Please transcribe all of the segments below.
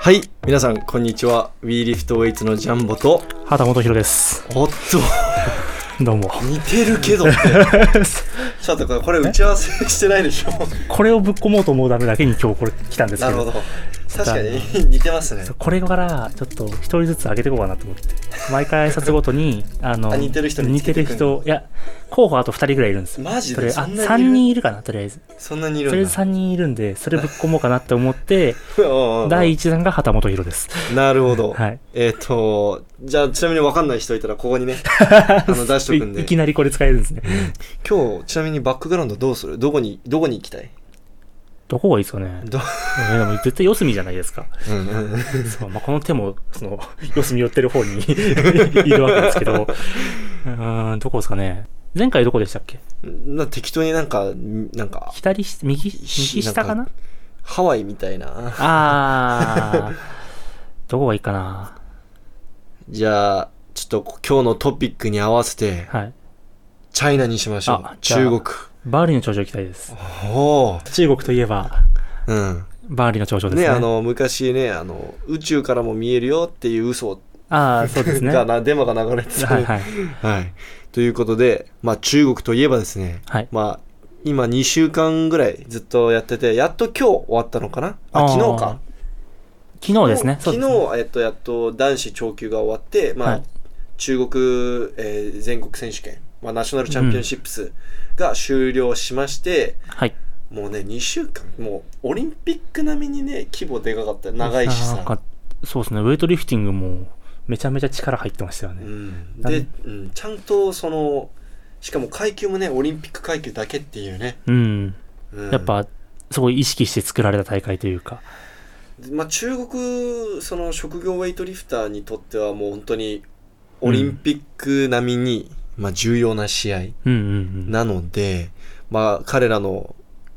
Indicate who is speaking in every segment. Speaker 1: はい皆さんこんにちは WeLiftWeights のジャンボと
Speaker 2: 畑本博です。
Speaker 1: おっ
Speaker 2: どうも。
Speaker 1: と似てるけどって ちょっとこれこれ打ち合わせしてないでしょ
Speaker 2: これをぶっ込もうと思うためだけに今日これ来たんです
Speaker 1: な
Speaker 2: け
Speaker 1: るほ
Speaker 2: ど。
Speaker 1: ど確かに似てますね
Speaker 2: そうこれからちょっと一人ずつ上げていこうかなと思って。毎回挨拶ご とに、あの、
Speaker 1: あ似てる人見
Speaker 2: 似
Speaker 1: つけて
Speaker 2: てる
Speaker 1: くんだ
Speaker 2: 人、いや、候補あと二人ぐらいいるんですよ。
Speaker 1: マジ
Speaker 2: とり
Speaker 1: で
Speaker 2: あえず
Speaker 1: そ
Speaker 2: あ、
Speaker 1: んなにいる
Speaker 2: 3人いるかな、とりあえず。
Speaker 1: そんなにい
Speaker 2: とりあえ
Speaker 1: るん
Speaker 2: ず
Speaker 1: だ
Speaker 2: 3人いるんで、それぶっ込もうかなって思 って、
Speaker 1: おうおう
Speaker 2: 第1弾が畑本博です。
Speaker 1: なるほど、
Speaker 2: はい
Speaker 1: えっ、とじゃあちなみに分かんない人いたらここ にねあの出しとくん
Speaker 2: い
Speaker 1: で
Speaker 2: いきなりこれ使えるんですね。
Speaker 1: 今日ちなみにバックグラウンドどうするどこにどこに行きた い
Speaker 2: どこがいいですかね。
Speaker 1: ど
Speaker 2: えでも絶対四隅じゃないですか。
Speaker 1: うんうん
Speaker 2: そうまあ、この手もその 四隅寄ってる方に いるわけですけ どうーんどこですかね前回どこでしたっけ
Speaker 1: な適当になんか、なんか、
Speaker 2: 左し右右下か
Speaker 1: な
Speaker 2: な
Speaker 1: んハワイみたいな。
Speaker 2: ああー どこがいいかな
Speaker 1: じゃあ、ちょっと今日のトピックに合わせて、
Speaker 2: はい
Speaker 1: チャイナにしましょう
Speaker 2: あ。じゃあ
Speaker 1: 中国。
Speaker 2: バーリーの頂上行きたいです
Speaker 1: おー
Speaker 2: 中国といえば
Speaker 1: うん。
Speaker 2: バーリーの頂上ですね
Speaker 1: ね、あの、昔ね、あの、宇宙からも見えるよっていう嘘
Speaker 2: ああそうですね
Speaker 1: が
Speaker 2: は
Speaker 1: な、デマが流れてた。
Speaker 2: いはい
Speaker 1: はい。ということで、まあ中国といえばですね、
Speaker 2: はい
Speaker 1: まあ、今2週間ぐらいずっとやってて、やっと今日終わったのかなあ、
Speaker 2: あー
Speaker 1: 昨日か。
Speaker 2: 昨日ですねそう
Speaker 1: 昨
Speaker 2: で
Speaker 1: 日
Speaker 2: すね、
Speaker 1: えっと、やっと男子長級が終わって、まあ、
Speaker 2: はい
Speaker 1: 中国、えー全国選手権、まあ、ナショナルチャンピオンシップスが終了しまして、
Speaker 2: はい
Speaker 1: もうね、2週間、もうオリンピック並みにね、規模でかかった。長いし
Speaker 2: なんか
Speaker 1: さ。
Speaker 2: そうですねウェイトリフティングもめちゃめちゃ力入ってましたよ
Speaker 1: う
Speaker 2: ね、
Speaker 1: ん、
Speaker 2: だ
Speaker 1: で
Speaker 2: ね、
Speaker 1: うん、ちゃんとその、しかも階級もね、オリンピック階級だけっていうね。
Speaker 2: うん、
Speaker 1: うん
Speaker 2: やっぱすごい意識して作られた大会というか
Speaker 1: まあ、中国その職業ウェイトリフターにとってはもう本当にオリンピック並みに、まあ、重要な試合
Speaker 2: うんうんうん
Speaker 1: なので、まあ、彼らの、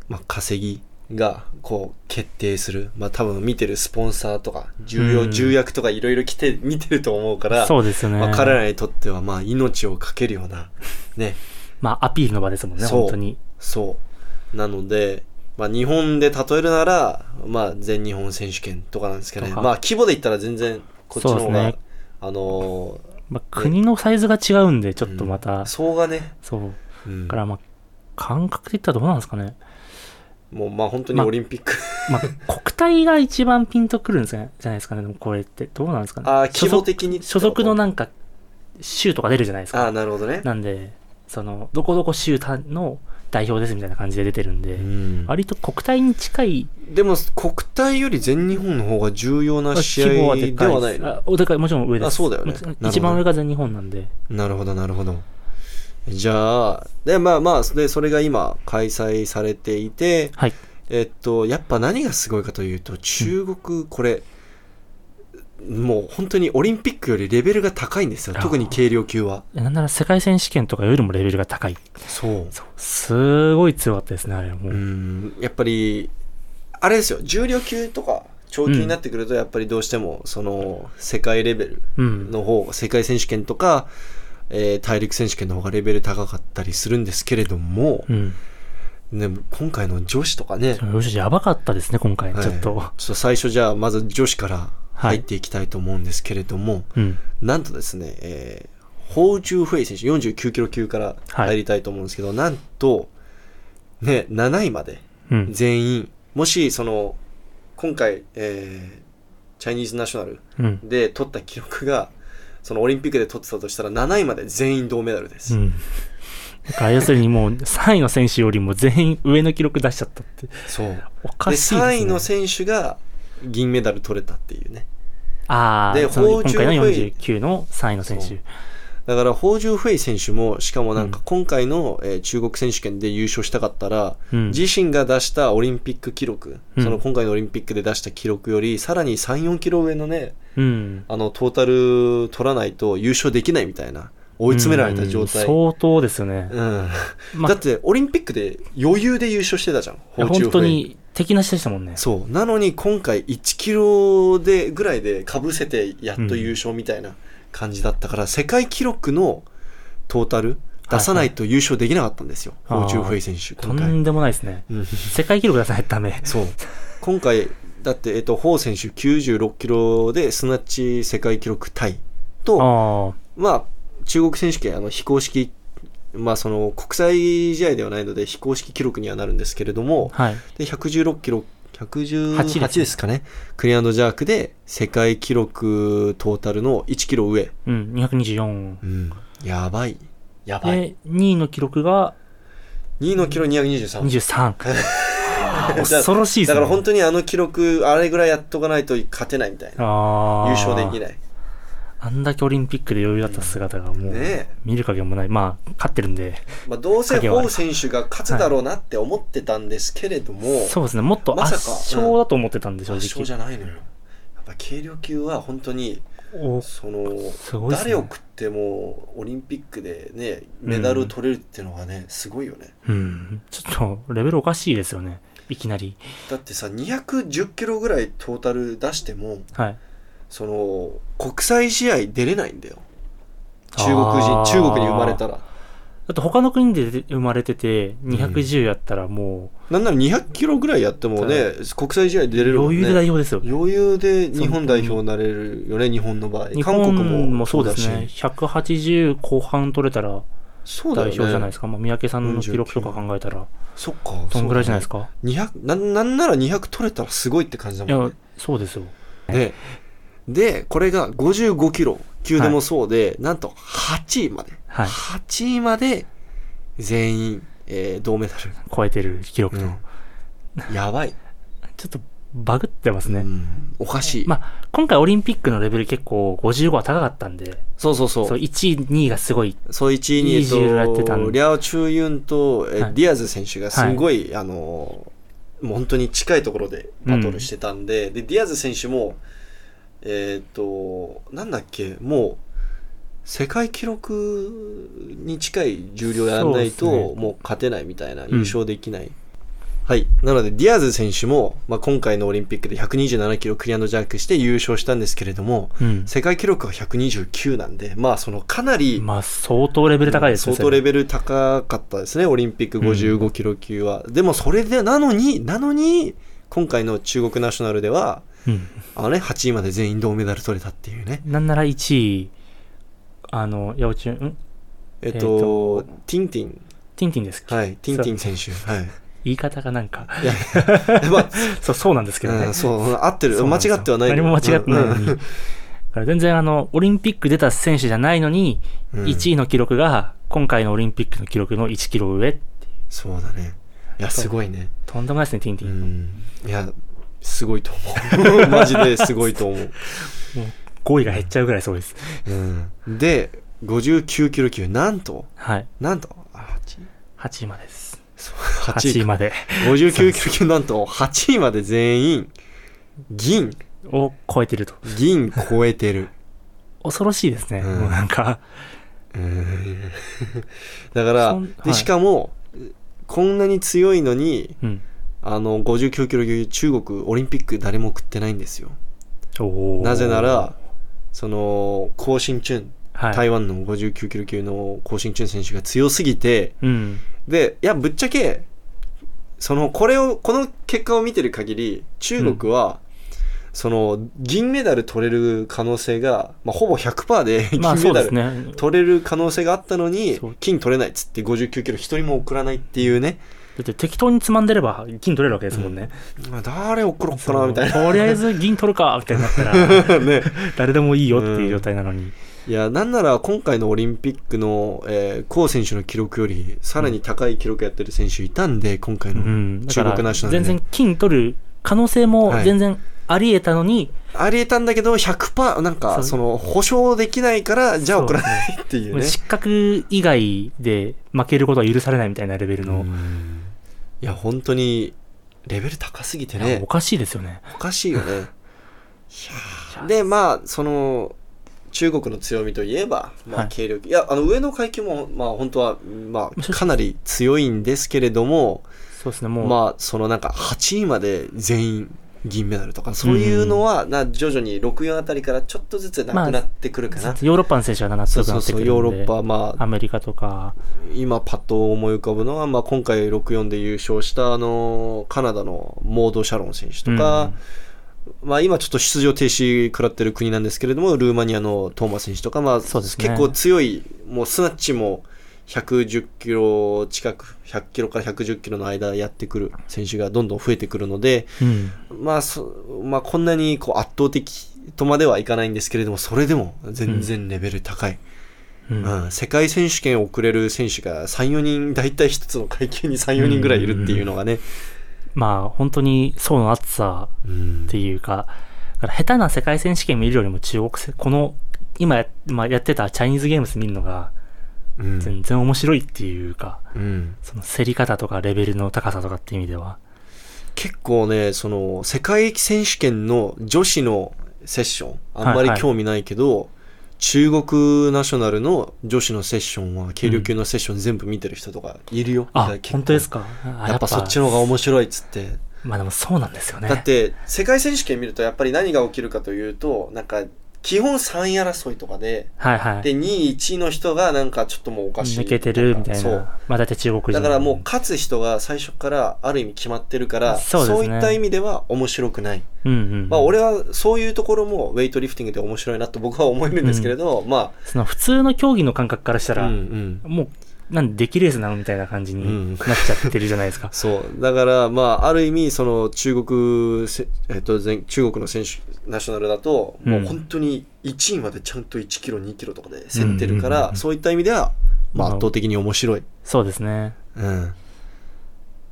Speaker 1: まあ、稼ぎがこう決定する、まあ、多分見てるスポンサーとか重要、
Speaker 2: うん
Speaker 1: 重役とかいろいろ来て見てると思うから
Speaker 2: そうですよね、
Speaker 1: まあ、彼らにとってはまあ命を懸けるような、ね、
Speaker 2: まあアピールの場ですもんね
Speaker 1: そう
Speaker 2: 本当に
Speaker 1: そうなので、まあ、日本で例えるなら、まあ、全日本選手権とかなんですけどね
Speaker 2: とか
Speaker 1: まあ、規模で言ったら全然こっちの
Speaker 2: そ
Speaker 1: 方
Speaker 2: う
Speaker 1: が、
Speaker 2: ですね
Speaker 1: あの
Speaker 2: まあ、国のサイズが違うんでちょっとまた、
Speaker 1: ー層がね、
Speaker 2: そう
Speaker 1: うん
Speaker 2: だからまあ感覚でいったらどうなんですかね、
Speaker 1: もうまあ本当に
Speaker 2: まあ
Speaker 1: オリンピック、
Speaker 2: まあ、国体が一番ピンとくるんですかねじゃないですかねでもこれってどうなんですかね
Speaker 1: あー
Speaker 2: 所
Speaker 1: 規模
Speaker 2: 属
Speaker 1: 的に
Speaker 2: 所属の
Speaker 1: な
Speaker 2: なんか州とか出るじゃないです
Speaker 1: あ
Speaker 2: か
Speaker 1: あなるほどね、
Speaker 2: なんでそのどこどこ州単の代表ですみたいな感じで出てるんで、
Speaker 1: うん
Speaker 2: 割と国体に近い
Speaker 1: でも国体より全日本の方が重要な試
Speaker 2: 規模
Speaker 1: 合
Speaker 2: はで
Speaker 1: で
Speaker 2: かい
Speaker 1: はな
Speaker 2: で
Speaker 1: い
Speaker 2: す。
Speaker 1: の
Speaker 2: あおでかいもちろん上です。
Speaker 1: あそうだよね
Speaker 2: もちろん
Speaker 1: なるほど
Speaker 2: 一番上が全日本なんで。
Speaker 1: なるほどなるほどじゃあでまあまあでそれが今開催されていて、
Speaker 2: はい。
Speaker 1: えっと、やっぱ何がすごいかというと、中国、これ、もう本当にオリンピックよりレベルが高いんですよ。
Speaker 2: あー
Speaker 1: 特に軽量級は。
Speaker 2: なんなら世界選手権とかよりもレベルが高い。
Speaker 1: そう。
Speaker 2: そうすごい強かったですね、あれもう。
Speaker 1: うん、やっぱり、あれですよ、重量級とか、長級になってくると、やっぱりどうしても、その、世界レベル
Speaker 2: うん。
Speaker 1: の方、世界選手権とか、えー大陸選手権の方がレベル高かったりするんですけれども、
Speaker 2: うん。
Speaker 1: ね、今回の女子とかね
Speaker 2: で、もよし、やばかったですね、今回。
Speaker 1: はい
Speaker 2: ちょっと。
Speaker 1: ちょっと最初じゃあ、まず女子から入っていきたいと思うんですけれども、
Speaker 2: うん。
Speaker 1: なんとですね、えー、ホウ・ジュウ・フェイ選手、49キロ級から入りたいと思うんですけど、なんと、ね、7位まで
Speaker 2: うん。
Speaker 1: 全員、もし、その、今回、えーチャイニーズナショナル
Speaker 2: うん。
Speaker 1: で取った記録が、そのオリンピックで取ってたとしたら、7位まで全員銅メダルで
Speaker 2: う
Speaker 1: す。
Speaker 2: ん。だから要するにもう3位の選手よりも全員上の記録出しちゃったって。
Speaker 1: そう。で、
Speaker 2: おかしいですね。
Speaker 1: 3位の選手が銀メダル取れたっていうね。
Speaker 2: ああ、
Speaker 1: で
Speaker 2: その
Speaker 1: 報
Speaker 2: 今
Speaker 1: 酬
Speaker 2: 回の
Speaker 1: 増え
Speaker 2: 49の3位の選
Speaker 1: そ
Speaker 2: 手
Speaker 1: う。だから、ホウ・ジュウ・フェイ選手も、しかもなんか今回の、えー中国選手権で優勝したかったら、
Speaker 2: うん。
Speaker 1: 自身が出したオリンピック記録、
Speaker 2: うん
Speaker 1: その今回のオリンピックで出した記録より、さらに3、4キロ上のね、
Speaker 2: うん。
Speaker 1: あの、トータル取らないと優勝できないみたいな、追い詰められた状態。
Speaker 2: うん相当ですよね。
Speaker 1: うん
Speaker 2: まあ
Speaker 1: だって、オリンピックで余裕で優勝してたじゃん、
Speaker 2: いや
Speaker 1: ホウチュウフ
Speaker 2: 本当
Speaker 1: ェイ
Speaker 2: に敵なしでしたもんね。
Speaker 1: そう。なのに、今回1キロで、ぐらいで被せて、やっと優勝みたいな感じだったから、世界記録のトータル出さないと優勝できなかったんですよ、
Speaker 2: はいは
Speaker 1: ホ
Speaker 2: い
Speaker 1: ウチュウフェイ選手、
Speaker 2: と
Speaker 1: 今回。
Speaker 2: んでもないですね。
Speaker 1: うん
Speaker 2: 世界記録出さないとダメ。
Speaker 1: そう。今回、だって、えっと、ホウ選手96キロでスナッチ世界記録タイと、
Speaker 2: あ
Speaker 1: まあ、中国選手権、あの非公式、まあ、その国際試合ではないので、非公式記録にはなるんですけれども
Speaker 2: あ、、はい。
Speaker 1: で116キロ、
Speaker 2: 八です
Speaker 1: 118
Speaker 2: ね
Speaker 1: ですかね、クリアンドジャークで世界記録トータルの1キロ上、
Speaker 2: うん、224。
Speaker 1: うん、やばい、やばい、
Speaker 2: で、2位の記録が
Speaker 1: 2のキロ223。
Speaker 2: 23。あー恐ろしいです
Speaker 1: だ
Speaker 2: ね。
Speaker 1: から本当にあの記録、あれぐらいやっとかないと勝てないみたいな、
Speaker 2: ああ。
Speaker 1: 優勝できない。
Speaker 2: あんだけオリンピックで余裕だった姿がもう
Speaker 1: ねえ、
Speaker 2: 見る影もない。まあ、勝ってるんで。
Speaker 1: まあ、どうせ
Speaker 2: 影
Speaker 1: ホ
Speaker 2: はあ
Speaker 1: ウ
Speaker 2: る
Speaker 1: 選手が勝つだろうなって思ってたんですけれども、
Speaker 2: そうですね。もっと
Speaker 1: ま
Speaker 2: 圧
Speaker 1: さか
Speaker 2: 勝だと思ってたんで、正
Speaker 1: 圧勝
Speaker 2: 直
Speaker 1: じ。ゃないのよ。やっぱ軽量級は本当に
Speaker 2: お
Speaker 1: その
Speaker 2: すごいっすね
Speaker 1: 誰を食ってもオリンピックでねメダルを取れるっていうのがね、すごいよね
Speaker 2: うん。ちょっと、レベルおかしいですよね。いきなり。
Speaker 1: だってさ210キロぐらいトータル出しても
Speaker 2: はい。
Speaker 1: その国際試合出れないんだよ中国
Speaker 2: あ
Speaker 1: 人
Speaker 2: ー
Speaker 1: 中国に生まれたら
Speaker 2: だって他の国で生まれてて、210やったらも
Speaker 1: なんなら200キロぐらいやってもね国際試合出れ
Speaker 2: う、
Speaker 1: るもん
Speaker 2: 余
Speaker 1: ね
Speaker 2: 裕で代表ですよ。
Speaker 1: 余裕で日本代表になれるよね日本の場合
Speaker 2: 日
Speaker 1: 韓
Speaker 2: 本
Speaker 1: 国も
Speaker 2: もそうですね。180後半取れたら
Speaker 1: そうだ
Speaker 2: 代
Speaker 1: よね
Speaker 2: 表じゃないですか。まあ、三宅さんの記録とか考えたら、
Speaker 1: そっか
Speaker 2: そんぐらいじゃないです
Speaker 1: か
Speaker 2: か。
Speaker 1: 200なんなんなら200取れたらすごいって感じだ
Speaker 2: い
Speaker 1: もんね
Speaker 2: や、そうですよ。
Speaker 1: で、で、これが55キロ級でもそうで、なんと8位まで、
Speaker 2: はい
Speaker 1: 8位まで全員、えー銅メダル。
Speaker 2: 超えてる記録と。
Speaker 1: やばい。
Speaker 2: ちょっとバグってますね。
Speaker 1: うんおかしい。
Speaker 2: まあ、今回オリンピックのレベル結構55は高かったんで、
Speaker 1: そうそうそ
Speaker 2: そうう、。1位、2位がすごい。
Speaker 1: そう1位に、え
Speaker 2: いい
Speaker 1: っと、
Speaker 2: 重量やってたんで
Speaker 1: リャオ・チュウユンと、えー
Speaker 2: はい
Speaker 1: ディアズ選手がすごい、あのー、もう本当に近いところでバトルしてたんで、で、ディアズ選手も、えーっと、なんだっけ、もう、世界記録に近い重量やらないと、
Speaker 2: そうですね
Speaker 1: もう勝てないみたいな、
Speaker 2: ん
Speaker 1: 優勝できない。はい。なので、ディアズ選手も、まあ、今回のオリンピックで127キロクリアンドジャークして優勝したんですけれども、
Speaker 2: うん。
Speaker 1: 世界記録は129なんで、まあ、そのかなり、
Speaker 2: まあ、相当レベル高いですね。
Speaker 1: 相当レ
Speaker 2: ベ
Speaker 1: ベル高かったですね、オリンピック55キロ級は。でもそれで、なのに、なのに、今回の中国ナショナルでは、
Speaker 2: ル。
Speaker 1: あのね、8位まで全員銅メダル取れたっていうね。
Speaker 2: うん。なんなら1位、あの、八百中、ん
Speaker 1: えっと、
Speaker 2: えっと
Speaker 1: ティンティン、
Speaker 2: ティンティンですっけ
Speaker 1: はい、ティンティン選手、 はい。
Speaker 2: 言い方がなんか、
Speaker 1: いや、まあ
Speaker 2: そう、そうなんですけどね。
Speaker 1: うんそう、合ってる、
Speaker 2: そう
Speaker 1: 間
Speaker 2: なんですよ
Speaker 1: 違ってはない。
Speaker 2: 何も間違ってないのに。
Speaker 1: う
Speaker 2: だ
Speaker 1: ん
Speaker 2: から全然あの、オリンピック出た選手じゃないのに、
Speaker 1: うん
Speaker 2: 1位の記録が、今回のオリンピックの記録の1キロ上って、
Speaker 1: そうだね。いや、すごいね。
Speaker 2: とんでもないですね、ティンテ
Speaker 1: う
Speaker 2: ィン。
Speaker 1: ん。いや、すごいと思う。マ ジですごいと思う。
Speaker 2: 5位が減っちゃうぐらいそうです。
Speaker 1: うん、で、59キロ級、なんと、
Speaker 2: はい。
Speaker 1: なんと、あ8
Speaker 2: 8位までです。
Speaker 1: 8
Speaker 2: 8位
Speaker 1: 位
Speaker 2: まで
Speaker 1: 59キロ級なんと8位まで全員銀
Speaker 2: を超えてると。
Speaker 1: 銀超えてる
Speaker 2: 恐ろしいですね。
Speaker 1: うん
Speaker 2: もうなんか、
Speaker 1: うーんだから
Speaker 2: そんは
Speaker 1: で
Speaker 2: い
Speaker 1: しかもこんなに強いのに
Speaker 2: うん。
Speaker 1: あの59キロ級中国オリンピック誰も食ってないんですよ
Speaker 2: おー
Speaker 1: なぜな、らその高新チュン
Speaker 2: はい、
Speaker 1: 台湾の59キロ級の高新チュン選手が強すぎて
Speaker 2: うん。
Speaker 1: でいやぶっちゃけそのこれをこの結果を見てる限り中国は、その銀メダル取れる可能性が、まあ、ほぼ100%で銀
Speaker 2: まあそ
Speaker 1: メ
Speaker 2: う
Speaker 1: ダ
Speaker 2: です
Speaker 1: ル
Speaker 2: ね。
Speaker 1: 取れる可能性があったのに、
Speaker 2: そう
Speaker 1: 金取れないっつって59キロ一人も送らないっていうね、
Speaker 2: だって適当につまんでれば銀取れるわけですもんね。
Speaker 1: まあ誰送ろっかなみたい
Speaker 2: とりあえず銀取るかみたいになったら、
Speaker 1: な ね
Speaker 2: 誰でもいいよっていう状態なのに。
Speaker 1: いやなんなら今回のオリンピックの、えー、コウ選手の記録よりさらに高い記録やってる選手いたんで今回
Speaker 2: う
Speaker 1: の
Speaker 2: ん。だ
Speaker 1: 中
Speaker 2: から
Speaker 1: 国ナショナル
Speaker 2: 全
Speaker 1: で、
Speaker 2: 然金取る可能性も
Speaker 1: はい
Speaker 2: 全然あり得たのに、
Speaker 1: ありえたんだけど100%なん
Speaker 2: そ
Speaker 1: か
Speaker 2: う
Speaker 1: その保証できないからじゃあ送らないっていう
Speaker 2: もう
Speaker 1: ね
Speaker 2: 失格以外で負けることは許されないみたいなレベルの、
Speaker 1: うんいや本当にレベル高すぎて
Speaker 2: いや
Speaker 1: ね
Speaker 2: おかしいですよね。
Speaker 1: おかしいよねいやーでまあその中国の強みといえば、ま
Speaker 2: は
Speaker 1: あ、
Speaker 2: い
Speaker 1: 軽量級、い、やあの上の階級も、まあ、本当は、ま
Speaker 2: まあ
Speaker 1: あ、かなり強いんですけれども
Speaker 2: そうですね、もう。
Speaker 1: まあそのなんか8位まで全員銀メダルとか、そういうのは、な徐々に64あたりからちょっとずつなくなってくるかな。
Speaker 2: ヨーロッパの選手は7
Speaker 1: そう
Speaker 2: 強く
Speaker 1: そ
Speaker 2: な
Speaker 1: う
Speaker 2: って
Speaker 1: そう、
Speaker 2: くるんで
Speaker 1: ヨーロッパはまあ
Speaker 2: ア、メリカとか、
Speaker 1: 今パッと思い浮かぶのは、まあ、今回64で優勝したあのカナダのモード・シャロン選手とか、まあ、今ちょっと出場停止食らってる国なんですけれどもルーマニアのトーマ選手とか、まあ
Speaker 2: そうですね
Speaker 1: 結構強いもうスナッチも110キロ近く100キロから110キロの間やってくる選手がどんどん増えてくるので、
Speaker 2: うん、
Speaker 1: まあそまあ、こんなにこう圧倒的とまではいかないんですけれどもそれでも全然レベル高い。
Speaker 2: うん
Speaker 1: うん、世界選手権をくれる選手が3、4人、大体一つの階級に3、4人ぐらいいるっていうのがね、
Speaker 2: まあ本当に層の厚さ
Speaker 1: うん
Speaker 2: っていうか、だから下手な世界選手権見るよりも中国戦、この今や,、まあ、やってたチャイニーズゲームズ見るのが
Speaker 1: うん
Speaker 2: 全然面白いっていうか、
Speaker 1: うん
Speaker 2: その競り方とかレベルの高さとかっていう意味では。
Speaker 1: 結構ね、その世界選手権の女子のセッション、あんま
Speaker 2: はい
Speaker 1: り
Speaker 2: はい
Speaker 1: 興味ないけど、中国ナショナルの女子のセッションは、軽量級のセッション全部見てる人とかいるよ。
Speaker 2: あ、
Speaker 1: 結構
Speaker 2: 本当ですかあ
Speaker 1: やっぱそっちの方が面白いっつって。
Speaker 2: まあでもそうなんですよね。
Speaker 1: だって、世界選手権見るとやっぱり何が起きるかというと、なんか、基本3位争いとかで、
Speaker 2: はいはい。
Speaker 1: で、2位、1位の人がなんかちょっともうおかしい。
Speaker 2: 抜けてるみたいな。
Speaker 1: そう。
Speaker 2: まあ大体中国人。
Speaker 1: だからもう勝つ人が最初からある意味決まってるから、
Speaker 2: そうですね
Speaker 1: いった意味では面白くない。
Speaker 2: うん、うんうん。
Speaker 1: まあ俺はそういうところもウェイトリフティングで面白いなと僕は思えるんですけれど、ま
Speaker 2: その普通の競技の感覚からした
Speaker 1: あ、
Speaker 2: ら、
Speaker 1: うんうん。
Speaker 2: もう、なんでできレースなのみたいな感じ
Speaker 1: うん。
Speaker 2: になっちゃってるじゃないですか
Speaker 1: そう。だから、まあ、ある意味、その、中国せ、えっと、全中国の選手、ナショナルだと、もう本当に1位までちゃんと1キロ、2キロとかで競ってるか
Speaker 2: うんうん
Speaker 1: ら、
Speaker 2: うん
Speaker 1: そういった意味では、まあ
Speaker 2: うん
Speaker 1: 圧倒的に面白い。
Speaker 2: そうですね。
Speaker 1: うん。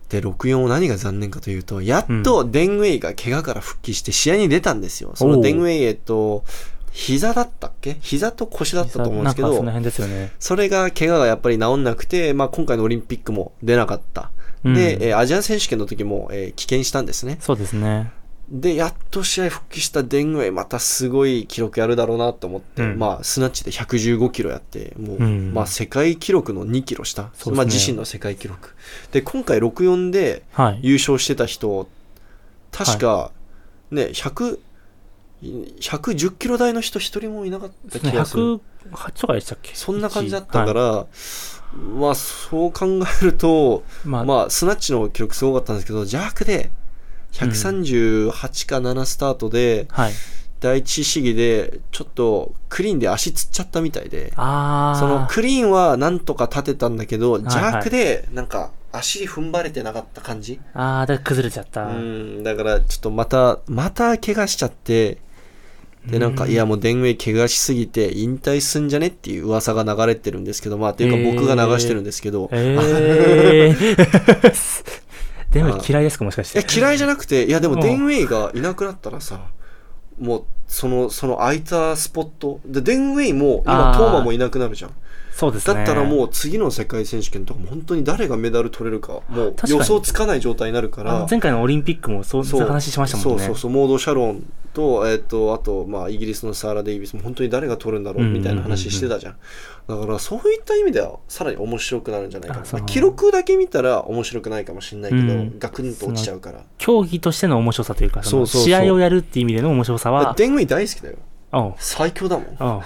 Speaker 1: で、64を何が残念かというと、やっとデンウェイが怪我から復帰して試合に出たんですよ。そ
Speaker 2: お
Speaker 1: の
Speaker 2: う
Speaker 1: デンウェイ、えっと、膝だったっけ膝と腰だったと思うんですけ
Speaker 2: なんかその
Speaker 1: ど、
Speaker 2: 辺ですよね。
Speaker 1: それが怪我がやっぱり治んなくて、まあ今回のオリンピックも出なかった。
Speaker 2: うん
Speaker 1: で、えーアジア選手権の時も、えー棄権したんですね。
Speaker 2: そうですね。
Speaker 1: で、やっと試合復帰したデンウェイ、またすごい記録やるだろうなと思って、
Speaker 2: うん
Speaker 1: まあ、スナッチで115キロやって、もう、
Speaker 2: うん
Speaker 1: まあ、世界記録の2キロ下、
Speaker 2: そうですね
Speaker 1: まあ、自身の世界記録。で、今回64で
Speaker 2: はい。
Speaker 1: 優勝してた人、確か、ね、100、110キロ台の人一人もいなかった気がする。
Speaker 2: 108とかでしたっけ
Speaker 1: そんな感じだったか
Speaker 2: は
Speaker 1: ら、まあ、そう考えると、
Speaker 2: いまあ、
Speaker 1: まあ、スナッチの記録すごかったんですけど、邪悪で、138か7スタートで、
Speaker 2: はい。
Speaker 1: 第一試技で、ちょっとクリーンで足つっちゃったみたいで、
Speaker 2: ああ。
Speaker 1: そのクリーンはなんとか立てたんだけど、
Speaker 2: い
Speaker 1: 邪悪で、なんか、足踏ん張れてなかった感じ、
Speaker 2: ああ、だから崩れちゃった。
Speaker 1: うん、だから、ちょっとまた、また怪我しちゃって、で、なんか、
Speaker 2: うん
Speaker 1: いや、もう、電ウェイ怪我しすぎて、引退すんじゃねっていう噂が流れてるんですけど、まあ、というか僕が流してるんですけど、
Speaker 2: ええ ー。でも嫌いですかもしかし
Speaker 1: え
Speaker 2: て。
Speaker 1: 嫌いじゃなくていやで
Speaker 2: う
Speaker 1: も
Speaker 2: ん
Speaker 1: デンウェイがいなくなったらさもうそのその空いたスポットでデンウェイも今
Speaker 2: あー
Speaker 1: トーマもいなくなるじゃん
Speaker 2: そうです
Speaker 1: だ
Speaker 2: ね。
Speaker 1: ったらもう次の世界選手権とかも本当に誰がメダル取れるかもう
Speaker 2: 確かに
Speaker 1: 予想つかない状態になるか
Speaker 2: あの
Speaker 1: ら
Speaker 2: 前回のオリンピックもそうそういう話しましたもんね。
Speaker 1: そうそうそうモード・シャロンと,、えっとあと、まあ、イギリスのサーラ・デイビスも本当に誰が取るんだろう
Speaker 2: うん
Speaker 1: みたいな話してたじゃん,、だからそういった意味ではさらに面白くなるんじゃないかな
Speaker 2: あその
Speaker 1: まあ記録だけ見たら面白くないかもしれないけど、
Speaker 2: うん
Speaker 1: ガクンと落ちちゃうから
Speaker 2: 競技としての面白さというか、その
Speaker 1: そうそうそう
Speaker 2: 試合をやるっていう意味での面白さ
Speaker 1: だから
Speaker 2: は、
Speaker 1: デンウェイ大好きだよ
Speaker 2: うん、
Speaker 1: 最強だもん。
Speaker 2: うん。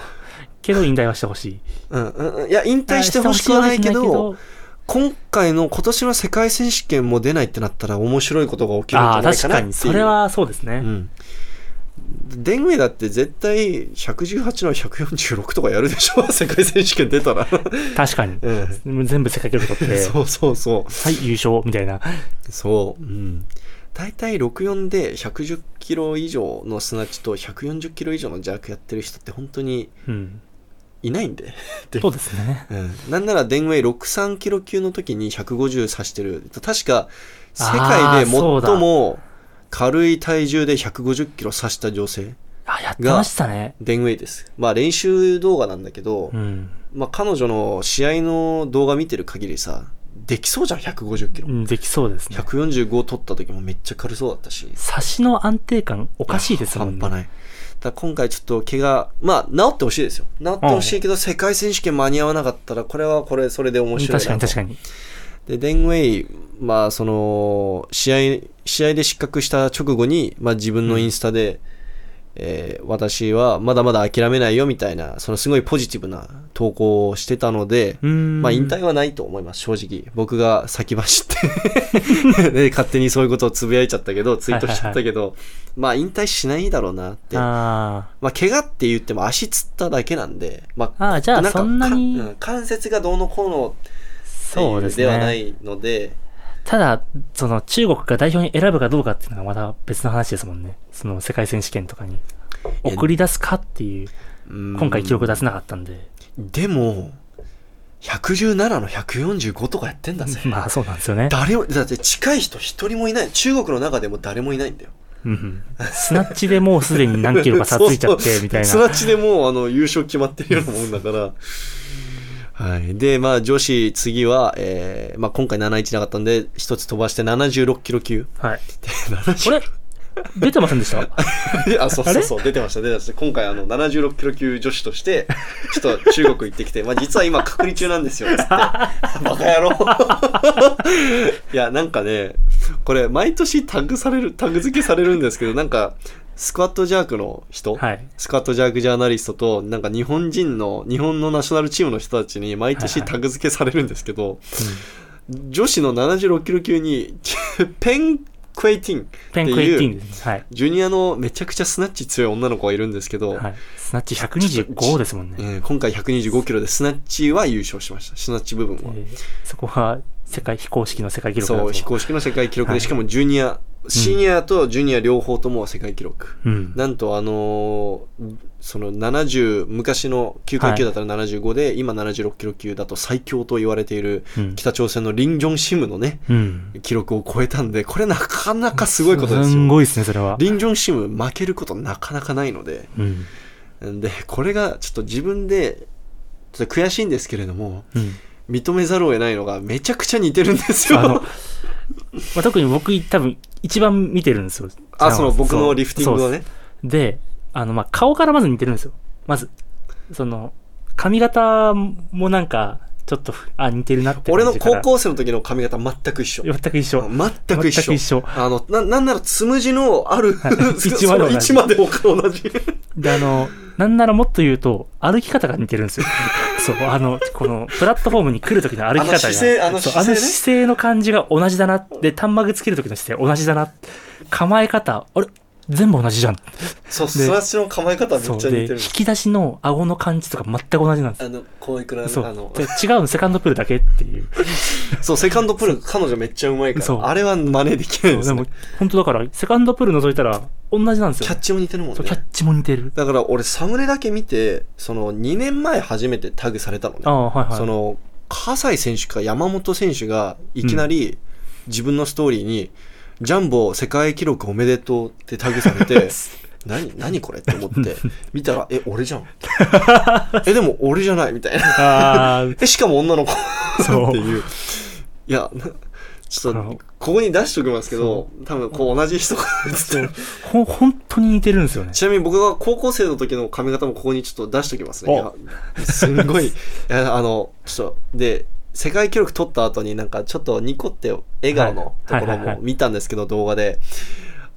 Speaker 2: けど引退はしてほしい。
Speaker 1: うんうんうん。いや、引退してほしくはないけど、今回の今年の世界選手権も出ないってなったら面白いことが起きるんじ
Speaker 2: あ
Speaker 1: ゃ
Speaker 2: あ、
Speaker 1: ないか
Speaker 2: 確
Speaker 1: なっ
Speaker 2: か
Speaker 1: ていう。
Speaker 2: に、それはそうですね。
Speaker 1: うん。デンウェイだって絶対118の146とかやるでしょ世界選手権出たら。
Speaker 2: 確かに。
Speaker 1: うん。
Speaker 2: 全部世界記録取って、
Speaker 1: そうそうそ
Speaker 2: はい、優勝、みたいな。
Speaker 1: う。そう。うん。大体64で110キロ以上のスナッチと140キロ以上のジャークやってる人って本当に
Speaker 2: うん。
Speaker 1: いないんで。
Speaker 2: そうですね。
Speaker 1: うんなんならデンウェイ63キロ級の時に150指してる。確か、世界で
Speaker 2: あーそうだ
Speaker 1: 最も軽い体重で150キロ指した女性、
Speaker 2: あ、やってましたね。
Speaker 1: デンウェイです。まあ練習動画なんだけど、
Speaker 2: うん。
Speaker 1: まあ彼女の試合の動画見てる限りさ、できそうじゃん、150キロ
Speaker 2: う。んできそうですね。
Speaker 1: 145取った時もめっちゃ軽そうだったし。
Speaker 2: 差しの安定感、おかしいですもん
Speaker 1: 半
Speaker 2: ね。
Speaker 1: 端ない。だから今回ちょっと怪我、まあ治ってほしいですよ。治ってほしいけど、世界選手権間に合わなかったら、これはこれ、それで面白いなと。
Speaker 2: 確かに確かに。
Speaker 1: でデン・ウェイ、まあ、その試合試合で失格した直後に、まあ、自分のインスタで、えー私はまだまだ諦めないよみたいなそのすごいポジティブな投稿をしてたので、
Speaker 2: うん。
Speaker 1: まあ、引退はないと思います正直僕が先走って で勝手にそういうことをつぶやいちゃったけどツイートしちゃったけど、まあ引退しないだろうなって
Speaker 2: あ
Speaker 1: まあ、怪我って言っても足つっただけなんで、ま
Speaker 2: あ。ああ、じ
Speaker 1: あ、
Speaker 2: ゃあ
Speaker 1: なんか
Speaker 2: そんなに、
Speaker 1: かうん関節がどうのこうのって
Speaker 2: そう
Speaker 1: い
Speaker 2: で
Speaker 1: う
Speaker 2: す
Speaker 1: ではな
Speaker 2: ね。
Speaker 1: いので、
Speaker 2: ただ、その中国が代表に選ぶかどうかっていうのがまた別の話ですもんね。その世界選手権とかに。
Speaker 1: や
Speaker 2: 送り出すかっていう、
Speaker 1: うん
Speaker 2: 今回記録出せなかったんで。
Speaker 1: でも、117の145とかやってんだぜ。
Speaker 2: まあそうなんですよね。
Speaker 1: 誰も、だって近い人一人もいない。中国の中でも誰もいないんだよ。
Speaker 2: うんスナッチでもうすでに何キロか差ついちゃっ
Speaker 1: そう
Speaker 2: て
Speaker 1: そう、
Speaker 2: みたい な。
Speaker 1: スナッチでもうあの優勝決まってるようなもんだから。はい。で、まあ女子次は、えーまあ今回71なかったんで、一つ飛ばして76キロ 級。
Speaker 2: はい。
Speaker 1: 76
Speaker 2: これ、出てませんでした
Speaker 1: で あ、そうそ
Speaker 2: あ
Speaker 1: う
Speaker 2: れ
Speaker 1: そう、出てました、出てました。今回、あの、76キロ級女子として、ちょっと中国行ってきて、まあ、実は今隔離中なんです よ、つって。バカ野郎。 いや、なんかね、これ、毎年タグされる、タグ付けされるんですけど、なんか、スクワットジャークの人、
Speaker 2: はい。
Speaker 1: スクワットジャークジャーナリストと、なんか日本人の、日本のナショナルチームの人たちに毎年
Speaker 2: はいはい
Speaker 1: タグ付けされるんですけど、女子の76キロ級に、 ペンクエイティン
Speaker 2: ペンクエイティンですね。
Speaker 1: ジュニアのめちゃくちゃスナッチ強い女の子がいるんですけど、
Speaker 2: はい。はい。スナッチ125ですもんね。
Speaker 1: えー今回125キロでスナッチは優勝しました。スナッチ部分は。
Speaker 2: でそこは、世界、非公式の世界記録だ
Speaker 1: そう、
Speaker 2: と
Speaker 1: 非公式の世界記録で、
Speaker 2: はい
Speaker 1: しかもジュニア、シニアとジュニア両方とも世界記録。
Speaker 2: うん。
Speaker 1: なんとあのーその70、昔の9階級だったら75で、今76キロ級だと最強と言われている
Speaker 2: うん
Speaker 1: 北朝鮮のリン・ジョンシムのね、
Speaker 2: うん。
Speaker 1: 記録を超えたんで、これなかなかすごいことです
Speaker 2: ん
Speaker 1: よ。
Speaker 2: ごいですね、それは。
Speaker 1: リン・ジョンシム負けることなかなかないので、
Speaker 2: うん。
Speaker 1: で、これがちょっと自分で、ちょっと悔しいんですけれども、
Speaker 2: うん。
Speaker 1: 認めざるを得ないのがめちゃくちゃ似てるんです
Speaker 2: あの、ま
Speaker 1: よ。
Speaker 2: あ、特に僕、多分、一番見てるんですよ。
Speaker 1: あ、その僕のリフティングを
Speaker 2: ね
Speaker 1: ね。
Speaker 2: で、あの、まあ、顔からまず似てるんですよ。まず、その、髪型もなんか、ちょっと、あ、似てるなって
Speaker 1: 俺の
Speaker 2: 感じから
Speaker 1: 高校生の時の髪型全く一緒。
Speaker 2: 全く一緒。
Speaker 1: 全く一緒。
Speaker 2: 全く一緒
Speaker 1: あの、な、なんならつむじのある、
Speaker 2: はい
Speaker 1: そ
Speaker 2: 一まで同
Speaker 1: の
Speaker 2: じ
Speaker 1: 一まで他同 じ。
Speaker 2: で、あの、なんならもっと言うと、歩き方が似てるん ですよ。そう、あの、この、プラットフォームに来る時の歩き方が。
Speaker 1: あの姿勢あの
Speaker 2: そう
Speaker 1: 姿勢ね
Speaker 2: あの姿勢の感じが同じだな。で、タンマグつける時の姿勢同じだな。構え方、あれ全部同じじゃん。
Speaker 1: そう、スナッチの構え方めっ
Speaker 2: そう。
Speaker 1: ちゃ似
Speaker 2: で、
Speaker 1: て
Speaker 2: 引
Speaker 1: る。
Speaker 2: き出しの顎の感じとか全く同じなんですよ。
Speaker 1: あの、こういくら、あ
Speaker 2: そう
Speaker 1: の、
Speaker 2: で違うの、セカンドプールだけっていう。
Speaker 1: そう、セカンドプール、彼女めっちゃうまいか
Speaker 2: そう
Speaker 1: ら、あれは真似できない
Speaker 2: そう
Speaker 1: で
Speaker 2: ですも
Speaker 1: ね。、
Speaker 2: 本当だから、セカンドプール覗いたら、同じなんです
Speaker 1: キ
Speaker 2: よ。
Speaker 1: ャッチも似てるもん
Speaker 2: そうキャ
Speaker 1: ね
Speaker 2: ッ。チも似てる。
Speaker 1: だから俺、サムネだけ見て、その、2年前初めてタグされたのね
Speaker 2: あ。あ、はいはい。
Speaker 1: その、葛西選手か山本選手がいきなり自分のストーリーに、ジャンボ世界記録おめでとうってタグされ て、何、何これって思って、見たら、え、俺 じゃん。え、でも俺じゃないみたいな。
Speaker 2: あ
Speaker 1: え、しかも女の子
Speaker 2: あ、そ
Speaker 1: って
Speaker 2: う。
Speaker 1: いう。いや、なちょっ
Speaker 2: あ
Speaker 1: と
Speaker 2: の、
Speaker 1: ここに出しときますけど、多分こう同じ人が映ってる。
Speaker 2: ほん、本当に似てるんですよね。
Speaker 1: ちなみに僕が高校生の時の髪型もここにちょっと出しときますね。いや
Speaker 2: お
Speaker 1: すんごい。いや、あの、ちょっと、で、世界記録取った後になんかちょっとニコって笑顔のとこ
Speaker 2: は
Speaker 1: ろ
Speaker 2: いはいはい
Speaker 1: も
Speaker 2: はい
Speaker 1: 見たんですけど、動画で。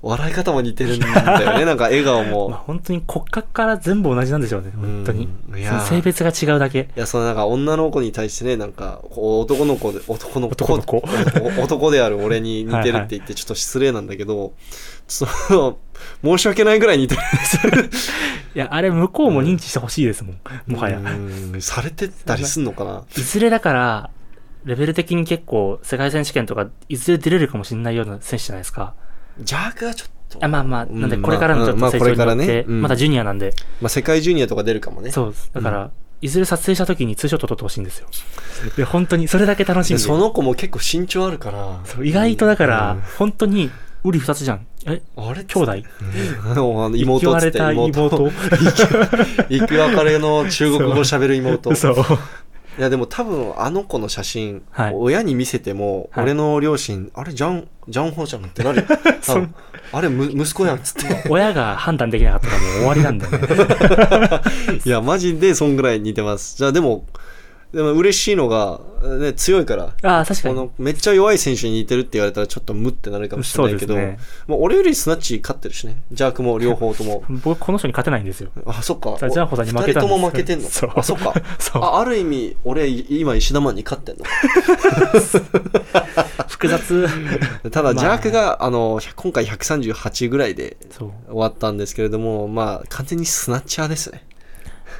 Speaker 1: 笑い方も似てるんだ よね。なんか笑顔
Speaker 2: まあ、
Speaker 1: も。
Speaker 2: 本当に骨格から全部同じなんでしょうね。本当に。
Speaker 1: うんいや
Speaker 2: その性別が違うだけ。
Speaker 1: いや、そのなんか女の子に対してね、なんか、こう男の子で、男の子、
Speaker 2: 男の子
Speaker 1: おお男である俺に似てるって言ってちょっと失礼なんだけど、ちょっと、申し訳ないぐらい似てるんですよ
Speaker 2: いや、あれ、向こうも認知してほしいですもん。もはや。
Speaker 1: うんされてたりすんのかない
Speaker 2: ずれだから、レベル的に結構、世界選手権とか、いずれ出れるかもしれないような選手じゃないですか。
Speaker 1: 邪悪はちょっと。
Speaker 2: あまあまあ、
Speaker 1: うん
Speaker 2: なんで、これからのちょっ
Speaker 1: まあ
Speaker 2: と成長に
Speaker 1: まあ
Speaker 2: な
Speaker 1: これ
Speaker 2: っ
Speaker 1: からね
Speaker 2: て、
Speaker 1: うん
Speaker 2: まだジュニアなんで。
Speaker 1: まあ、世界ジュニアとか出るかもね。
Speaker 2: そうです。だから、いずれ撮影した時にツーショット撮ってほしいんですよ。で、本当に、それだけ楽しみ
Speaker 1: で
Speaker 2: で。
Speaker 1: その子も結構身長あるから。
Speaker 2: そう意外とだから
Speaker 1: うん、
Speaker 2: 本当に、ウリ二つじゃん。え、
Speaker 1: あれ
Speaker 2: 兄弟
Speaker 1: あの
Speaker 2: 生 き
Speaker 1: 妹っ
Speaker 2: 割
Speaker 1: つっ
Speaker 2: れ
Speaker 1: て
Speaker 2: た
Speaker 1: 妹。
Speaker 2: 妹。
Speaker 1: 行く別れの中国語喋る妹。い
Speaker 2: そう。
Speaker 1: やでも多分あの子の写真、
Speaker 2: はい
Speaker 1: 親に見せても、
Speaker 2: はい
Speaker 1: 俺の両親、あれジャン、ジャンホーちゃんってなる よ多分あれむ息子やんっつって。
Speaker 2: 親が判断できなかったら もう終わりなんだよね。
Speaker 1: いやマジでそんぐらい似てます。じゃあでも、でも嬉しいのが、ね、強いから、
Speaker 2: ああ、確
Speaker 1: こ
Speaker 2: かに。
Speaker 1: のめっちゃ弱い選手に似てるって言われたらちょっとムってなるかもしれないけど、
Speaker 2: そうですね
Speaker 1: まあ、俺よりスナッチ勝ってるしねジャークも両方と も
Speaker 2: 僕、この人に勝てないんで すよ。
Speaker 1: あそっか
Speaker 2: さあジャーホさんに負けたん
Speaker 1: 二
Speaker 2: です
Speaker 1: 人とも負けてんの
Speaker 2: そう
Speaker 1: あそっか
Speaker 2: そう。
Speaker 1: あある意味俺今石田マンに勝ってん の
Speaker 2: 複雑。
Speaker 1: た
Speaker 2: まあ
Speaker 1: だジャークが、あ、の今回138ぐらいで
Speaker 2: そう。
Speaker 1: 終わったんですけれどもまあ完全にスナッチャーですね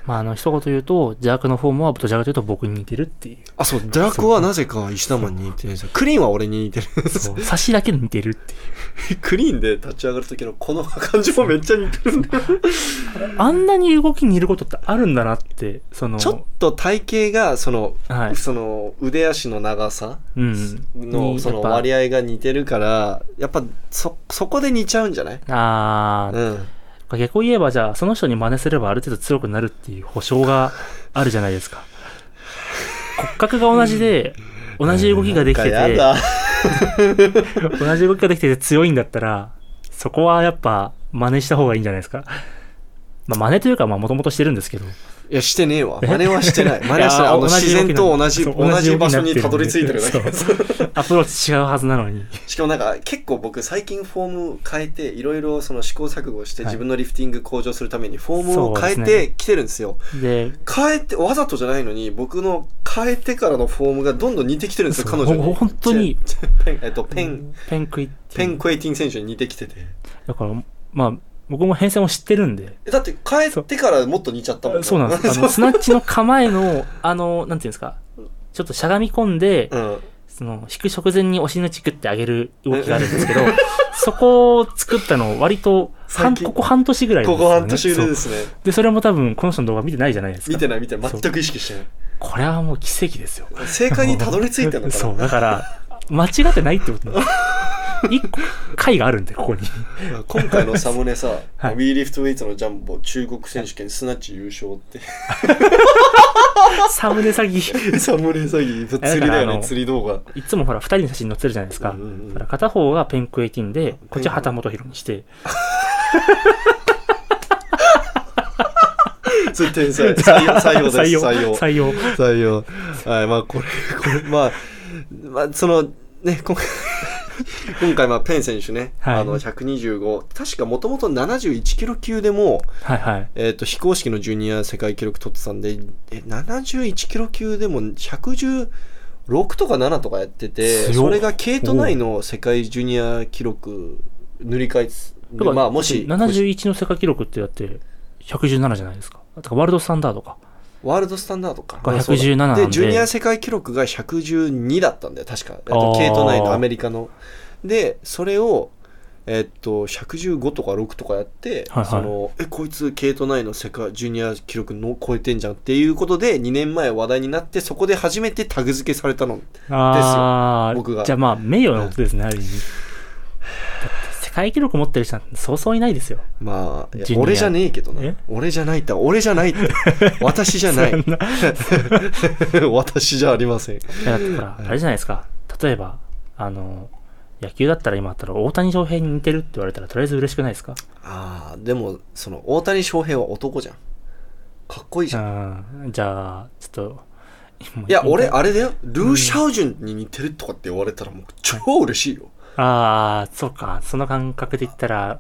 Speaker 2: まあ、あの、一言言うと、邪悪のフォームは、どちらかというと僕に似てるっていう。
Speaker 1: あそうジャークはなぜか石田マンに似てるんですよクリーンは俺に似てる
Speaker 2: そう。差しだけに似てるってい
Speaker 1: クリーンで立ち上がる時のこの感じもめっちゃ似てるんだよ
Speaker 2: う。あんなに動きに似ることってあるんだなって、その、
Speaker 1: ちょっと体型がその
Speaker 2: はい。
Speaker 1: その腕足の長さ
Speaker 2: うん。
Speaker 1: のその割
Speaker 2: 合。
Speaker 1: 合が似てるからやっぱそそこで似ちゃうんじゃない
Speaker 2: ああ、
Speaker 1: うん
Speaker 2: 逆を言えば、じゃあ、その人に真似すればある程度強くなるっていう保証があるじゃないですか。骨格が同じで、同じ動きができて
Speaker 1: なん
Speaker 2: て、
Speaker 1: かやだ
Speaker 2: 同じ動きができてて強いんだったら、そこはやっぱ真似した方がいいんじゃないですか。まあ真似というか、まあもともとしてるんですけど。
Speaker 1: いやしてねえわ真似はして ない真似はしてない
Speaker 2: や
Speaker 1: あの
Speaker 2: 同じ
Speaker 1: 自然と同じ
Speaker 2: 動き
Speaker 1: 同
Speaker 2: なん
Speaker 1: じ
Speaker 2: そう
Speaker 1: 場所に
Speaker 2: 同じ
Speaker 1: たど
Speaker 2: 動き
Speaker 1: り
Speaker 2: になって
Speaker 1: 着いてるだけ
Speaker 2: そうアプローチ違うはずなのに。
Speaker 1: しかもなんか結構僕最近フォーム変えていろいろその試行錯誤して
Speaker 2: はい
Speaker 1: 自分のリフティング向上するためにフォームを変
Speaker 2: そ
Speaker 1: え
Speaker 2: うです
Speaker 1: てきてるんですよ
Speaker 2: で、
Speaker 1: 変えてわざとじゃないのに僕の変えてからのフォームがどんどん似てきてるんですよ
Speaker 2: そう
Speaker 1: 彼女
Speaker 2: ほ
Speaker 1: に
Speaker 2: 本当に
Speaker 1: ちょ ペンえっとペン
Speaker 2: ペンクイっていう
Speaker 1: ペンクエイティン選手に似てきてて
Speaker 2: だから、まあ、僕も変遷を知ってるんで。
Speaker 1: えだって変えてからもっと似ちゃったもん
Speaker 2: そうなんで すあの、スナッチの構えの、あの、なんていうんですか。ちょっとしゃがみ込んで、
Speaker 1: うん
Speaker 2: その、引く直前にお尻のチクって上げる動きがあるんですけど、 そこを作ったの割と、半
Speaker 1: 最近
Speaker 2: ここ半年ぐらいなん
Speaker 1: こ
Speaker 2: ですよ
Speaker 1: こ
Speaker 2: ね
Speaker 1: 半年ぐらいで
Speaker 2: そう
Speaker 1: すね。
Speaker 2: で、それも多分、この人の動画見てないじゃないですか。
Speaker 1: 見てない見てない。
Speaker 2: そう
Speaker 1: 全く意識してな
Speaker 2: これはもう奇跡ですよ。
Speaker 1: い。正解にたどり着いたのか
Speaker 2: そう、
Speaker 1: な。
Speaker 2: だから、間違ってないってことな んです。一個、回があるんで、ここに。
Speaker 1: 今回のサムネさ、
Speaker 2: はい
Speaker 1: We Lift Weights のジャンボ中国選手権スナッチ優勝っ て。
Speaker 2: サムネ詐欺。
Speaker 1: サムネ詐欺、釣りだ
Speaker 2: だからあ
Speaker 1: よ
Speaker 2: の
Speaker 1: ね、釣り動画。
Speaker 2: いつもほら、二人の写真載ってるじゃないですか。
Speaker 1: うんうんうん
Speaker 2: だから片方がペンクエイティンで、こっちは旗本博にして、
Speaker 1: それ天才。 採用、採用です。採用。
Speaker 2: 採
Speaker 1: 採
Speaker 2: 用。
Speaker 1: 用。
Speaker 2: 採用。
Speaker 1: 採用はい、まあこれ、これ、まあ、まあ、その、ね、今回。今回、まあ、ペン選手ね、
Speaker 2: はい
Speaker 1: あの、125、確かもともと71キロ級でも、
Speaker 2: はいはい。
Speaker 1: えー、と非公式のジュニア世界記録取ってたんでえ71キロ級でも116とか7とかやってて
Speaker 2: 強っ
Speaker 1: それが系統内の世界ジュニア記録塗り替えつ
Speaker 2: だから
Speaker 1: まあもし
Speaker 2: 71の世界記録ってだって、117じゃないですか。だからワールドスタンダードか。
Speaker 1: ワールドスタンダードか
Speaker 2: が
Speaker 1: まあそうだ
Speaker 2: 117なんで
Speaker 1: ジュニア世界記録が112だったんだよ確かえっ
Speaker 2: あ
Speaker 1: と
Speaker 2: ー
Speaker 1: 系統内のアメリカのでそれをえっと115とか6とかやって、
Speaker 2: はいはい
Speaker 1: そのえこいつ系統内の世界ジュニア記録の超えてんじゃんっていうことで2年前話題になってそこで初めてタグ付けされたの
Speaker 2: ああ、
Speaker 1: 僕が
Speaker 2: じゃあまあ、名誉のことですね、ある意味。だって世界記録持ってる人なんてそうそういないですよ。
Speaker 1: まあいや
Speaker 2: ジュニア
Speaker 1: 俺じゃねえけど
Speaker 2: え
Speaker 1: な俺じゃないって俺じゃないっ て私じゃない 私じゃありません
Speaker 2: いやだってほら、あれじゃないですか。例えば、あの、野球だったら今だったら大谷翔平に似てるって言われたらとりあえず嬉しくないですか
Speaker 1: ああでもその大谷翔平は男じゃんかっこいいじゃん
Speaker 2: うん。じゃあ、ちょっと。もう
Speaker 1: いや、俺、あれだよ。ルー・シャオジュンに似てるとかって言われたら、もう超嬉しいよ。
Speaker 2: ああ、そうか。その感覚で言ったら、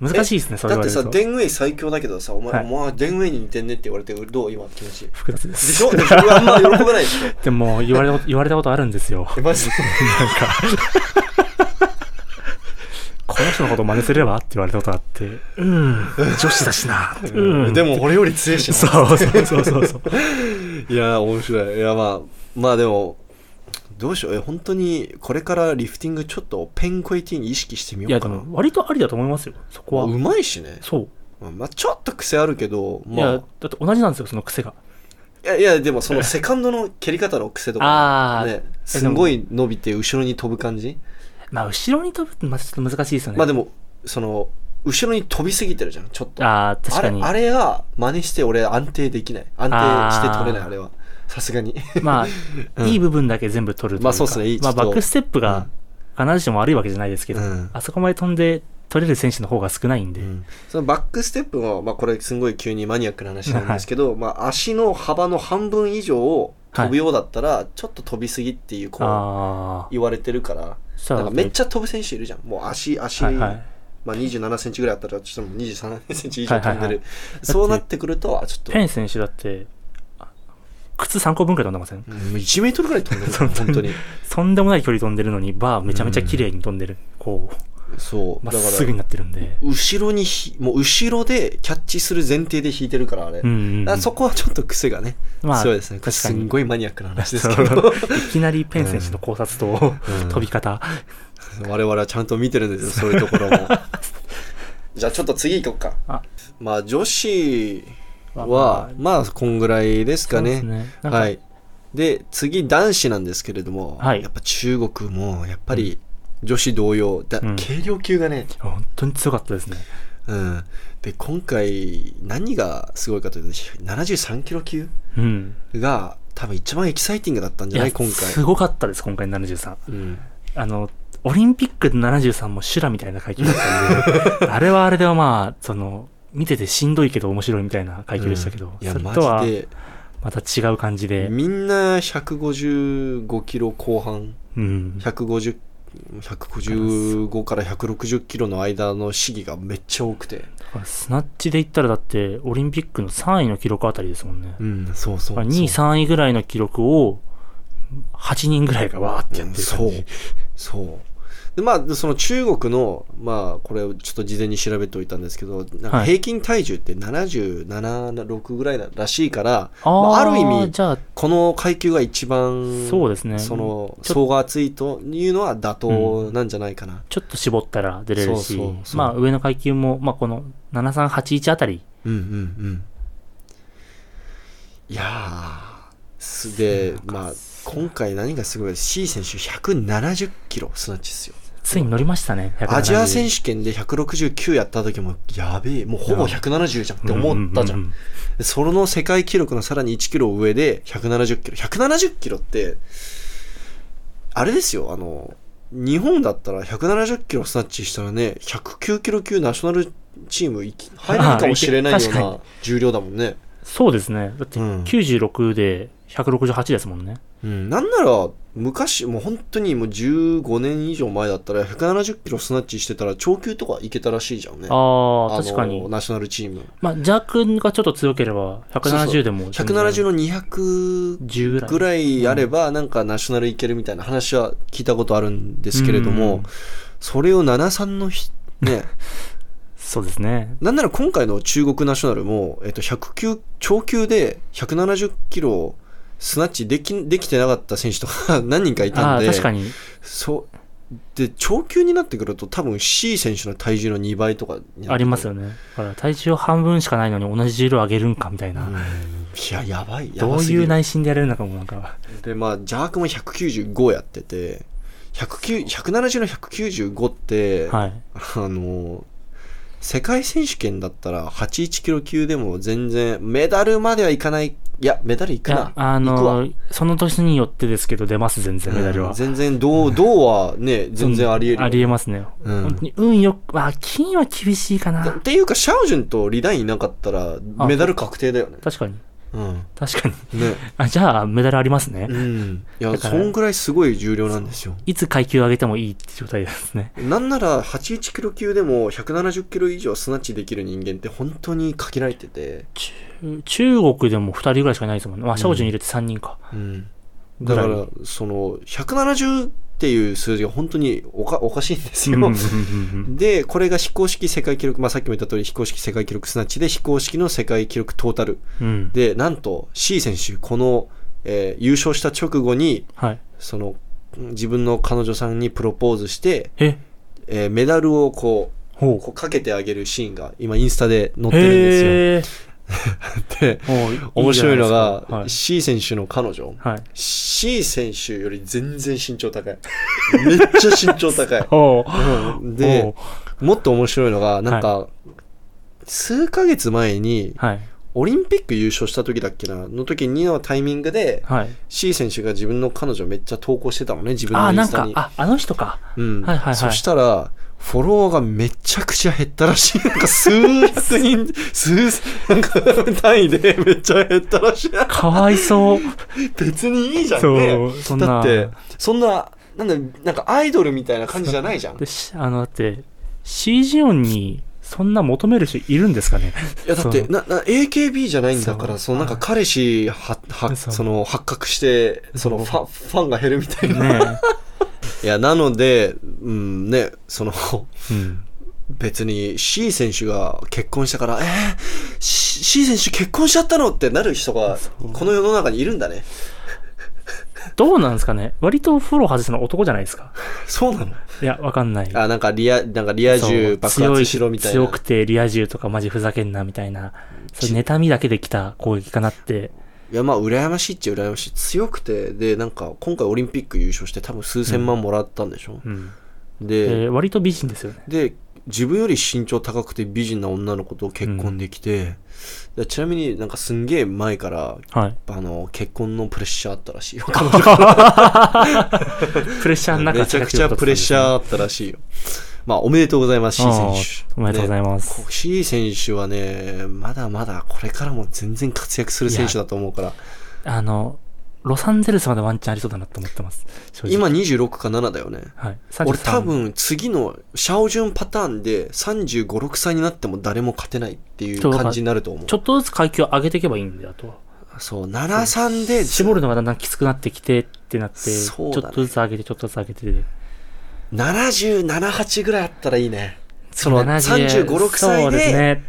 Speaker 2: 難しいですね、それ
Speaker 1: だっ
Speaker 2: は。
Speaker 1: てさ、デンウェイ最強だけどさ、お前、
Speaker 2: はい
Speaker 1: お前、デンウェイに似てんねって言われて、どう今の気持 ち。で
Speaker 2: 複雑で
Speaker 1: し
Speaker 2: す。
Speaker 1: ょでしょあんま喜ばないでしょ
Speaker 2: でも、言われた、言われたことあるんですよ。
Speaker 1: えマジで
Speaker 2: この人のこと真似すればって言われたことあって。うん。 女子だしな。うん。
Speaker 1: でも、俺より強いしな。
Speaker 2: そうそうそうそうそ う。
Speaker 1: いやー、面白い。いや、まあ、まあでも、どうしよう。え、本当に、これからリフティングちょっとペンコエティに意識してみ
Speaker 2: い
Speaker 1: よ
Speaker 2: や、
Speaker 1: う
Speaker 2: で
Speaker 1: かな。
Speaker 2: も、割とありだと思いますよ。そこは。
Speaker 1: うまいしね。
Speaker 2: そう。
Speaker 1: まあ、ちょっと癖あるけど、
Speaker 2: いや、
Speaker 1: ま
Speaker 2: だって同じなんですよ、その癖が。
Speaker 1: あ、いや、いや、でもそのセカンドの蹴り方の癖とか、
Speaker 2: ああ、
Speaker 1: ね、すごい伸びて後ろに飛ぶ感じ
Speaker 2: まあ、後ろに飛ぶってまたちょっと難しいですよね。
Speaker 1: まあでも、その、後ろに飛びすぎてるじゃん、ちょっと。
Speaker 2: ああ、確かに。
Speaker 1: あれ、あれは真似して俺安定できない。安定して取れない、
Speaker 2: あー
Speaker 1: あれは。さすがに。
Speaker 2: まあ、
Speaker 1: うん
Speaker 2: いい部分だけ全部取るというか。
Speaker 1: まあそうっすねいい
Speaker 2: まあ、
Speaker 1: ちょっ
Speaker 2: バ
Speaker 1: と
Speaker 2: ックステップが必ずしも悪いわけじゃないですけど、
Speaker 1: うん
Speaker 2: あそこまで飛んで取れる選手の方が少ないんで。
Speaker 1: うんそのバックステップも、まあこれすごい急にマニアックな話なんですけど、まあ足の幅の半分以上を飛ぶようだったら、ちょっと飛びすぎっていう、こう、
Speaker 2: ああ。
Speaker 1: 言われてるから、
Speaker 2: そ
Speaker 1: なんかめっ
Speaker 2: ゃ、
Speaker 1: ちゃ飛ぶ選手いるじゃん。もう足、足、
Speaker 2: はいはい。
Speaker 1: まあ27センチぐらいあったら、ちょっともう23センチ以上飛んで
Speaker 2: はいはい
Speaker 1: る
Speaker 2: は。
Speaker 1: そうなってくると、あちょっと
Speaker 2: ペ、ン選手だって、あ靴3個分くらい飛んでません
Speaker 1: うん1メートルぐらい飛んでる。
Speaker 2: そう
Speaker 1: 本当に。
Speaker 2: とんでもない距離飛んでるのに、バーめちゃめちゃ綺麗に飛んでる。こ、
Speaker 1: そうう。
Speaker 2: まっ
Speaker 1: だか
Speaker 2: すぐ
Speaker 1: ら、
Speaker 2: になってるんで。
Speaker 1: 後ろにひ、もう後ろでキャッチする前提で引いてるから、あれ。
Speaker 2: う
Speaker 1: だ
Speaker 2: んうんうん、
Speaker 1: からそこはちょっと癖がね。
Speaker 2: まあ、
Speaker 1: そうですね。
Speaker 2: 確か
Speaker 1: す
Speaker 2: に
Speaker 1: んごいマニアックな話ですけ
Speaker 2: そ
Speaker 1: ど
Speaker 2: う。いきなりペン選手の考察と、
Speaker 1: ん
Speaker 2: 飛び方。
Speaker 1: 我々はちゃんと見てるんですよ、そういうところも。じゃあちょっと次行こうか。
Speaker 2: あ
Speaker 1: まあ女子
Speaker 2: まあ
Speaker 1: は、まあこんぐらいですか
Speaker 2: そう
Speaker 1: ね。
Speaker 2: ですねなんか
Speaker 1: はい。で、次男子なんですけれども、
Speaker 2: はい
Speaker 1: やっぱ中国も、やっぱり女子同様、だ
Speaker 2: うん
Speaker 1: 軽量級がね、
Speaker 2: 本当に強かったですね。
Speaker 1: うん。で、今回何がすごいかというと、73キロ級
Speaker 2: うん。
Speaker 1: が多分一番エキサイティングだったんじゃない
Speaker 2: いや
Speaker 1: 今
Speaker 2: す
Speaker 1: 回。
Speaker 2: ごかったです、今回の73。
Speaker 1: うん。
Speaker 2: あの、オリンピックの73も修羅みたいな階級 だったんで、あれはあれではまあ、その、見ててしんどいけど面白いみたいな階級でしたけど、
Speaker 1: うんいや、
Speaker 2: それ
Speaker 1: マ
Speaker 2: とは
Speaker 1: ジで。
Speaker 2: また違う感じで、
Speaker 1: みんな155キロ後半、
Speaker 2: うん。
Speaker 1: 150 155から160キロの間の試技がめっちゃ多くて。
Speaker 2: だからスナッチで言ったらだって、オリンピックの3位の記録あたりですもんね。
Speaker 1: うん、そうそ
Speaker 2: だから2位、3位ぐらいの記録を、8人ぐらいがわーってやってる
Speaker 1: そ
Speaker 2: 感
Speaker 1: う
Speaker 2: じ。。
Speaker 1: そう。で、まあ、その中国の、まあ、これをちょっと事前に調べておいたんですけど、なん
Speaker 2: は
Speaker 1: か
Speaker 2: い
Speaker 1: 平均体重って77、6ぐらいらしいから、
Speaker 2: ー
Speaker 1: まあ、ある意味、
Speaker 2: じゃあ、
Speaker 1: この階級が一番、
Speaker 2: そうですね
Speaker 1: その、
Speaker 2: ちょ
Speaker 1: 層が厚いというのは妥当なんじゃないかな。
Speaker 2: ちょっと絞ったら出れる
Speaker 1: そ
Speaker 2: し、
Speaker 1: うそうそう
Speaker 2: まあ上の階級も、まあこの7381あたり、
Speaker 1: うんうんうんいやーすでまあ今回何がすごい C 選手170キロスナッチですよ
Speaker 2: ついに乗りましたね。170
Speaker 1: アジア選手権で169やった時もやべえもうほぼ170じゃんって思ったじゃん,、
Speaker 2: ううう
Speaker 1: その世界記録のさらに1キロ上で170キロ170キロってあれですよあの日本だったら170キロスナッチしたらね109キロ級ナショナルチームいき入れるかもしれないよう
Speaker 2: 確か
Speaker 1: な重量だもんね
Speaker 2: そうですね。だって
Speaker 1: うん
Speaker 2: 96で168ですもんね。
Speaker 1: うん、なんなら昔もう本当にもう15年以上前だったら170キロスナッチしてたら長級とかいけたらしいじゃんね
Speaker 2: ああ、
Speaker 1: の
Speaker 2: 確かに。
Speaker 1: ナショナルチーム
Speaker 2: まあ、ジャークがちょっと強ければ、
Speaker 1: そうそう
Speaker 2: 170でも全然。
Speaker 1: 170の200
Speaker 2: 10ぐらい。
Speaker 1: ぐらいあればなんかナショナルいけるみたいな話は聞いたことあるんですけれども、
Speaker 2: うん
Speaker 1: それを73のひね
Speaker 2: そうですね。
Speaker 1: なんなら今回の中国ナショナルも、えっと、109長級で170キロスナッチできできてなかった選手とか 何人かいた
Speaker 2: あ
Speaker 1: ん
Speaker 2: あ
Speaker 1: で
Speaker 2: ー、確かに。
Speaker 1: そう。で、長級になってくると多分 C 選手の体重の2倍とかになってくる
Speaker 2: ありますよね。だから体重半分しかないのに同じ重量上げるんかみたいな。
Speaker 1: いや、やばい。や
Speaker 2: ど
Speaker 1: ば
Speaker 2: う
Speaker 1: す
Speaker 2: い
Speaker 1: ぎ
Speaker 2: う
Speaker 1: る
Speaker 2: 内心でやれるのかもなんか。
Speaker 1: で、まあ、ジャークも195やってて、109 170の195って、
Speaker 2: はい。
Speaker 1: あの、世界選手権だったら81キロ級でも全然メダルまではいかない。いや、メダルいく
Speaker 2: いや
Speaker 1: な、。
Speaker 2: あ
Speaker 1: 行くわ
Speaker 2: の、その年によってですけど出ます、全然メダル
Speaker 1: う
Speaker 2: は
Speaker 1: ん。全然、銅、銅はね、全然あり得るよ。
Speaker 2: ありえますね。
Speaker 1: うん
Speaker 2: 本当に運よく、あ、金は厳しいか
Speaker 1: だ
Speaker 2: な
Speaker 1: っ。ていうか、シャオジュンとリダインいなかったら、メダル確定だよね。
Speaker 2: 確かに。
Speaker 1: うん。
Speaker 2: 確かに。
Speaker 1: ね。
Speaker 2: あ、じゃあ、メダルありますね。
Speaker 1: うん、いや
Speaker 2: だか
Speaker 1: そ
Speaker 2: ら
Speaker 1: んぐらいすごい重量なんですよ
Speaker 2: いつ階級上げてもいいって状態ですね。
Speaker 1: なんなら81キロ級でも170キロ以上スナッチできる人間って本当に限られてて、
Speaker 2: 中国でも2人ぐらいしかいないですもんね。まあ、シャオジュン入れて3人か。
Speaker 1: うん、だか
Speaker 2: ぐら
Speaker 1: らその170っていう数字が本当におかおかしいんですよ、
Speaker 2: うんうんうんうん
Speaker 1: でこれが非公式世界記録、まあ、さっきも言った通り非公式世界記録スナッチで非公式の世界記録トータル
Speaker 2: うん。
Speaker 1: でなんと C 選手この、えー優勝した直後に
Speaker 2: はい。
Speaker 1: その自分の彼女さんにプロポーズして、
Speaker 2: え、
Speaker 1: えーメダルをこう
Speaker 2: ほう。
Speaker 1: こうかけてあげるシーンが今インスタで載ってるんで
Speaker 2: へえ。
Speaker 1: すよ。で、
Speaker 2: おういいじゃないですか
Speaker 1: 面白いの
Speaker 2: は
Speaker 1: が
Speaker 2: い、。
Speaker 1: C 選手の彼女。
Speaker 2: はい。
Speaker 1: C 選手より全然身長高い。めっちゃ身長高い。
Speaker 2: お
Speaker 1: うん
Speaker 2: う
Speaker 1: で
Speaker 2: お、
Speaker 1: もっと面白いのが、なんか、数ヶ月前に
Speaker 2: う、はい。
Speaker 1: オリンピック優勝した時だっけな、の時にのタイミングで、
Speaker 2: はい。
Speaker 1: C 選手が自分の彼女めっちゃ投稿してたのね、自分
Speaker 2: あ、
Speaker 1: のイ
Speaker 2: な
Speaker 1: ン
Speaker 2: ん
Speaker 1: スタ
Speaker 2: か
Speaker 1: に、。
Speaker 2: あ、あの人か。
Speaker 1: うん
Speaker 2: はいはいはい
Speaker 1: そしたら、フォロワーがめちゃくちゃ減ったらしい。なんか数百人、数千、なんか単位でめっちゃ減ったらしい。
Speaker 2: かわいそう。
Speaker 1: 別にい いじゃん
Speaker 2: そ
Speaker 1: ね。
Speaker 2: う、そんな。
Speaker 1: だって、そんな、なんだ、なんかアイドルみたいな感じじゃないじゃん。い
Speaker 2: でしあの、だって、CG 音にそんな求める人いるんですかね。
Speaker 1: や、だって、
Speaker 2: そう
Speaker 1: な、な、AKB じゃないんだから、
Speaker 2: そ
Speaker 1: そうのなんか彼氏は、は、
Speaker 2: そう
Speaker 1: その発覚して、そのファン、ファンが減るみたいな。
Speaker 2: ね
Speaker 1: いや、なので、うん、ね、その、
Speaker 2: え。うん。
Speaker 1: 別に C 選手が結婚したから、えー、C C 選手結婚しちゃったのってなる人が
Speaker 2: そう
Speaker 1: この世の中にいるんだね。
Speaker 2: どうなんですかね割とフォロー外すの男じゃないですか。
Speaker 1: そうなの
Speaker 2: いや、わかんない。
Speaker 1: あ、なんかリア、なんかリア充爆
Speaker 2: そう強
Speaker 1: 発
Speaker 2: い
Speaker 1: しろみたい
Speaker 2: 強
Speaker 1: な
Speaker 2: く。てリア充とかマジふざけんなみたいな。そういう妬みだけで来た攻撃かなって。
Speaker 1: いや、まあ、羨ましいっちゃ羨ましい。強くて、で、なんか今回オリンピック優勝して多分数千万もらったんでしょ。
Speaker 2: うん。
Speaker 1: で、
Speaker 2: で割と美人ですよね。
Speaker 1: で、自分より身長高くて美人な女の子と結婚できて、でちなみになんかすんげえ前から、
Speaker 2: はい。
Speaker 1: あの、結婚のプレッシャーあったらしい よ。
Speaker 2: プレッシャーの中
Speaker 1: めちゃくちゃプレッシャーあったらしいよ。まあ、おめでとうございます、C 選手。
Speaker 2: おめでとうござい
Speaker 1: ね
Speaker 2: ます。
Speaker 1: こ C 選手はね、まだまだこれからも全然活躍する選手だと思うから、
Speaker 2: あの、ロサンゼルスまでワンチャンありそうだなと思ってます。正直
Speaker 1: 今、26か7だよね。
Speaker 2: はい。
Speaker 1: 俺
Speaker 2: 33
Speaker 1: 多分次のシャオジュンパターンで35、6歳になっても誰も勝てないっていう感じになると思う
Speaker 2: ち。ょっとずつ階級を上げていけばいいんだよ、あとは。
Speaker 1: そう、7、3で、
Speaker 2: 絞るのがだんだんきつくなってきてってなって、ち
Speaker 1: そ
Speaker 2: ょ
Speaker 1: う
Speaker 2: っ
Speaker 1: だね
Speaker 2: とずつ上げて、ちょっとずつ上げてで。
Speaker 1: 77、8ぐらいあったらいいね。その
Speaker 2: 70
Speaker 1: 35、6歳
Speaker 2: そうです
Speaker 1: で、
Speaker 2: ね。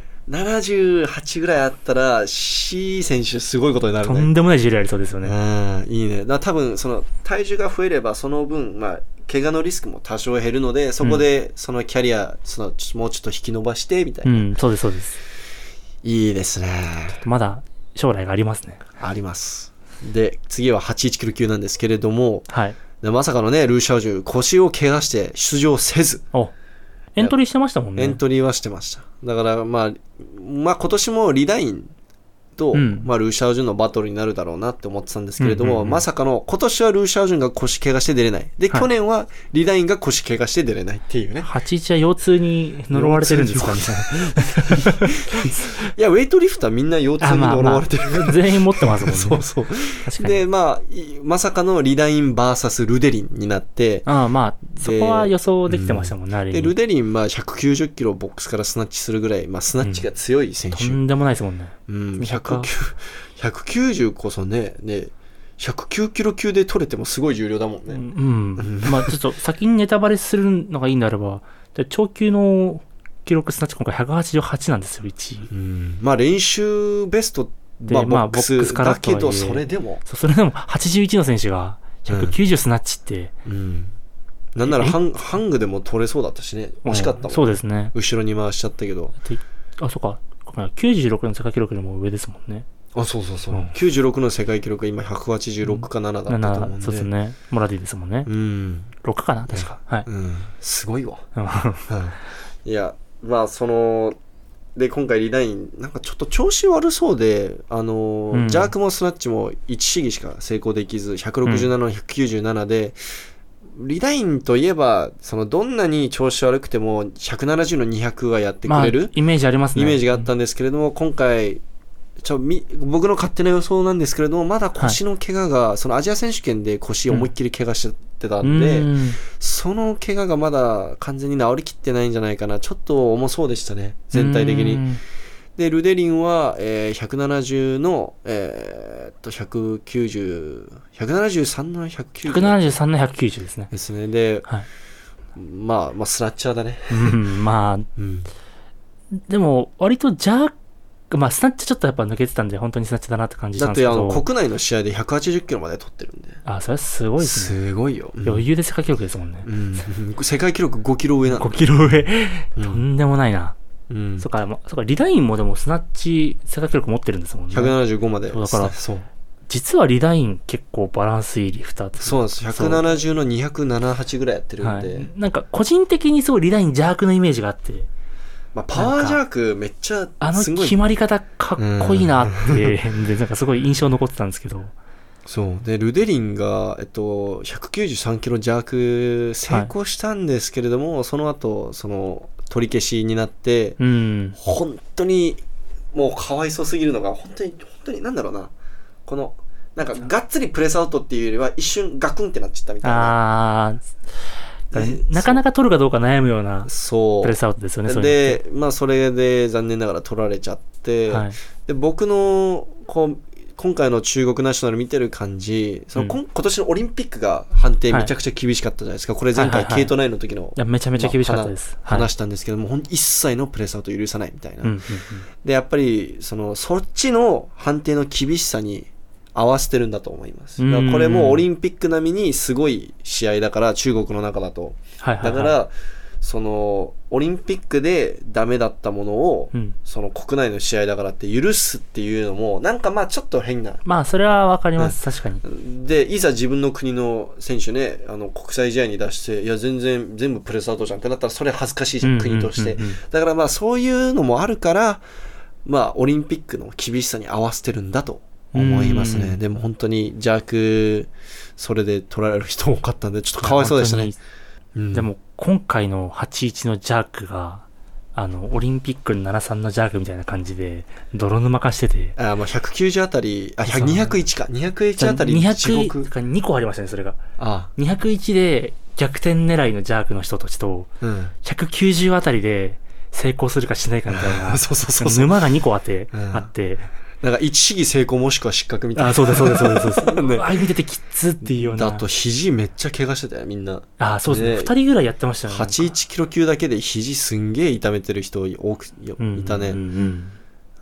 Speaker 1: 78ぐらいあったら C 選手すごいことになる
Speaker 2: と
Speaker 1: ね。
Speaker 2: んでもない重量ありそうですよね。
Speaker 1: うん、いいね。だから多分、その、体重が増えれば、その分、まあ、怪我のリスクも多少減るので、そこで、そのキャリア、その、ちょもうちょっと引き伸ばして、みたいうな。
Speaker 2: ん、そうです、そうです。
Speaker 1: いいですね。
Speaker 2: まだ将来がありますね。
Speaker 1: あります。で、次は81キロ級なんですけれども、
Speaker 2: はい。
Speaker 1: でまさかのね、ルーシャオジュ、腰を怪我して出場せず、
Speaker 2: お、エントリーしてましたもんね。
Speaker 1: エントリーはしてました。だから、まあ、まあ今年もリダインと、
Speaker 2: うん
Speaker 1: まあルーシャオジュンのバトルになるだろうなって思ってたんですけれども、
Speaker 2: うんうんうん
Speaker 1: まさかの今年はルーシャオジュンが腰怪我して出れない。で、
Speaker 2: はい
Speaker 1: 去年はリダインが腰怪我して出れないっていうね。
Speaker 2: 81は腰痛に呪われてるんですかね。
Speaker 1: いや、ウェイトリフターみんな腰痛に呪われてる。
Speaker 2: 全員持ってますもんね。
Speaker 1: そうそう。
Speaker 2: 確かに。
Speaker 1: で、まあ、いまさかのリダイン VS ルデリンになって、
Speaker 2: ああ、まあ、そこは予想できてましたもんね、あれ
Speaker 1: で、ル
Speaker 2: に。
Speaker 1: デリン、まあ、190キロボックスからスナッチするぐらい、まあ、スナッチが強い選手
Speaker 2: と。んでもないですもんね。
Speaker 1: うん、
Speaker 2: 109
Speaker 1: 190こそね、ね、109キロ級で取れてもすごい重量だもんね。
Speaker 2: うん。うんまあ、ちょっと先にネタバレするのがいいんであれば、じゃあ長級の記録スナッチ今回188なんですよ、1位。
Speaker 1: まあ練習ベスト、
Speaker 2: で
Speaker 1: まあボ
Speaker 2: ま
Speaker 1: ッ
Speaker 2: あ
Speaker 1: ク
Speaker 2: ボッ
Speaker 1: ス
Speaker 2: クスから
Speaker 1: だ
Speaker 2: とは
Speaker 1: け
Speaker 2: いえ
Speaker 1: ど、それでも、
Speaker 2: そうそれでも81の選手が190スナッチって、
Speaker 1: なんならハンハングでも取れそうだったしね、惜しかった
Speaker 2: そ
Speaker 1: もん。
Speaker 2: うですね。
Speaker 1: 後ろに回しちゃったけど。
Speaker 2: であ、そうか。ごめん96の世界記録よりも上ですもんね。
Speaker 1: あ、そうそうそう。
Speaker 2: うん
Speaker 1: 96の世界記録が今186か7だったと思うん
Speaker 2: 7、
Speaker 1: で。
Speaker 2: そうですね。モラディですもんね
Speaker 1: う。ん。
Speaker 2: 6かな確か。はい。
Speaker 1: うん。すごいわ。
Speaker 2: う
Speaker 1: いや、まあ、その、で、今回リダイン、なんかちょっと調子悪そうで、あのー
Speaker 2: うん
Speaker 1: ジャークもスナッチも1試技しか成功できず、167の197で、リダインといえば、そのどんなに調子悪くても、170の200はやってく
Speaker 2: んまあ、
Speaker 1: れる、
Speaker 2: イメージありますね。
Speaker 1: イメージがあったんですけれども、今回、ちょみ僕の勝手な予想なんですけれども、まだ腰の怪我が、そのアジア選手権で腰思いっきり怪我しちゃってた
Speaker 2: うん
Speaker 1: で、
Speaker 2: ん
Speaker 1: その怪我がまだ完全に治りきってないんじゃないかな。ちょっと重そうでしたね。全体的
Speaker 2: う
Speaker 1: に。
Speaker 2: ん
Speaker 1: で、ルデリンは、えー170の、えーっと、190、173の190
Speaker 2: 173の190ですね。
Speaker 1: ですね。で、
Speaker 2: はい。
Speaker 1: まあ、まあ、スラッチャーだね。
Speaker 2: うん、まあ、
Speaker 1: うん。
Speaker 2: でも、割とジャーク、まあ、スナッチちょっとやっぱ抜けてたんで、本当にスナッチだなって感じした
Speaker 1: だ
Speaker 2: ん
Speaker 1: っ
Speaker 2: ですけ
Speaker 1: て、あ
Speaker 2: ど。
Speaker 1: の、国内の試合で180キロまで取ってるんで。
Speaker 2: あ、それはすごいですね。
Speaker 1: すごいよ。うん
Speaker 2: 余裕で世界記録ですもんね。
Speaker 1: うん。世界記録5キロ上なの
Speaker 2: 5。キロ上。
Speaker 1: うん
Speaker 2: とんでもないな。
Speaker 1: うん
Speaker 2: そっか、まあそっか、リダインもでもスナッチ世界記録持ってるんですもんね。
Speaker 1: 175まで。
Speaker 2: そうだから
Speaker 1: そう。
Speaker 2: 実はリダイン結構バランスいいリフターって
Speaker 1: そうなんです。170の278ぐらいやってるん
Speaker 2: は
Speaker 1: で。
Speaker 2: い。なんか、個人的にすごいリダイン邪悪のイメージがあって、
Speaker 1: まあ、パワージャークめっちゃ
Speaker 2: あの
Speaker 1: すごい
Speaker 2: 決まり方かっこいいなって、で、なんかすごい印象残ってたんですけど、
Speaker 1: そうでルデリンが、えっと、193キロ弱成功したんですけれども、その後その取り消しになって、
Speaker 2: うん。
Speaker 1: 本当にもうかわいそうすぎるのが本当に本当になんだろうなこのなんかがっつりプレスアウトっていうよりは一瞬ガクンってなっちゃったみたいな
Speaker 2: ああ、
Speaker 1: ね
Speaker 2: なかなか取るかどうか悩むような
Speaker 1: そう
Speaker 2: プレスアウトですよね、それ。
Speaker 1: でまあそれで残念ながら取られちゃって、
Speaker 2: はい。
Speaker 1: で僕のこう今回の中国ナショナル見てる感じその、こん今年のオリンピックが判定
Speaker 2: はい
Speaker 1: めちゃくちゃ厳しかったじゃないですか、これ前
Speaker 2: はい
Speaker 1: 回
Speaker 2: はいはい
Speaker 1: ケイトナインの時の
Speaker 2: いや、めちゃめちゃ厳しかったです。はい。
Speaker 1: 話したんですけども、ほん一切のプレスアウト許さないみたいな、
Speaker 2: うんうんうん。
Speaker 1: でやっぱりそのそっちの判定の厳しさに合わせてるんだと思いますだからこれもオリンピック並みにすごい試合だから中国の中だと
Speaker 2: はいはい、はい。
Speaker 1: だからそのオリンピックでダメだったものを、
Speaker 2: うん。
Speaker 1: その国内の試合だからって許すっていうのもなんかまあちょっと変な
Speaker 2: まあ、それはわかります、確かに。
Speaker 1: でいざ自分の国の選手ねあの国際試合に出していや全然全部プレスアウトじゃんってなったらそれ恥ずかしいじゃん、国として
Speaker 2: うんうんうんうん
Speaker 1: だからまあそういうのもあるからまあオリンピックの厳しさに合わせてるんだと思います
Speaker 2: う
Speaker 1: ね
Speaker 2: ん
Speaker 1: でも本当に邪悪それで取られる人多かったんでちょっとかわいそうでしたね
Speaker 2: 本当に
Speaker 1: うん
Speaker 2: でも、今回の81のジャークが、あの、オリンピックの73のジャークみたいな感じで、泥沼化してて、
Speaker 1: あまあ190あたり、あ、
Speaker 2: そう
Speaker 1: 100 201か。201あたり地
Speaker 2: 200
Speaker 1: 獄
Speaker 2: だ。から2個ありましたね、それが。
Speaker 1: あ
Speaker 2: 201で逆転狙いのジャークの人たちと、
Speaker 1: あうん。
Speaker 2: 190あたりで成功するかしないかみたいな。
Speaker 1: そうそうそうそう。
Speaker 2: 沼が2個あって、
Speaker 1: うん
Speaker 2: あって。
Speaker 1: なんか一試技成功もしくは失格みたいな。
Speaker 2: あ、そうです、そうです、そうですそうで す。
Speaker 1: ね
Speaker 2: ああいうの出てきっつっていうような。
Speaker 1: だと肘めっちゃ怪我してたよ、みんな。
Speaker 2: あ、そうですね。
Speaker 1: ね
Speaker 2: 2人ぐらいやってましたよね。なんか
Speaker 1: 81キロ級だけで肘すんげえ痛めてる人多くよ
Speaker 2: うん
Speaker 1: いた
Speaker 2: うんう
Speaker 1: ね。
Speaker 2: ん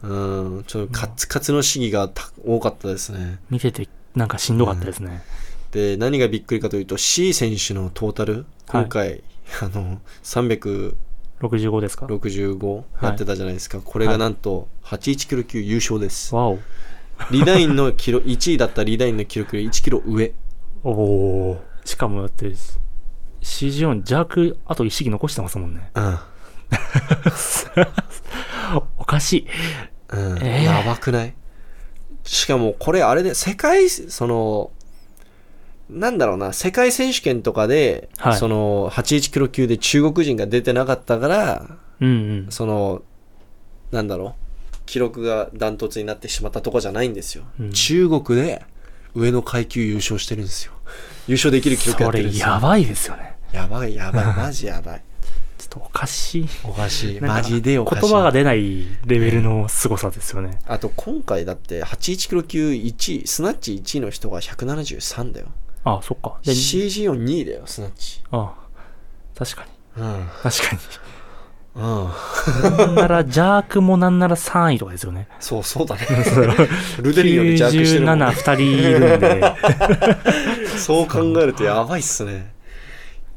Speaker 2: うん
Speaker 1: うん。ちょっとカツカツの試技がた多かったですね。
Speaker 2: 見てて、なんかしんどかったですね。
Speaker 1: で、何がびっくりかというと C 選手のトータル、今回、あの、300、
Speaker 2: 65ですかわ
Speaker 1: 65やってたじゃないですか、これがなんと81キロ級優勝です、
Speaker 2: お。
Speaker 1: リダインの記録1位だったリダインの記録より1キロ上
Speaker 2: おおー。しかもだって、CG4 ジャーク、あと一式残してますもん ね。
Speaker 1: うん、
Speaker 2: おかしい。
Speaker 1: うん
Speaker 2: えー
Speaker 1: やばくないしかもこれあれで世界そのなんだろうな世界選手権とかで、
Speaker 2: はい
Speaker 1: その81キロ級で中国人が出てなかったから
Speaker 2: うんうん。
Speaker 1: そのなんだろう記録がダントツになってしまったとこじゃないんですよ、
Speaker 2: うん
Speaker 1: 中国で上の階級優勝してるんですよ優勝できる記録や
Speaker 2: そ
Speaker 1: ってるん
Speaker 2: れ
Speaker 1: ですよ
Speaker 2: やばいですよね。
Speaker 1: やばいやばい マジやばい
Speaker 2: ちょっとおかしい。
Speaker 1: おかしい
Speaker 2: なんか
Speaker 1: マジでお
Speaker 2: 言
Speaker 1: かしい
Speaker 2: 葉が出ないレベルの凄さですよね。
Speaker 1: あと今回だって81キロ級1位スナッチ1位の人が173だよ
Speaker 2: あそっか。で、
Speaker 1: CG を2位だよスナッチ
Speaker 2: あ確かに。
Speaker 1: うん
Speaker 2: 確かに。
Speaker 1: うん
Speaker 2: なんなら、ジャークもなんなら3位とかですよね。
Speaker 1: そう そうだねルデリンより邪悪してるもんね
Speaker 2: 97、2人いる んで。
Speaker 1: そう考えるとやばいっすね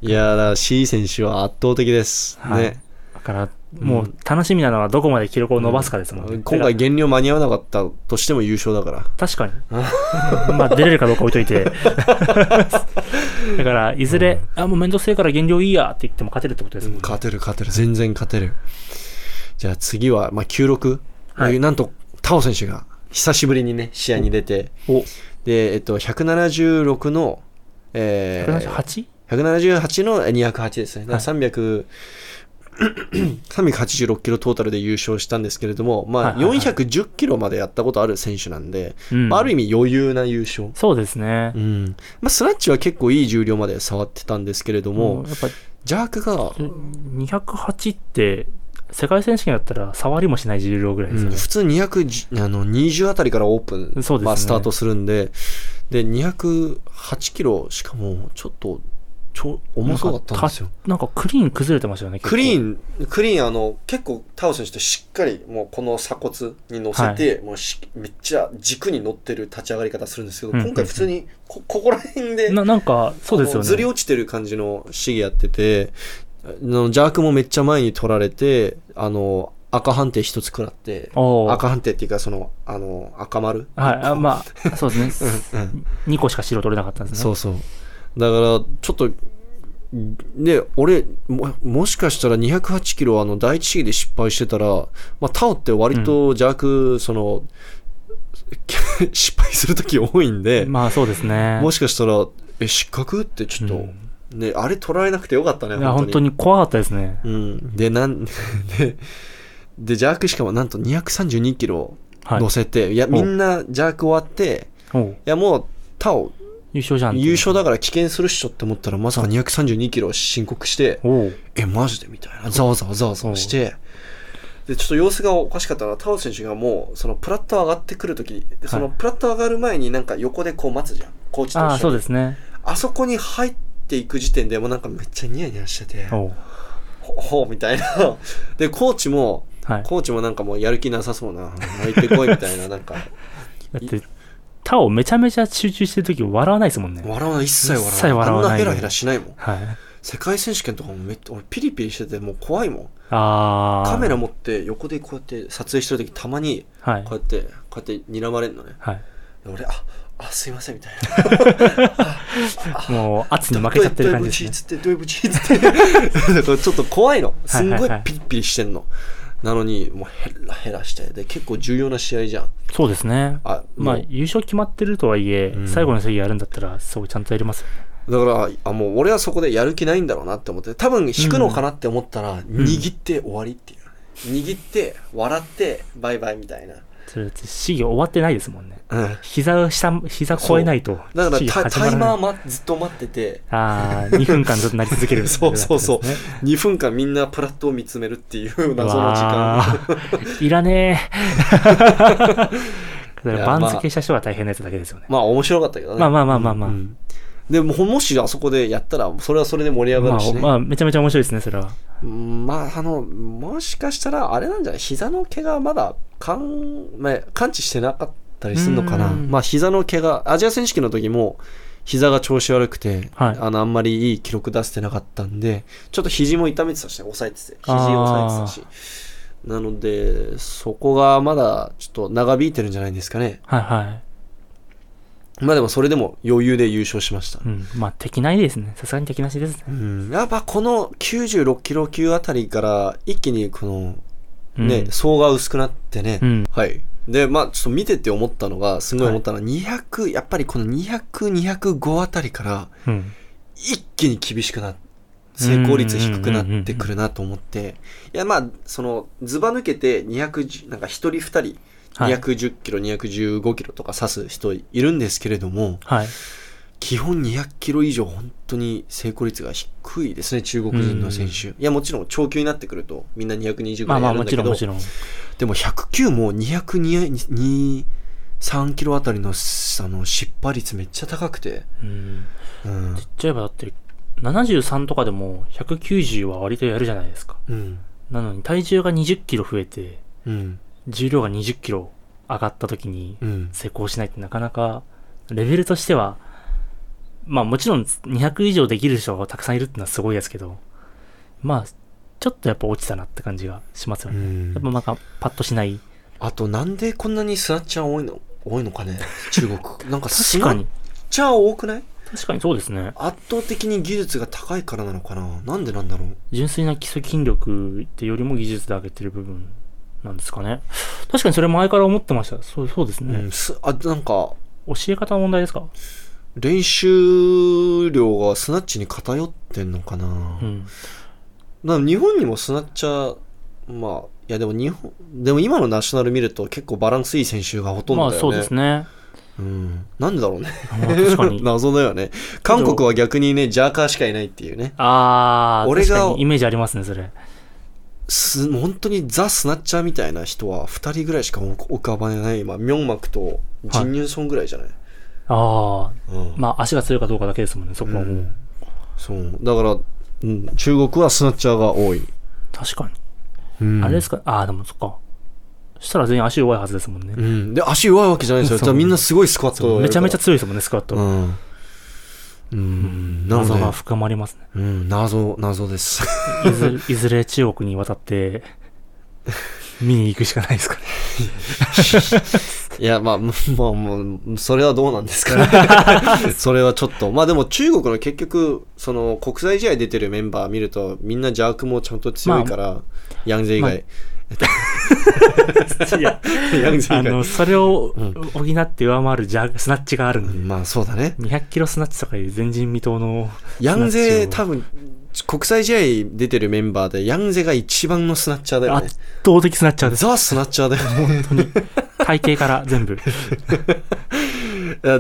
Speaker 1: いやーだから C 選手は圧倒的です、
Speaker 2: はい
Speaker 1: ね
Speaker 2: だから、もう楽しみなのはどこまで記録を伸ばすかですもんね。
Speaker 1: 今回減量間に合わなかったとしても優勝だから
Speaker 2: 確かに。まあ、出れるかどうか置いとい て。だから、いずれ、あ、もう面倒くせえから減量いいやって言っても勝てるってことですもんね。
Speaker 1: 勝てる勝てる全然勝てるじゃあ次は、まあ、96、
Speaker 2: はい
Speaker 1: なんとタオ選手が久しぶりにね試合に出て
Speaker 2: お、
Speaker 1: で、えっと、176の、えー
Speaker 2: 178?
Speaker 1: 178の208ですね。だから300、386キロトータルで優勝したんですけれども、
Speaker 2: は
Speaker 1: ま
Speaker 2: い
Speaker 1: あ、
Speaker 2: はいはい
Speaker 1: 410キロまでやったことある選手なんで、
Speaker 2: うん
Speaker 1: まあ、ある意味余裕な優勝。
Speaker 2: そうですね
Speaker 1: う。ん。まあ、スナッチは結構いい重量まで触ってたんですけれども、
Speaker 2: やっぱ
Speaker 1: ジャークが、
Speaker 2: 208って、世界選手権だったら触りもしない重量ぐらいです
Speaker 1: う
Speaker 2: よ
Speaker 1: ん
Speaker 2: ね。
Speaker 1: 普通210あの20あたりからオープン、
Speaker 2: そうですね
Speaker 1: まあ、スタートするんでで208キロしかもちょっとちょ重そうだったんですよ
Speaker 2: なんかクリーン崩れてましたよね。
Speaker 1: クリ
Speaker 2: ン。
Speaker 1: ーンクリーンあの結構タオ選手ってしっかりもうこの鎖骨に乗せて、もうしめっちゃ軸に乗ってる立ち上がり方するんですけど、
Speaker 2: うん
Speaker 1: 今回普通にこここら辺で
Speaker 2: ななんか、そうです
Speaker 1: あ
Speaker 2: よ
Speaker 1: のずり
Speaker 2: ね。
Speaker 1: 落ちてる感じの試技やってて、あの邪悪もめっちゃ前に取られて、あの、赤判定一つ食らって、
Speaker 2: おー
Speaker 1: 赤判定っていうか、その、あの、赤丸。
Speaker 2: はい、あま あ、そうですね。2個しか白取れなかったんですね。
Speaker 1: そうそう。だから、ちょっと、で、俺、も、もしかしたら208キロ、あの、第一試技で失敗してたら、まあ、タオって割と邪悪、その、失敗する時多いんで、
Speaker 2: まあそうですね。
Speaker 1: もしかしたら、え、失格ってちょっと、
Speaker 2: うん
Speaker 1: ね、あれ捉えなくてよかったね、
Speaker 2: いや、本当に怖かったですね。
Speaker 1: うん、で、なん で、で、ジャークしかもなんと232キロ
Speaker 2: はい。
Speaker 1: 乗せて、い、や、
Speaker 2: お
Speaker 1: みんなジャーク終わって、
Speaker 2: おう
Speaker 1: いや、もう、他を
Speaker 2: 優勝じゃん。
Speaker 1: 優。勝だから棄権するっしょって思ったら、まさか232キロ申告して、
Speaker 2: おう
Speaker 1: え、マジでみたいな、ざわざわざわざわして、で、ちょっと様子がおかしかったら、タオ選手がもう、そのプラット上がってくるとき、でそのプラット上がる前になんか横でこう待つじゃん、コーチと
Speaker 2: ああ、
Speaker 1: 一
Speaker 2: そ
Speaker 1: 緒
Speaker 2: う
Speaker 1: に。
Speaker 2: ですね。
Speaker 1: あそこに入っていく時点でもうなんかめっちゃニヤニヤしてて、
Speaker 2: おう
Speaker 1: ほほうみたいな。 で、コーチも、
Speaker 2: はい。
Speaker 1: コーチもなんかもうやる気なさそうな、泣いてこいみたいな、なんか、
Speaker 2: だって、他をめちゃめちゃ集中してるとき笑わないですもんね。
Speaker 1: 笑わない、一切笑わない。
Speaker 2: 一切笑わない
Speaker 1: あんなヘラヘラしないもん。
Speaker 2: はい。
Speaker 1: 世界選手権とかもめっ俺ピリピリしてて、もう怖いもん。
Speaker 2: ああ。
Speaker 1: カメラ持って横でこうやって撮影してる時たまに、
Speaker 2: はい
Speaker 1: こう。やって、こうやって睨まれるのね。
Speaker 2: はい。
Speaker 1: で俺、あ、あ、すいませんみたいな。
Speaker 2: もう圧 に負けちゃってる感じですね。
Speaker 1: どういうぶちっつって、どういうぶちっつって。だ からちょっと怖いの。すん
Speaker 2: はい
Speaker 1: ご
Speaker 2: はいいはい
Speaker 1: ピリピリしてんの。なのに、もうヘラヘラして。で、結構重要な試合じゃん。
Speaker 2: そうですね。
Speaker 1: あ、
Speaker 2: まあ
Speaker 1: もう、
Speaker 2: 優勝決まってるとはいえ、
Speaker 1: うん
Speaker 2: 最後の席やるんだったら、そう、ちゃんとやりますよね。
Speaker 1: だから、あ、もう俺はそこでやる気ないんだろうなって思って、多分引くのかなって思ったら、握って終わりっていう。握って、笑って、バイバイみたいな。
Speaker 2: それ、試技終わってないですもんね。
Speaker 1: うん。
Speaker 2: 膝を下、膝超えないと。
Speaker 1: だから
Speaker 2: 試技
Speaker 1: タ、
Speaker 2: 始ま
Speaker 1: タ
Speaker 2: ら
Speaker 1: イ
Speaker 2: ない
Speaker 1: マー、ま、ずっと待ってて、
Speaker 2: ああ、2分間ずっとなり続け る。
Speaker 1: そうそうそう
Speaker 2: ってことですね。
Speaker 1: 2分間みんなプラットを見つめるっていう謎の時
Speaker 2: わ
Speaker 1: 間。
Speaker 2: ーいらね
Speaker 1: い
Speaker 2: え。だか
Speaker 1: や
Speaker 2: ら番付した人が大変なやつだけですよね。
Speaker 1: まあ面白かったけどね。
Speaker 2: まあまあまあまあまあ。
Speaker 1: うんでも、もしあそこでやったら、それはそれで盛り上が
Speaker 2: ま
Speaker 1: るし
Speaker 2: あ、
Speaker 1: ね。
Speaker 2: まあ、めちゃめちゃ面白いですね、それは。
Speaker 1: うんまあ、あの、もしかしたら、あれなんじゃない膝の怪我まだ、かん、まあ、完治してなかったりするのかな。
Speaker 2: うん
Speaker 1: まあ、膝の怪我、アジア選手権の時も、膝が調子悪くて、
Speaker 2: はい
Speaker 1: あの、あんまりいい記録出せてなかったんで、ちょっと肘も痛めてたしね、抑えてて、肘抑えてたし。なので、そこがまだ、ちょっと長引いてるんじゃないですかね。
Speaker 2: はいは
Speaker 1: まあでも、それでも余裕で優勝しました
Speaker 2: い。う。ん。まあ、敵ないですね。さすがに敵なしですね。
Speaker 1: うんやっぱこの96キロ級あたりから一気にこの
Speaker 2: うん
Speaker 1: ね、層が薄くなってね、
Speaker 2: うん。
Speaker 1: はいでまあちょっと見てて思ったのがすごい思ったのは200、やっぱりこの200205あたりから
Speaker 2: うん。
Speaker 1: 一気に厳しくなって成功率低くなってくるなと思っていやまあそのずば抜けて210なんか1人2人
Speaker 2: はい
Speaker 1: 210キロ、215キロとか指す人いるんですけれども
Speaker 2: はい。
Speaker 1: 基本200キロ以上本当に成功率が低いですね中国人の選手、いやもちろん長級になってくるとみんな220ぐ
Speaker 2: ま
Speaker 1: らいや
Speaker 2: あまあ、
Speaker 1: る
Speaker 2: も
Speaker 1: んだ
Speaker 2: ち
Speaker 1: け
Speaker 2: ろんも
Speaker 1: ど
Speaker 2: ちろん。
Speaker 1: でも109も223キロあたりのあの失敗率めっちゃ高くて、
Speaker 2: うん。
Speaker 1: うん
Speaker 2: 例えばだって、73とかでも190は割とやるじゃないですか。
Speaker 1: うん
Speaker 2: なのに体重が20キロ増えて、
Speaker 1: うん
Speaker 2: 重量が20キロ上がった時に
Speaker 1: うん、
Speaker 2: 成功しないってなかなか、レベルとしては、まあもちろん200以上できる人がたくさんいるってのはすごいですけど、まあ、ちょっとやっぱ落ちたなって感じがしますよね。やっぱなんかパッとしない。
Speaker 1: あとなんでこんなにスナッチャー多いの多いのかね中 国なんかス
Speaker 2: 確
Speaker 1: ナッ
Speaker 2: かに。
Speaker 1: チャー多くない
Speaker 2: 確かにそうですね。
Speaker 1: 圧倒的に技術が高いからなのかななんでなんだろう
Speaker 2: 純粋な基礎筋力ってよりも技術で上げてる部分なんですかね。確かにそれ前から思ってました。そうそうです
Speaker 1: う
Speaker 2: ね
Speaker 1: ん、。すあなんか
Speaker 2: 教え方の問題ですか
Speaker 1: 練習量がスナッチに偏ってんのかな、
Speaker 2: うん。
Speaker 1: な日本にもスナッチャーまあいやでも日本でも今のナショナル見ると結構バランスいい選手がほとんど
Speaker 2: まあ
Speaker 1: だよね、
Speaker 2: そうですね。
Speaker 1: うん、なんでだろうね
Speaker 2: まあ 確かに。
Speaker 1: 謎だよね韓国は逆にねジャーカーしかいないっていうね
Speaker 2: ああ、
Speaker 1: 俺
Speaker 2: 確
Speaker 1: が
Speaker 2: かにイメージありますね、それ。
Speaker 1: す本当にザ・スナッチャーみたいな人は2人ぐらいしか浮かばない、まあ、ミョンマクとジン・ニュンソンぐらいじゃない、
Speaker 2: ああ、
Speaker 1: うん
Speaker 2: まあ足が強いかどうかだけですもんね、そこはもう。
Speaker 1: うんそうだから、うん、中国はスナッチャーが多い、
Speaker 2: 確かに。
Speaker 1: うん
Speaker 2: あれですか、ああ、でもそっか。そしたら全員足弱いはずですもんね。
Speaker 1: うん、で足弱いわけじゃないんですよ
Speaker 2: そう
Speaker 1: じゃあみんなすごいスクワットをやる
Speaker 2: めちゃめちゃ
Speaker 1: か
Speaker 2: 強いですもんね、スクワット。
Speaker 1: らうん、うん、なの
Speaker 2: 謎
Speaker 1: で
Speaker 2: が深まりますね。
Speaker 1: うん、謎、謎です。
Speaker 2: いずいずれ中国に渡って、見に行くしかないですかね。
Speaker 1: いや、まあ、むまあ、もう、それはどうなんですかね。 それはちょっと。まあでも中国の結局、その国際試合出てるメンバー見ると、みんな邪悪もちゃんと強いから、ヤンゼ以外。
Speaker 2: い
Speaker 1: ヤ
Speaker 2: や、
Speaker 1: ング
Speaker 2: あ
Speaker 1: 以
Speaker 2: の、
Speaker 1: 外
Speaker 2: それを
Speaker 1: うん
Speaker 2: 補って上回るジャスナッチがあるんで、
Speaker 1: まあそうだね。
Speaker 2: 200キロスナッチとかいう前人未到の、
Speaker 1: ヤンゼ
Speaker 2: スナッチを
Speaker 1: 多分、国際試合出てるメンバーで、ヤンゼが一番のスナッチャーだよね
Speaker 2: 圧。倒的スナッチャーです。
Speaker 1: ザ・スナッチャーだよ ね。
Speaker 2: 体型から全部。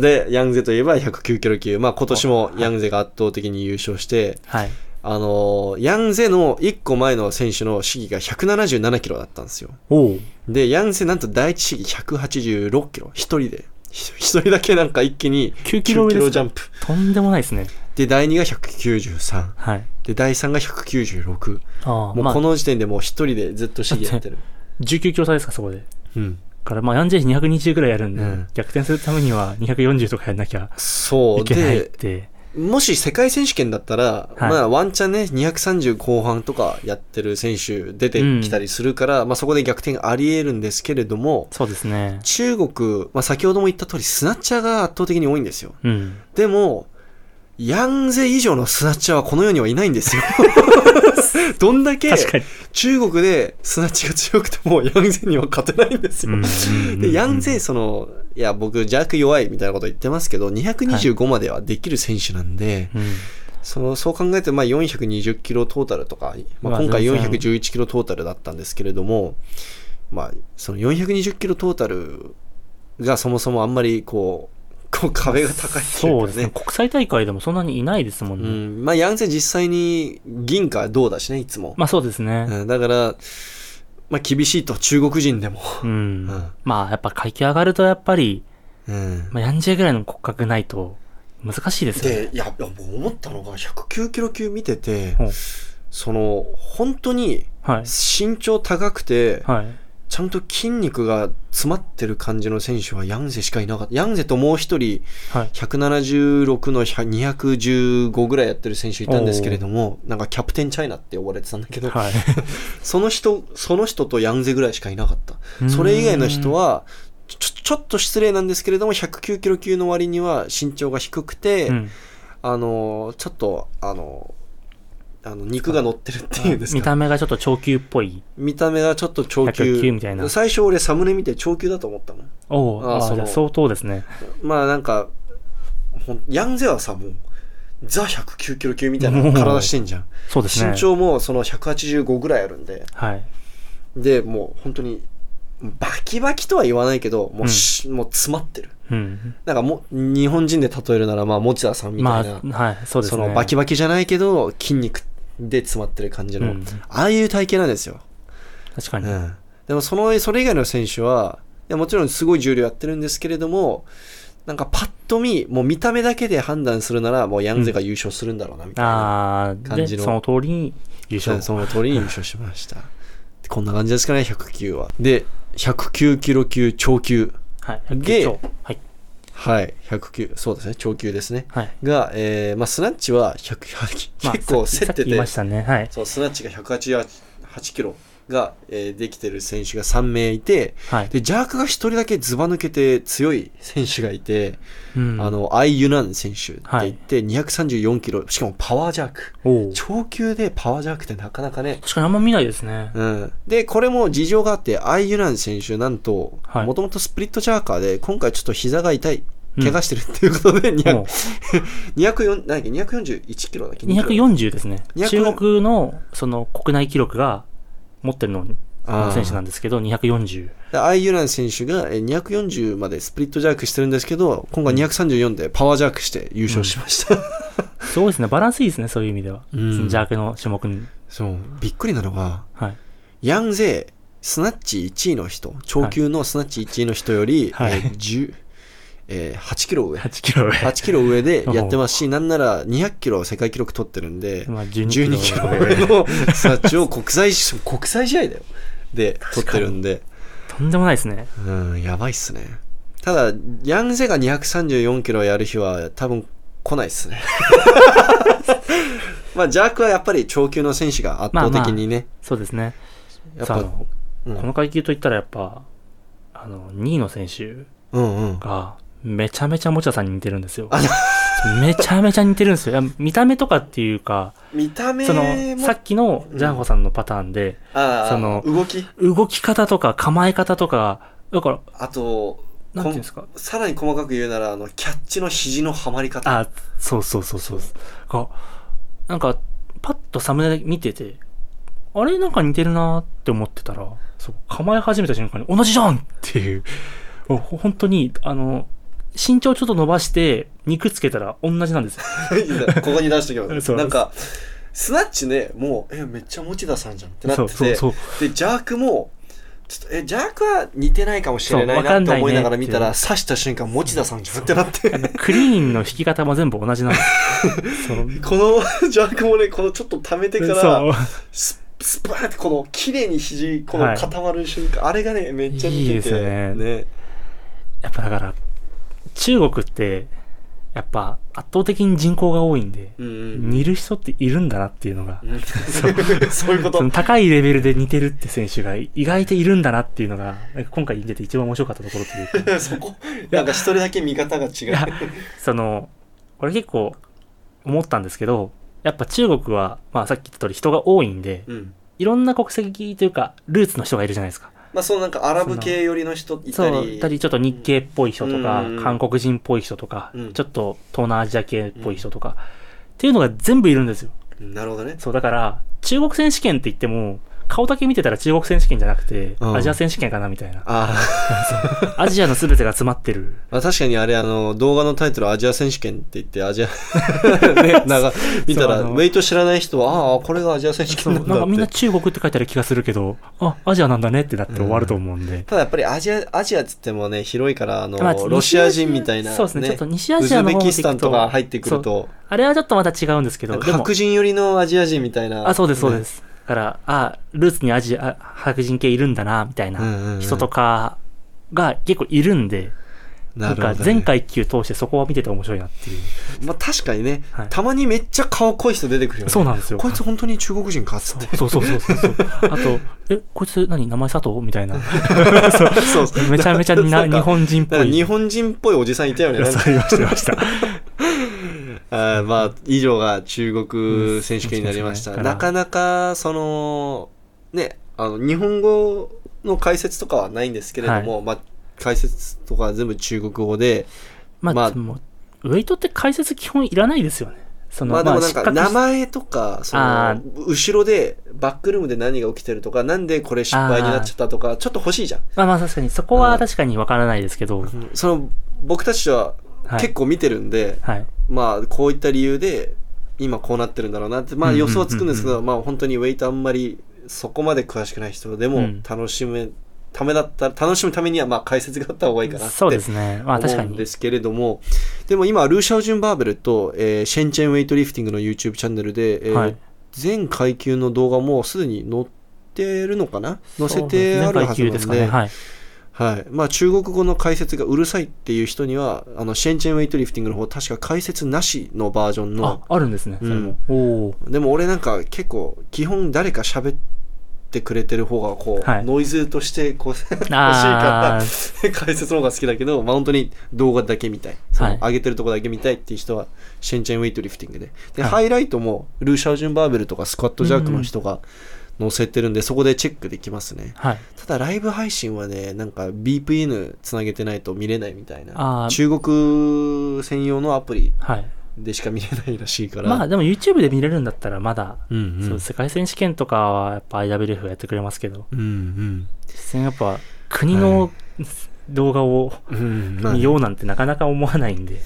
Speaker 1: で、ヤンゼといえば109キロ級。まあ今年もヤンゼが圧倒的に優勝して、
Speaker 2: はい。
Speaker 1: あのーヤンゼの1個前の選手の試技が177キロだったんですよ。
Speaker 2: おう。
Speaker 1: で、ヤンゼなんと第一試技186キロ。一人で。ひ一人だけなんか一気に
Speaker 2: 9キロ
Speaker 1: 9
Speaker 2: 上
Speaker 1: キ
Speaker 2: で
Speaker 1: ロ
Speaker 2: す
Speaker 1: ジャ
Speaker 2: か
Speaker 1: ンプ。
Speaker 2: とんでもないですね。
Speaker 1: で、第2が193。
Speaker 2: はい。
Speaker 1: で、第3が196。
Speaker 2: ああ、
Speaker 1: も
Speaker 2: ま
Speaker 1: う
Speaker 2: あ
Speaker 1: こ、の時点でもう一人でずっと試技やって る。
Speaker 2: 19キロ差ですか、そこで。
Speaker 1: うん。
Speaker 2: から、まあ、4 0 220ぐらいやるんで、
Speaker 1: うん
Speaker 2: 逆転するためには240とかやんなきゃ
Speaker 1: そ。
Speaker 2: いうけないっ
Speaker 1: で、
Speaker 2: て。
Speaker 1: もし世界選手権だったら、
Speaker 2: い
Speaker 1: まあワンチャンね、230後半とかやってる選手出てきたりするから、まあそこで逆転あり得るんですけれども、
Speaker 2: そうですね。
Speaker 1: 中国、まあ先ほども言った通り、スナッチャーが圧倒的に多いんですよ。
Speaker 2: うん。
Speaker 1: でも、ヤンゼ以上のスナッチャーはこの世にはいないんですよ。どんだけ
Speaker 2: 確かに。
Speaker 1: 中国でスナッチが強くてもヤンゼには勝てないんですよ。で、ヤンゼ、その、いや、僕、弱弱いみたいなこと言ってますけど、225まではできる選手なんで、
Speaker 2: うん、
Speaker 1: その、そう考えて、まあ、420キロトータルとか、ま
Speaker 2: ま
Speaker 1: あ、
Speaker 2: あ
Speaker 1: 今回
Speaker 2: 全然
Speaker 1: 411キロトータルだったんですけれども、まあ、その420キロトータルがそもそもあんまり、こう、 こう壁が高いってい
Speaker 2: そうう
Speaker 1: か
Speaker 2: ですね。
Speaker 1: ね。
Speaker 2: 国際大会でもそんなにいないですもん
Speaker 1: う
Speaker 2: ね。
Speaker 1: ん、まあ、ヤンゼ実際に銀か銅だしね、いつも。
Speaker 2: まあそうですね。
Speaker 1: うんだから、まあ、厳しいと、中国人でも。
Speaker 2: うん。
Speaker 1: うん
Speaker 2: まあやっぱ階級上がるとやっぱり、
Speaker 1: うん
Speaker 2: まあ、ヤンジェぐらいの骨格ないと難しいですよね。
Speaker 1: で、いや、いやもう思ったのが、109キロ級見てて
Speaker 2: うん、
Speaker 1: その、本当に
Speaker 2: はい。
Speaker 1: 身長高くて、
Speaker 2: はい。
Speaker 1: ちゃんと筋肉が詰まってる感じの選手はヤンゼしかいなかった。ヤンゼともう一人、
Speaker 2: はい。
Speaker 1: 176の100 215ぐらいやってる選手いたんですけれども、なんかキャプテンチャイナって呼ばれてたんだけど、
Speaker 2: はい。
Speaker 1: その人、その人とヤンゼぐらいしかいなかった。それ以外の人は、ちょ、ちょっと失礼なんですけれども、109キロ級の割には身長が低くて、
Speaker 2: うん、うん
Speaker 1: あの、ちょっと、あの、あの肉が乗ってるっていうんですか
Speaker 2: 見た目がちょっと長級っぽい。
Speaker 1: 見た目がちょっと長級。
Speaker 2: 109みたいな
Speaker 1: 最初俺サムネ見て長級だと思ったの。
Speaker 2: おう
Speaker 1: あー
Speaker 2: ああ
Speaker 1: その
Speaker 2: じゃあ相当ですね。
Speaker 1: まあなんか、ほんヤンゼはさ、もう、ザ109キロ級みたいな体してんじゃん。
Speaker 2: そうですね。
Speaker 1: 身長もその185ぐらいあるんで、
Speaker 2: はい。
Speaker 1: で、もう本当に、バキバキとは言わないけど、もうし、もう詰まってる。
Speaker 2: うん。
Speaker 1: なんかもう、日本人で例えるなら、まあ、持田さんみた
Speaker 2: ま
Speaker 1: いな、
Speaker 2: あ、はい、そうです
Speaker 1: そ
Speaker 2: ね。
Speaker 1: のバキバキじゃないけど、筋肉で詰まってる感じの、
Speaker 2: うん
Speaker 1: ああいう体型なんですよ。
Speaker 2: 確か
Speaker 1: う
Speaker 2: に。
Speaker 1: ん、でもそのそれ以外の選手はいやもちろんすごい重量やってるんですけれどもなんかパッと見もう見た目だけで判断するならもうヤンゼが優勝するんだろうなみたいな、
Speaker 2: ああ、
Speaker 1: 感
Speaker 2: で、
Speaker 1: じの
Speaker 2: その通りに優
Speaker 1: そ
Speaker 2: 勝。
Speaker 1: うその通りに優勝しましたでこんな感じですかね109はで109キロ級超級
Speaker 2: はい。
Speaker 1: ゲー
Speaker 2: はい。
Speaker 1: はい109そうですね超級ですね
Speaker 2: はい。
Speaker 1: が、えーまあ、スナッチは100結構
Speaker 2: さ
Speaker 1: 競っ
Speaker 2: っきさっき
Speaker 1: て
Speaker 2: 言い
Speaker 1: て
Speaker 2: ましたね。はい。
Speaker 1: そうスナッチが188キロが、えーできてる選手が3名いて、
Speaker 2: はい。
Speaker 1: で、ジャークが一人だけずば抜けて強い選手がいて、
Speaker 2: うん
Speaker 1: あ、の、アイ・ユナン選手って
Speaker 2: は
Speaker 1: 言
Speaker 2: い
Speaker 1: って、234キロ、しかもパワージャーク。
Speaker 2: おう
Speaker 1: 超級でパワージャークってなかなかね。
Speaker 2: 確かにあんま見ないですね。
Speaker 1: うん。で、これも事情があって、アイ・ユナン選手、なんと、
Speaker 2: はい
Speaker 1: もともとスプリットジャーカーで、今回ちょっと膝が痛い。
Speaker 2: うん
Speaker 1: 怪我してるっていうことで、
Speaker 2: もう
Speaker 1: 200 204何だっけ241キロだっけ2 4
Speaker 2: 240ですね。
Speaker 1: 200
Speaker 2: 中国のその国内記録が持ってるの
Speaker 1: あー
Speaker 2: 選手なんですけど、240。
Speaker 1: でアイ・ユナン選手がえー240までスプリットジャークしてるんですけど、今回234でパワージャークして優勝しました。
Speaker 2: すごいですね。バランスいいですね、そういう意味では。
Speaker 1: うん
Speaker 2: その邪悪の種目に。
Speaker 1: そう、びっくりなのが、
Speaker 2: はい。
Speaker 1: ヤンゼ、スナッチ1位の人、超級のスナッチ1位の人より、
Speaker 2: はい
Speaker 1: えー10えー8キロ上。
Speaker 2: 8キロ上。
Speaker 1: 8キロ上 でやってますし、なんなら200キロ世界記録取ってるんで、
Speaker 2: まあ、12キロ
Speaker 1: 12キロ上のスナッチを国際、 国際試合だよ。で、取ってるんで、
Speaker 2: とんでもないですね。
Speaker 1: うん、やばいっすね。ただ、ヤンゼが234キロやる日は多分来ないっす ね。まあ、ジャークはやっぱり超級の選手が圧倒的にね、
Speaker 2: そうですね。さあ
Speaker 1: や
Speaker 2: あ
Speaker 1: っぱ、
Speaker 2: の
Speaker 1: うん
Speaker 2: この階級といったらやっぱ、あの、2位の選手
Speaker 1: うんうん。
Speaker 2: が、めちゃめちゃ持田さんに似てるんですよ。めちゃめちゃ似てるんですよ。いや見た目とかっていうか、
Speaker 1: 見た目
Speaker 2: その、
Speaker 1: も
Speaker 2: さっきのジャンホさんのパターンで、
Speaker 1: あー
Speaker 2: その
Speaker 1: 動き
Speaker 2: 動き方とか構え方とか、だから、
Speaker 1: あと
Speaker 2: なんていうんですか。
Speaker 1: さらに細かく言うならあのキャッチの肘のはまり方
Speaker 2: あ、そうそうそうそう。がなんか、パッとサムネ見てて、あれなんか似てるなーって思ってたら、そう、構え始めた瞬間に同じじゃんっていう。もうほ本当に、あの、身長ちょっと伸ばして、肉つけたら同じなんですよ。
Speaker 1: ここに出してきます。
Speaker 2: そう
Speaker 1: なんか、スナッチね、もう、え、めっちゃ持田さんじゃんってなって
Speaker 2: そ
Speaker 1: て、
Speaker 2: うそうそう。
Speaker 1: で、ジャークも、ちょっと、え、ジャークは似てないかもしれな
Speaker 2: そ
Speaker 1: いう
Speaker 2: わか
Speaker 1: なんって
Speaker 2: ないね
Speaker 1: 思いながら見た
Speaker 2: っ
Speaker 1: ら、刺した瞬間、持田さんじゃんってなって、
Speaker 2: あのクリーンの引き方も全部同じなんです。そう
Speaker 1: このジャークもね、このちょっと溜めてから、
Speaker 2: そう
Speaker 1: ススパーってこの、綺麗に肘、この
Speaker 2: はい
Speaker 1: 固まる瞬間、あれがね、めっちゃ似てて。
Speaker 2: いいですよねやっぱだから、中国って、やっぱ圧倒的に人口が多いんで、
Speaker 1: うんうん。
Speaker 2: 似る人っているんだなっていうのが、
Speaker 1: うんそう いうこ
Speaker 2: そ
Speaker 1: と
Speaker 2: の。高いレベルで似てるって選手が意外といるんだなっていうのが、なんか今回見てて一番面白かったところとい うか、
Speaker 1: そこ、なんか一人だけ見方が違。
Speaker 2: いうやその、これ結構思ったんですけど、やっぱ中国は、まあさっき言った通り人が多いんで、
Speaker 1: うん。
Speaker 2: いろんな国籍というか、ルーツの人がいるじゃないですか。
Speaker 1: まあ、そのなんかアラブ系寄りの人いた
Speaker 2: そう、
Speaker 1: り。
Speaker 2: たりちょっと日系っぽい人とか、
Speaker 1: うん
Speaker 2: 韓国人っぽい人とか、
Speaker 1: うん
Speaker 2: ちょっと東南アジア系っぽい人とか、っていうのが全部いるんですよ。
Speaker 1: なるほどね。
Speaker 2: そう、だから、中国選手権って言っても、顔だけ見てたら中国選手権じゃなくて、
Speaker 1: うん
Speaker 2: アジア選手権かなみたいな。
Speaker 1: あ
Speaker 2: アジアの全てが詰まってる。
Speaker 1: あ、確かにあれ、あの、動画のタイトル、アジア選手権って言って、ア ジア、ね、なんか、見た
Speaker 2: そうあ
Speaker 1: ら、
Speaker 2: の
Speaker 1: ウェイト知らない人は、ああ、これがアジア選手
Speaker 2: そう
Speaker 1: 権
Speaker 2: な
Speaker 1: なんんだ
Speaker 2: かみん
Speaker 1: っ
Speaker 2: な
Speaker 1: て。
Speaker 2: 中国って書いてある気がするけど、あ、アジアなんだねってなって終わると思うんで。
Speaker 1: ただやっぱりアジア、アジアっつってもね、広いから、あの、
Speaker 2: まあ
Speaker 1: ロシア人みたいな、
Speaker 2: そうですねちょっと西アジアの
Speaker 1: ウズ
Speaker 2: 方
Speaker 1: ベ
Speaker 2: に
Speaker 1: キス
Speaker 2: 行くと
Speaker 1: タンとか入ってくると、
Speaker 2: あれはちょっとまた違うんですけ
Speaker 1: な
Speaker 2: ど、
Speaker 1: んか白人寄りのアジア人みたいな。
Speaker 2: あ、そうです、そう
Speaker 1: ね
Speaker 2: で。す。だから、あ、ルーツにアジア、白人系いるんだな、みたい
Speaker 1: うんうんう
Speaker 2: なん人とかが結構いるんで、
Speaker 1: な
Speaker 2: な
Speaker 1: る
Speaker 2: ん
Speaker 1: ほど
Speaker 2: か
Speaker 1: ね
Speaker 2: 全階級通してそこは見てて面白いなっていう。
Speaker 1: まあ確かにね、
Speaker 2: はい
Speaker 1: たまにめっちゃ顔濃い人出てくるよね。
Speaker 2: そうなんですよ。
Speaker 1: こいつ本当に中国人かっつって。
Speaker 2: そうそうそうそうそう。あと、え、こいつ何名前佐藤み たいな。
Speaker 1: そうそう
Speaker 2: めちゃめちゃにな
Speaker 1: なんか
Speaker 2: 日本人っぽ
Speaker 1: なんか
Speaker 2: い。
Speaker 1: 日本人っぽいおじさんいたよね。なんか
Speaker 2: そういました いました。
Speaker 1: あーまあ、以上が中国選手権になりました。
Speaker 2: うん
Speaker 1: なかなか、その、ね、あの、日本語の解説とかはないんですけれども、まあ、解説とかは全部中国語で、
Speaker 2: まあ、
Speaker 1: まあ
Speaker 2: でもウェイトって解説基本いらないですよね。その、
Speaker 1: まあでもなん
Speaker 2: 失
Speaker 1: か、
Speaker 2: 格し
Speaker 1: 名前とか、そ
Speaker 2: あ
Speaker 1: の、後ろで、バックルームで何が起きてるとか、なんでこれ失敗になっちゃったとか、ちょっと欲しいじゃん。
Speaker 2: まあまあ確かに、そこは確かにわからないですけど、
Speaker 1: その、僕たちは
Speaker 2: はい
Speaker 1: 結構見てるんで、
Speaker 2: はい。
Speaker 1: まあ、こういった理由で、今こうなってるんだろうなって、まあ
Speaker 2: うんうんう
Speaker 1: 予
Speaker 2: んうん
Speaker 1: 想はつくんですけど、まあ本当にウェイトあんまりそこまで詳しくない人で
Speaker 2: う
Speaker 1: も
Speaker 2: ん
Speaker 1: 楽しむためだったら、楽しむためにはまあ解説があった方がいいかなって
Speaker 2: そう
Speaker 1: 思
Speaker 2: ですね。まあ確か
Speaker 1: うん
Speaker 2: に。
Speaker 1: ですけれども、でも今、ルーシャオジュンバーベルと、えーシェンチェンウェイトリフティングの YouTube チャンネルで、えー
Speaker 2: はい
Speaker 1: 全階級の動画もうすでに載ってるのかな載せてあるはず
Speaker 2: そう
Speaker 1: なんで、
Speaker 2: ですね階級ですかね。はい。
Speaker 1: はいまあ、中国語の解説がうるさいっていう人にはあのシェンチェンウェイトリフティングの方確か解説なしのバージョン
Speaker 2: あ
Speaker 1: の、
Speaker 2: あるんですね。それも。おー
Speaker 1: でも俺なんか結構基本誰か喋ってくれてる方がこう、
Speaker 2: はい
Speaker 1: ノイズとしてこう欲しい
Speaker 2: あ
Speaker 1: から
Speaker 2: ー
Speaker 1: 解説の方が好きだけど、まあ、本当に動画だけ見たいその
Speaker 2: はい
Speaker 1: 上げてるとこだけ見たいっていう人はシェンチェンウェイトリフティングでで、
Speaker 2: はい
Speaker 1: ハイライトもルーシャオジュンバーベルとかスクワットジャークの人が載せてるんで、そこでチェックできますね
Speaker 2: はい。
Speaker 1: ただライブ配信はねなんか VPN つなげてないと見れないみたい
Speaker 2: あ
Speaker 1: な
Speaker 2: ー
Speaker 1: 中国専用のアプリ
Speaker 2: はい。
Speaker 1: でしか見れないらしいから、
Speaker 2: まあでも YouTube で見れるんだったらまだ、
Speaker 1: うんう
Speaker 2: そうん世界選手権とかはやっぱ IWF がやってくれますけど、
Speaker 1: うんうん
Speaker 2: 実際やっぱ国の動画を
Speaker 1: うんまあね
Speaker 2: 見ようなんてなかなか思わないんで、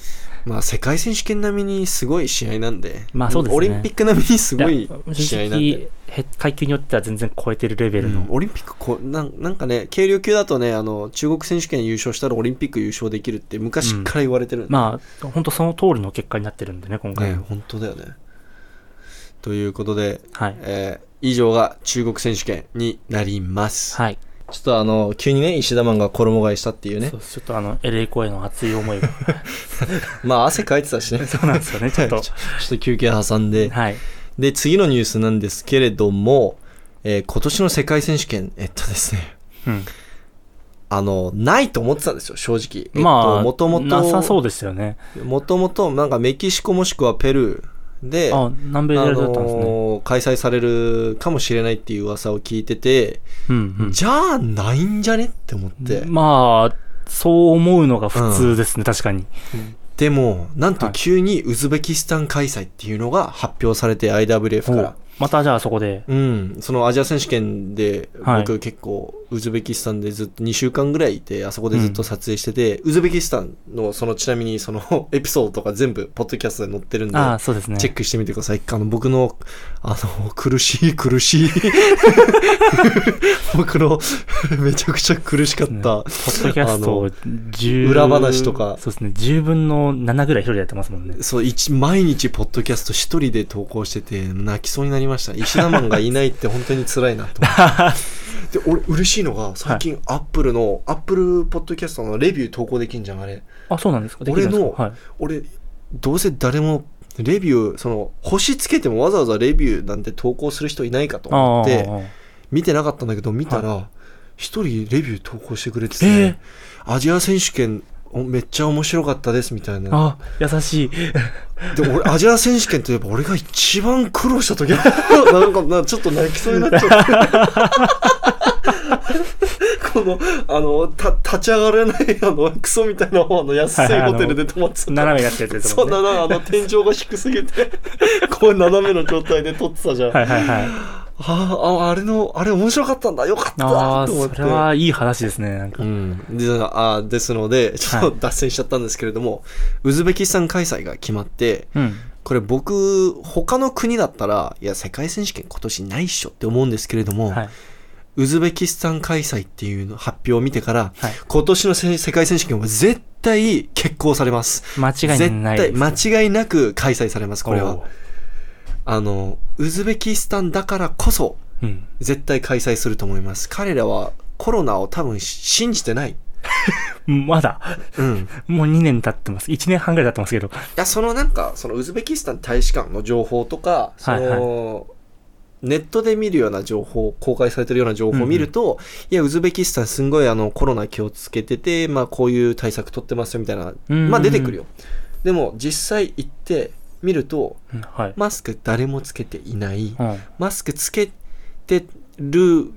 Speaker 1: まあ世界選手権並みにすごい試合なんで、
Speaker 2: まあそうですね
Speaker 1: オリンピック並みにすごい試合
Speaker 2: 正
Speaker 1: なんで
Speaker 2: 直、、へ階級によっては全然超えてるレベルの、
Speaker 1: うんオリンピックこうなん、なんかね、軽量級だとね、あの中国選手権優勝したらオリンピック優勝できるって昔から言われてるんで、
Speaker 2: まあ、本当その通りの結果になってるんでね、今回。
Speaker 1: ね、本当だよね。ということで、
Speaker 2: はい。
Speaker 1: えー以上が中国選手権になります。
Speaker 2: はい。
Speaker 1: ちょっとあの、急にね、石田マンが衣替えしたっていうね
Speaker 2: そ。うちょっとあの、LA 公への熱 い思いが。
Speaker 1: まあ、汗かいてたしね。
Speaker 2: そうなんですよね、 ちょっと
Speaker 1: ち。ょっと休憩挟んで。
Speaker 2: はい。
Speaker 1: で、次のニュースなんですけれども、えー今年の世界選手権、えっとですね、
Speaker 2: うん。
Speaker 1: あの、ないと思ってたんですよ、正直。
Speaker 2: まあ、
Speaker 1: もともと、
Speaker 2: なさそうでしたよね。
Speaker 1: もともと、なんかメキシコもしくはペルーで、
Speaker 2: あ、南米でやられてたんですね。
Speaker 1: のー開催されるかもしれないっていう噂を聞いてて、
Speaker 2: うんうん。
Speaker 1: じゃあないんじゃねって思って、
Speaker 2: まあ、そう思うのが普通ですね、確かに。
Speaker 1: でもなん
Speaker 2: は
Speaker 1: と
Speaker 2: い
Speaker 1: 急にウズベキスタン開催っていうのが発表されて IWF か
Speaker 2: ほ
Speaker 1: ら
Speaker 2: う、またじゃあそこで。
Speaker 1: うん、そのアジア選手権で
Speaker 2: はい
Speaker 1: 僕結構ウズベキスタンでずっと2週間ぐらいいてあそこでずっと撮影してて、ウズベキスタンのそのちなみにその エピソードとか全部ポッドキャストで載ってるんで
Speaker 2: ああ、そうですね。
Speaker 1: チェックしてみてください。あの、僕の、あの、苦しい、苦し い。 僕の、めちゃくちゃ苦しかった。
Speaker 2: ポッドキャスト10
Speaker 1: 裏話とか
Speaker 2: そうですね、10分の7ぐらい一人でやってますもんね。
Speaker 1: そう、一、毎日、ポッドキャスト一人で投稿してて、泣きそうになりま した。石田マンがいないって本当に辛いなと思 って。で、俺、嬉しいのが、最近、アップルの、アップルポッドキャストのレビュー投稿できんじゃん、あれ。
Speaker 2: あ、そうなんですかできるんですか
Speaker 1: 俺の
Speaker 2: はい。
Speaker 1: 俺、どうせ誰も、レビュー、その、星つけてもわざわざレビューなんて投稿する人いないかと
Speaker 2: あ
Speaker 1: 思
Speaker 2: あ
Speaker 1: って、
Speaker 2: ああああ
Speaker 1: 見てなかったんだけど見たら一人レビュー投稿してくれてて、
Speaker 2: え
Speaker 1: アジア選手権おめっちゃ面白かったですみたいな
Speaker 2: あ、優しい。
Speaker 1: で俺アジア選手権といえば俺が一番苦労した時 なんかなちょっと泣きそうになっちゃった このあのた立ち上がれないあのクソみたいな方の安いホテルで泊まってた
Speaker 2: 斜めになってるやつです
Speaker 1: そ
Speaker 2: も
Speaker 1: うんな
Speaker 2: ね。
Speaker 1: なあの天井が低すぎて こう斜めの状態で撮ってたじゃん、
Speaker 2: はいはいはい。
Speaker 1: ああああれのあれ面白かったんだよかった
Speaker 2: ああ、
Speaker 1: と思っ
Speaker 2: そ
Speaker 1: て
Speaker 2: れはいい話ですね。なんか
Speaker 1: うん、であですので、ちょっ
Speaker 2: は
Speaker 1: と
Speaker 2: い
Speaker 1: 脱線しちゃったんですけれども、ウズベキスタン開催が決まって、
Speaker 2: うん。
Speaker 1: これ僕、他の国だったら、いや、世界選手権今年ないっしょって思うんですけれども、
Speaker 2: はい。
Speaker 1: ウズベキスタン開催っていうの発表を見てから、
Speaker 2: はい
Speaker 1: 今年のせ世界選手権は絶対決行されます。
Speaker 2: 間違いないですね。
Speaker 1: 絶対、間違いなく開催されます、これは
Speaker 2: お。う。
Speaker 1: あの、ウズベキスタンだからこそ、
Speaker 2: うん。
Speaker 1: 絶対開催すると思います。彼らはコロナを多分信じてない。
Speaker 2: まだ、
Speaker 1: うん。
Speaker 2: もう2年経ってます。1年半ぐらい経ってますけど。
Speaker 1: いやそのなんかそのウズベキスタン大使館の情報とかその、
Speaker 2: はい
Speaker 1: ネットで見るような情報公開されてるような情報を見ると、いやウズベキスタンすんごいあのコロナ気をつけてて、まあ、こういう対策取ってますよみたいな、
Speaker 2: うん
Speaker 1: まあ、出てくるよでも実際行って見ると
Speaker 2: うんはい。
Speaker 1: マスク誰もつけていない
Speaker 2: うん。
Speaker 1: マスクつけてる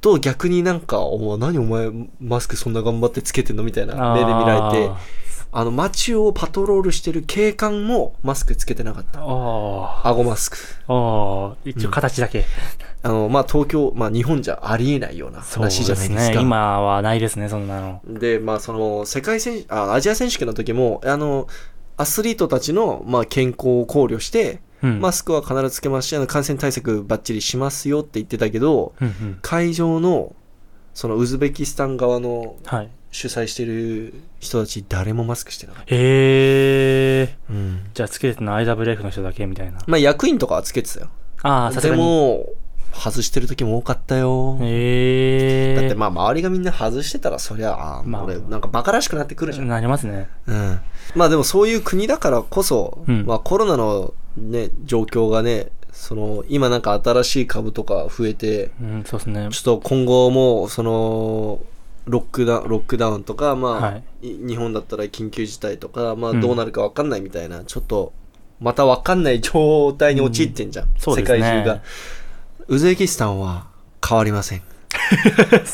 Speaker 1: と逆になんか「お前何お前マスクそんな頑張ってつけてんの?」みたいな目で見られて
Speaker 2: あ。
Speaker 1: あの、街をパトロールしてる警官もマスクつけてなかった。
Speaker 2: ああ。
Speaker 1: 顎マスク。
Speaker 2: ああ。一応形だけ。
Speaker 1: あの、まあ、東京、まあ、日本じゃありえないような
Speaker 2: そうで
Speaker 1: 話じゃない
Speaker 2: す
Speaker 1: です
Speaker 2: ね。
Speaker 1: か。
Speaker 2: 今はないですね、そんなの。
Speaker 1: で、まあ、その、世界選手、あ、アジア選手権の時も、あの、アスリートたちの、まあ、健康を考慮して、
Speaker 2: うん。
Speaker 1: マスクは必ずつけますし、あの、感染対策バッチリしますよって言ってたけど、
Speaker 2: うんうん。
Speaker 1: 会場の、その、ウズベキスタン側の
Speaker 2: はい。
Speaker 1: 主催してる人たち、誰もマスクしてなかった。
Speaker 2: へえ。
Speaker 1: うん。
Speaker 2: じゃあ、つけてたの IWF の人だけみたいな。
Speaker 1: まあ、役員とかはつけてたよ。
Speaker 2: ああ、さす
Speaker 1: で
Speaker 2: がに。
Speaker 1: も、外してる時も多かったよ。
Speaker 2: へえ。
Speaker 1: だってまあ周りがみんな外してたらそりゃあー、
Speaker 2: まあ
Speaker 1: 俺なんかバカらしくなってくるじゃん、
Speaker 2: なりますね。
Speaker 1: うんまあでもそういう国だからこそ、
Speaker 2: うん
Speaker 1: まあコロナのね状況がねその今なんか新しい株とか増えて
Speaker 2: うん、そうですね。
Speaker 1: ちょっと今後もそのロックダウンロックダウンとかまあ、
Speaker 2: はい
Speaker 1: い日本だったら緊急事態とかまあ
Speaker 2: うん
Speaker 1: どうなるかわかんないみたいな、ちょっとまたわかんない状態に陥ってんじゃん、
Speaker 2: そう
Speaker 1: 世
Speaker 2: ですね
Speaker 1: 界中がウズベキスタンは変わりま せん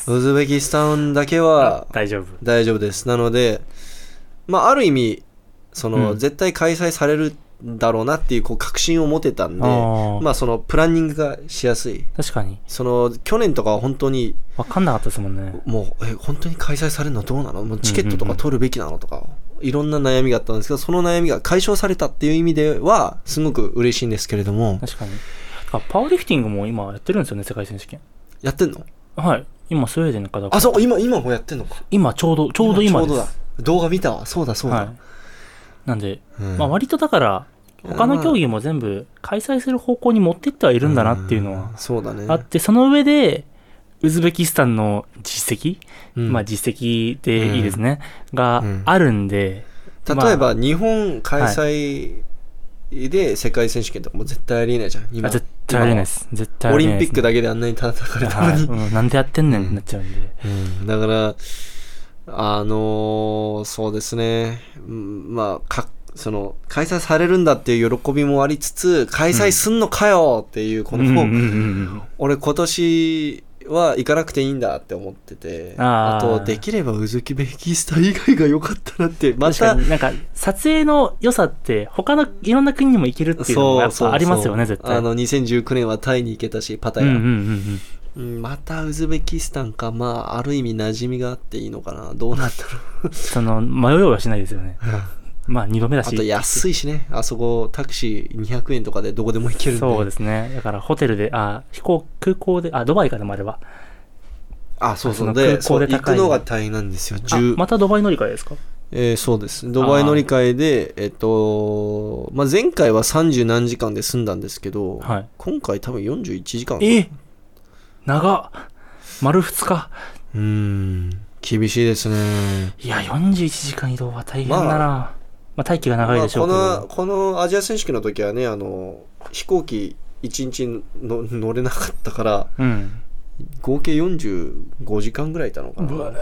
Speaker 1: ウズベキスタンだけは
Speaker 2: 大丈夫。
Speaker 1: 大丈夫ですなのでまあある意味その、
Speaker 2: うん
Speaker 1: 絶対開催されるんだろうなっていうこう確信を持てたんで
Speaker 2: あー
Speaker 1: まあそのプランニングがしやすい
Speaker 2: 確かに。
Speaker 1: その去年とかは本当に
Speaker 2: わかんなかったですもんね。
Speaker 1: もうえ本当に開催されるのどうなのもうチケットとか取るべきなのとか、いろんな悩みがあったんですけどその悩みが解消されたっていう意味ではすごく嬉しいんですけれども
Speaker 2: 確かに。あパワーリフティングも今やってるんですよね、世界選手権。
Speaker 1: やってんの
Speaker 2: はい。今、スウェーデンの方が
Speaker 1: あそう今今もやってんのか
Speaker 2: 今、ちょうど、ちょうど今で
Speaker 1: ち
Speaker 2: す。
Speaker 1: ょうどだ動画見たわそうだそうだ、
Speaker 2: はい。なんで、
Speaker 1: うん
Speaker 2: まあ、割とだから、他の競技も全部開催する方向に持ってってはいるんだなっていうのは
Speaker 1: んそうだね
Speaker 2: あって、その上で、ウズベキスタンの実績、
Speaker 1: うん
Speaker 2: まあ実績でいいですね、が
Speaker 1: うん
Speaker 2: あるんで、
Speaker 1: 例え
Speaker 2: ま
Speaker 1: ば日本開催で世界選手権とかも絶対ありえないじゃん今
Speaker 2: あ絶対ありえないです。絶対あ
Speaker 1: オ
Speaker 2: り
Speaker 1: リ
Speaker 2: え
Speaker 1: ン
Speaker 2: ない
Speaker 1: ピ
Speaker 2: です
Speaker 1: ックだけであんなに叩かれたの
Speaker 2: はい
Speaker 1: に、
Speaker 2: うんなんでやってんねんってなっちゃうんで。
Speaker 1: うんだからあのーそうですね、うんまあ、かその開催されるんだっていう喜びもありつつ、開催すんのかよっていう、この、
Speaker 2: うんうんうん
Speaker 1: 俺今年は行かなくていいんだって思ってて、
Speaker 2: あー
Speaker 1: あと、できればうずきベキスタ以外が良かったなって、ま
Speaker 2: 確
Speaker 1: た
Speaker 2: か、になんか撮影の良さって他のいろんな国にも行けるっていうのがやっぱありますよね絶対
Speaker 1: あの、2019年はタイに行けたし、パタ
Speaker 2: うん
Speaker 1: ヤ。
Speaker 2: うんうん
Speaker 1: うんまたウズベキスタンか、まあ、ある意味馴染みがあっていいのかな。どうなんだろ
Speaker 2: うんその迷いはしないですよね
Speaker 1: う。
Speaker 2: まあ2度目だし
Speaker 1: あと安いしね、あそこタクシー200円とかでどこでも行けるんで。
Speaker 2: そうですねだからホテルであ飛行空港であドバイかなまあれは
Speaker 1: あ、そうそ
Speaker 2: あ
Speaker 1: う。
Speaker 2: その空港
Speaker 1: で、
Speaker 2: で
Speaker 1: そう
Speaker 2: 高い
Speaker 1: 行くのが大変なんですよ。
Speaker 2: あ
Speaker 1: 10
Speaker 2: またドバイ乗り換えですか
Speaker 1: えーそうです。ドバイ乗り換えで、えっと、まあ、前回は30何時間で済んだんですけど、
Speaker 2: はい
Speaker 1: 今回多分41時間。う
Speaker 2: え長っ丸2日
Speaker 1: ーん、厳しいですね。
Speaker 2: いや41時間移動は大変だな、
Speaker 1: ま
Speaker 2: まあ、待機が長いでしょうけど、
Speaker 1: まあこの、このアジア選手権の時はね、あの、飛行機1日の乗れなかったから、
Speaker 2: うん
Speaker 1: 合計45時間ぐらいいたのか
Speaker 2: うわ
Speaker 1: な。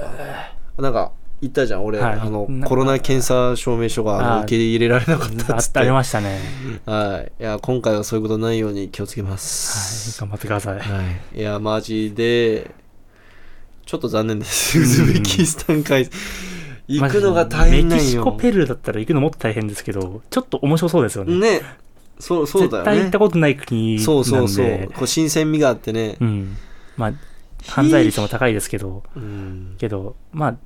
Speaker 1: なんか、言ったじゃん、俺、
Speaker 2: はい
Speaker 1: あの
Speaker 2: な、
Speaker 1: コロナ検査証明書があの
Speaker 2: あー
Speaker 1: 受け入れられなかったっつっ
Speaker 2: あ
Speaker 1: て。
Speaker 2: ありましたね、
Speaker 1: はい。いや、今回はそういうことないように気をつけま
Speaker 2: はい、
Speaker 1: す。
Speaker 2: 頑張ってください
Speaker 1: はい。いや、マジで、ちょっと残念です。ウズベキスタン会、行くのが大変な
Speaker 2: メキ
Speaker 1: ん
Speaker 2: シコ、
Speaker 1: よ。
Speaker 2: ペルーだったら行くのもっと大変ですけど、ちょっと面白そうですよね。
Speaker 1: ね。そう、そうだ
Speaker 2: 絶対
Speaker 1: よ
Speaker 2: 行っ
Speaker 1: ね
Speaker 2: た。ことない国なんで。
Speaker 1: そうそうそう。こう新鮮味があってね
Speaker 2: う。ん。まあ、犯罪率も高いですけど、
Speaker 1: うん。
Speaker 2: けど、まあ、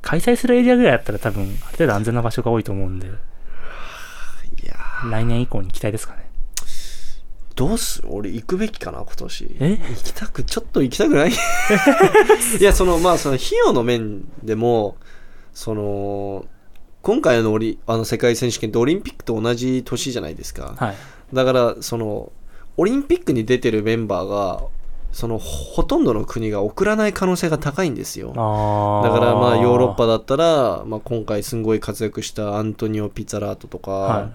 Speaker 2: 開催するエリアぐらいだったら多分、ある程度安全な場所が多いと思うんで、
Speaker 1: いやー
Speaker 2: 来年以降に期待ですかね。
Speaker 1: どうす俺行くべきかな、今年。
Speaker 2: え
Speaker 1: 行きたく、ちょっと行きた くないいや、その、まあ、その、費用の面でも、その、今回のオリあの世界選手権ってオリンピックと同じ年じゃないですか。
Speaker 2: はい。
Speaker 1: だから、その、オリンピックに出てるメンバーが、その、ほとんどの国が送らない可能性が高いんですよ。
Speaker 2: あ
Speaker 1: だから、まあ、ヨーロッパ
Speaker 2: だ
Speaker 1: だったら、まあ、今回すごい活躍したアントニオ・ピザラートとか、
Speaker 2: は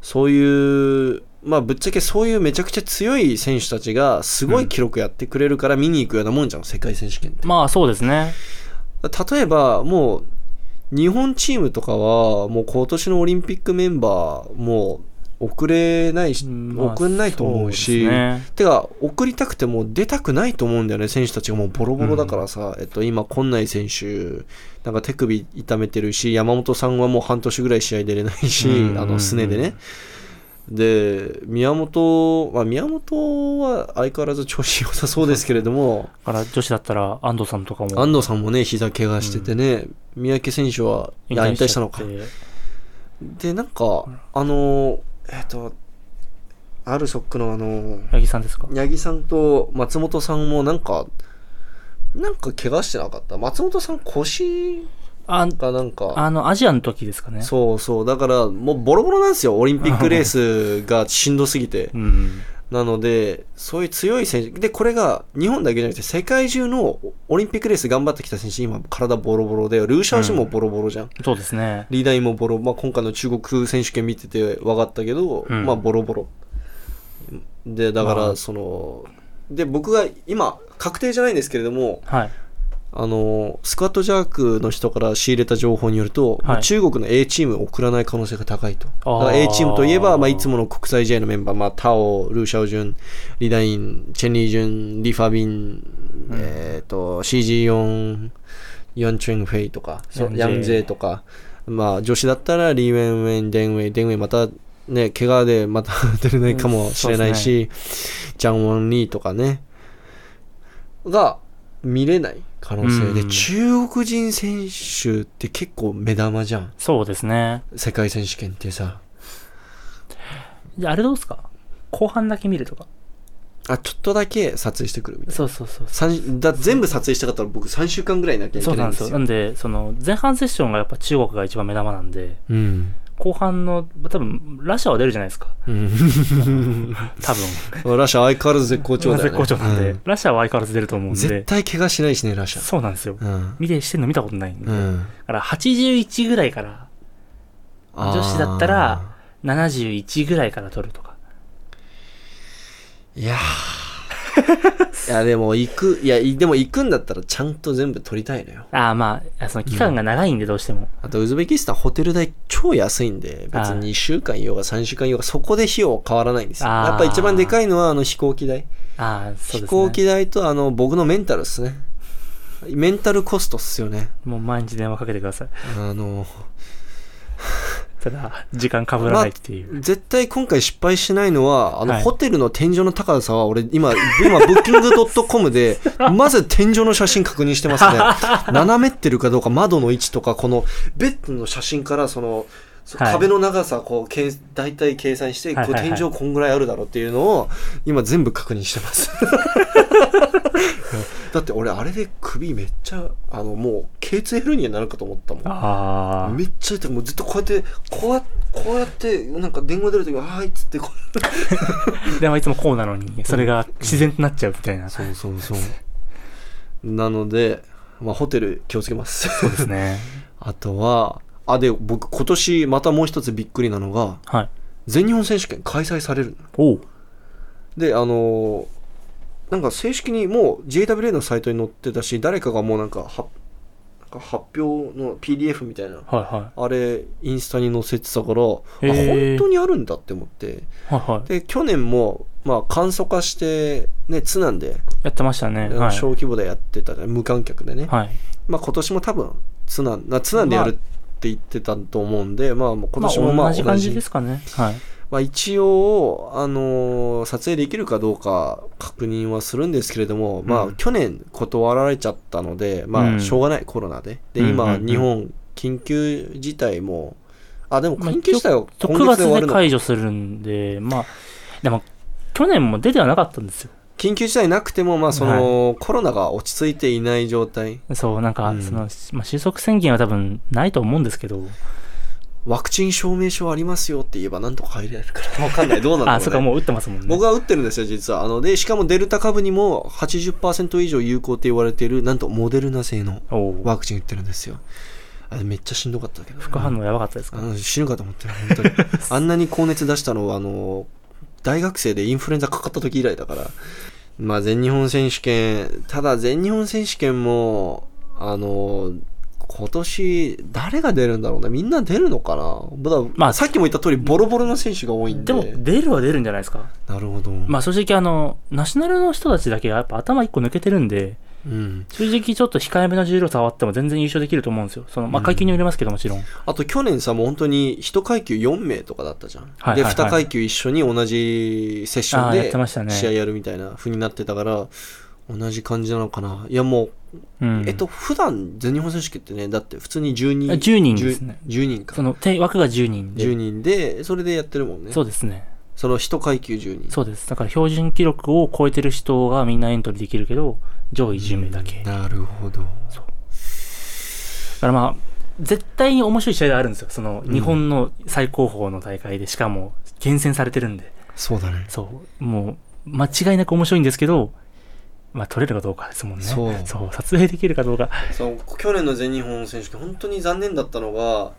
Speaker 1: そういう、まあ、ぶっちゃけそういうめちゃくちゃ強い選手たちがすごい記録やってくれるから見に行くようなもんじゃん、世界選手権って
Speaker 2: い。。まあ、そうですね。
Speaker 1: 例えば、もう、日本チームとかは、もう今年のオリンピックメンバー、もう、送れないし、
Speaker 2: まあ
Speaker 1: 送んないと思うし、
Speaker 2: そうですね
Speaker 1: てか、送りたくても出たくないと思うんだよね、選手たちがもうボロボロだからさ、えっと、今、今内選手、なんか手首痛めてるし、山本さんはもう半年ぐらい試合出れないし、
Speaker 2: うん
Speaker 1: あの、すねでね。で、宮本、まあ、宮本は相変わらず調子良さそうですけれども、
Speaker 2: だから、女子だったら安藤さんとかも。
Speaker 1: 安藤さんもね、膝怪我しててね、三宅選手は、いや引退したのか
Speaker 2: 引。退しちゃって
Speaker 1: で、なんか、あの、えっと、あるソックのあの、
Speaker 2: 八木さんですか
Speaker 1: 八木さんと松本さんもなんか、なんか怪我してなかった。松本さん腰
Speaker 2: あ
Speaker 1: がなんか、
Speaker 2: あの、アジアの時ですかね。
Speaker 1: そうそう。だからもうボロボロなんですよ。オリンピックレースがしんどすぎて。
Speaker 2: うん。
Speaker 1: なので、そういう強い選手。で、これが日本だけじゃなくて世界中のオリンピックレース頑張ってきた選手、今体ボロボロで、ルーシャー氏もボロボロじゃん。
Speaker 2: そうですね。
Speaker 1: リーダイもボロ、まあ、今回の中国選手権見てて分かったけど、
Speaker 2: うん
Speaker 1: まあボロボロでだか
Speaker 2: ま
Speaker 1: ら
Speaker 2: あ
Speaker 1: その、で僕が今確定じゃないんですけれども
Speaker 2: はい。
Speaker 1: あのスクワットジャークの人から仕入れた情報によると、
Speaker 2: はい
Speaker 1: 中国の A チームを送らない可能性が高いとだ
Speaker 2: あー
Speaker 1: から A チームといえば、まあ、いつもの国際試合のメンバー、まあ、タオルー・シャオジュンリダインチェン・リージュンリ・ファビン、えっ、と CG4 ヨン・チュン・フェイとかそう
Speaker 2: ヤ
Speaker 1: ヤ
Speaker 2: ンジェイ
Speaker 1: ン・ゼイとか、まあ、女子だったらリー・ウェン・ウェンデン・ウェイデン・ウェイまたね怪我でまた 出れないかもしれないし、ジャン・ウォン・リーとかねが見れない可能性で、
Speaker 2: うん
Speaker 1: 中国人選手って結構目玉じゃん
Speaker 2: そうですね。
Speaker 1: 世界選手権ってさ
Speaker 2: じゃあ、あれどうですか後半だけ見るとか。
Speaker 1: あちょっとだけ撮影してくるみたいな
Speaker 2: そうそうそう。
Speaker 1: 三だ全部撮影したかったら僕3週間ぐらいいなきゃい
Speaker 2: そ
Speaker 1: け
Speaker 2: う
Speaker 1: な
Speaker 2: ないん
Speaker 1: ん
Speaker 2: で
Speaker 1: ですす
Speaker 2: よ。
Speaker 1: よ
Speaker 2: なんで、その、前半セッションがやっぱ中国が一番目玉なんで、
Speaker 1: うん
Speaker 2: 後半の、まあ多分、ラシャは出るじゃないですか。多分。
Speaker 1: ラシャ相変わらず絶好調だよね
Speaker 2: 絶好調なんで、
Speaker 1: うん
Speaker 2: ラシャは相変わらず出ると思うん
Speaker 1: 絶
Speaker 2: で、
Speaker 1: 対怪我しないしねラシャ
Speaker 2: そうなんですよ。
Speaker 1: うん
Speaker 2: 見てしてんの見たことないんで。
Speaker 1: う
Speaker 2: だ
Speaker 1: ん
Speaker 2: から、81ぐらいから、
Speaker 1: あー
Speaker 2: 女子だったら71ぐらいから取るとか。
Speaker 1: いや いや、でも行く、いや、いでも行くんだったらちゃんと全部取りたいのよ。
Speaker 2: ああ、まあ、その期間が長いんでどうしても。
Speaker 1: あと、ウズベキスタンホテル代超安いんで、別
Speaker 2: あー
Speaker 1: に2週間いようが3週間いようが、そこで費用は変わらないんですよ。
Speaker 2: あー
Speaker 1: やっぱ一番でかいのは、あの、飛行機代。
Speaker 2: ああ、そう
Speaker 1: 飛
Speaker 2: ですね。
Speaker 1: 行機代と、あの、僕のメンタルっすね。メンタルコストっすよね。
Speaker 2: もう毎日電話かけてください。
Speaker 1: あの、
Speaker 2: ただ、時間かぶらないっていう。
Speaker 1: 絶対今回失敗しないのは、あの、
Speaker 2: はい
Speaker 1: ホテルの天井の高さは、俺、今、今、ブッキングドットコム で、まず天井の写真確認してますね。斜めってるかどうか、窓の位置とか、この、ベッドの写真から、その、そ
Speaker 2: はい
Speaker 1: 壁の長さ、こう、けい大体計算して、
Speaker 2: はいはいはい
Speaker 1: こう天井こんぐらいあるだろうっていうのを、今全部確認してます。 だって俺、あれで首めっちゃ、あの、もう、頸椎ヘルニアになるかと思ったもん。
Speaker 2: ああ。
Speaker 1: めっちゃ痛いもうずっとこうやってこうやこうやってなんか電話出るときは「はーい」っつってこう
Speaker 2: 電話いつもこうなのに、それが自然となっちゃうみたいな。そう
Speaker 1: そうそう なので、まあ、ホテル気をつけます
Speaker 2: うですね。
Speaker 1: あとはあで僕今年またもう一つびっくりなのが
Speaker 2: はい。
Speaker 1: 全日本選手権開催されるの
Speaker 2: おう。
Speaker 1: であのーなんか正式にもう JWA のサイトに載ってたし誰かがもうなんかはなんか発表の PDF みたいな
Speaker 2: はいは
Speaker 1: あれインスタに載せてたからあ
Speaker 2: へー
Speaker 1: 本当にあるんだって思って
Speaker 2: い。はいはい。
Speaker 1: で去年も、まあ、簡素化して、ね、ツナンで、
Speaker 2: やってましたね。はい。
Speaker 1: 小規模でやってたじゃん無観客でね、
Speaker 2: はい。
Speaker 1: まあ、今年も多分ツナンなツナンでやるって言ってたと思うんで、まあ、もう今
Speaker 2: ま
Speaker 1: 年もま
Speaker 2: あ、
Speaker 1: あ
Speaker 2: 同
Speaker 1: 同じ,、
Speaker 2: じ感じですかね。はい。
Speaker 1: まあ、一応、あのー撮影できるかどうか確認はするんですけれども、ま
Speaker 2: う
Speaker 1: あ、
Speaker 2: ん
Speaker 1: 去年断られちゃったので、
Speaker 2: う
Speaker 1: まあ、
Speaker 2: ん
Speaker 1: しょうがないコロナでで
Speaker 2: うんうんうん
Speaker 1: 今、日本緊急事態もあでも
Speaker 2: まあ
Speaker 1: 緊急事態は今月で
Speaker 2: 9月
Speaker 1: 終わ
Speaker 2: で
Speaker 1: るのか
Speaker 2: 解除するんで、まあ、でも、去年も出てはなかったんですよ。
Speaker 1: 緊急事態なくても、まあそのコロナが落ち着いていない状態
Speaker 2: そう、なんか、
Speaker 1: うん
Speaker 2: その、まあ、収束宣言は多分ないと思うんですけど、
Speaker 1: ワクチン証明書ありますよって言えばなんとか入れられるから わかんないどうなんだろう、ね、
Speaker 2: あ、そっか、もう打ってますもんね。
Speaker 1: 僕は打ってるんですよ実はあのでしかもデルタ株にも80%以上有効って言われているなんとモデルナ製の
Speaker 2: おう
Speaker 1: ワクチン打ってるんですよあれめっちゃしんどかったけどね、
Speaker 2: 副反応やばかったですか、
Speaker 1: あの死ぬかと思ってる本 当にあんなに高熱出したのはあの大学生でインフルエンザかかった時以来だからまあ全日本選手権ただ全日本選手権もあの今年誰が出るんだろうねみんな出るのかなだ
Speaker 2: ま
Speaker 1: ま
Speaker 2: あ
Speaker 1: あさっきも言った通りボロボロの選手が多いんで
Speaker 2: でも、出るは出るんじゃないですか。
Speaker 1: なるほど
Speaker 2: まあ、正直、あの、ナショナルの人たちだけやっぱ頭一個抜けてるんで、
Speaker 1: うん、
Speaker 2: 正直ちょっと控えめの重量触っても全然優勝できると思うんですよ。その、まあ、階級によりますけどもちろん。
Speaker 1: あと去年さもう本当に1階級4名とかだったじゃん、
Speaker 2: はいはいはい
Speaker 1: で2階級一緒に同じセッショ
Speaker 2: あ
Speaker 1: ン
Speaker 2: ーやってま
Speaker 1: で
Speaker 2: したね
Speaker 1: 試合やるみたいな風になってたから同じ感じなのかないやもう
Speaker 2: うん。
Speaker 1: えっと、普段全日本選手権ってね、だって普通に10人。
Speaker 2: あ10人ですね
Speaker 1: 10 10人か。
Speaker 2: その、手枠が10人で。
Speaker 1: 10人で、それでやってるもんね。
Speaker 2: そ
Speaker 1: そう
Speaker 2: ですね。
Speaker 1: の1階級10人。
Speaker 2: そうです。だから標準記録を超えてる人がみんなエントリーできるけど、上位10名だけ。だ
Speaker 1: なるほど。
Speaker 2: からまあ、絶対に面白い試合ではあるんですよ。その、日本の最高峰の大会で、しかも、厳選されてるんで。
Speaker 1: そうだね。
Speaker 2: そう。もう、間違いなく面白いんですけど、まあ、撮れるかどうかですもんね。
Speaker 1: そう
Speaker 2: 撮影できるかどうか。
Speaker 1: そう、去年の全日本選手権、本当に残念だったのが、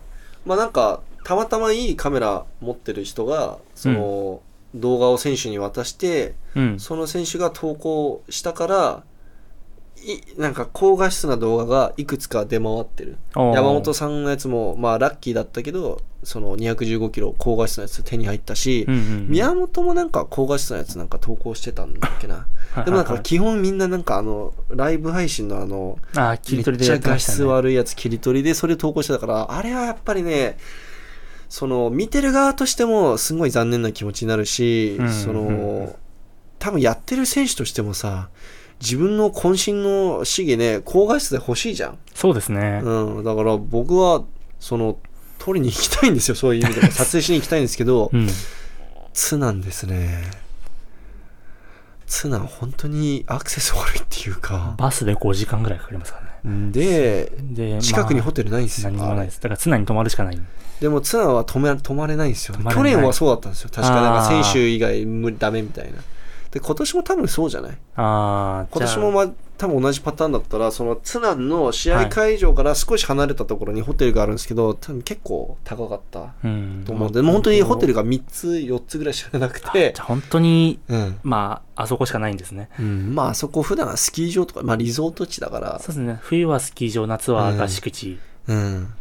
Speaker 1: まあなんか、たまたまいいカメラ持ってる人が、その、動画を選手に渡して、
Speaker 2: うん。
Speaker 1: その選手が投稿したから、いなんか高画質な動画がいくつか出回ってる。
Speaker 2: おー
Speaker 1: 山本さんのやつも、まあ、ラッキーだったけどその215キロ高画質のやつ手に入ったし、
Speaker 2: うんうんうん、
Speaker 1: 宮本もなんか高画質のやつなんか投稿してたんだっけな
Speaker 2: はい
Speaker 1: でもなん
Speaker 2: は
Speaker 1: か
Speaker 2: い
Speaker 1: 基本みんななんかあのライブ配信のあの
Speaker 2: はいあー、切り取り
Speaker 1: め
Speaker 2: でや
Speaker 1: っ
Speaker 2: っ
Speaker 1: ちゃ
Speaker 2: てま
Speaker 1: 画
Speaker 2: した
Speaker 1: 質
Speaker 2: ね。
Speaker 1: 悪いやつ切り取りでそれ投稿してたからあれはやっぱりねその見てる側としてもすごい残念な気持ちになるし、
Speaker 2: うん
Speaker 1: そ
Speaker 2: うん
Speaker 1: の多分やってる選手としてもさ自分の渾身の試技ね高画質で欲しいじゃん
Speaker 2: そうですね。
Speaker 1: うん、だから僕はその取りに行きたいんですよそういう意味で も撮影しに行きたいんですけど
Speaker 2: うん。
Speaker 1: ツなんですねツなん本当にアクセス悪いっていうか
Speaker 2: バスで5時間ぐらいかかりますからね。
Speaker 1: で
Speaker 2: で、
Speaker 1: 近くに
Speaker 2: まあ
Speaker 1: ホテルないんですよ、
Speaker 2: 何もない
Speaker 1: あ
Speaker 2: で
Speaker 1: れ
Speaker 2: す。だから常に泊まるしかない。
Speaker 1: でもツナは止め泊まれないんですよ
Speaker 2: 泊まれな
Speaker 1: 去
Speaker 2: い
Speaker 1: 年はそうだったんですよ確かなん
Speaker 2: あー
Speaker 1: か選手以外無理ダメみたいなで今年も多分そうじゃない
Speaker 2: ああ、
Speaker 1: 今年も、ま、多分同じパターンだったら、そのツナンの試合会場から少し離れたところにホテルがあるんですけど、多分結構高かった
Speaker 2: うん
Speaker 1: と思うんで、もう本当にホテ
Speaker 2: ル
Speaker 1: ルが3つ、4つぐらいしかなくて
Speaker 2: じゃ、あ本当に、
Speaker 1: うん。
Speaker 2: まあ、あそこしかないんですね。
Speaker 1: うん、まあそこ普段はスキー場とか、まあリゾート地だから
Speaker 2: そう、ですね。冬はスキー場、夏は合宿地。
Speaker 1: うん。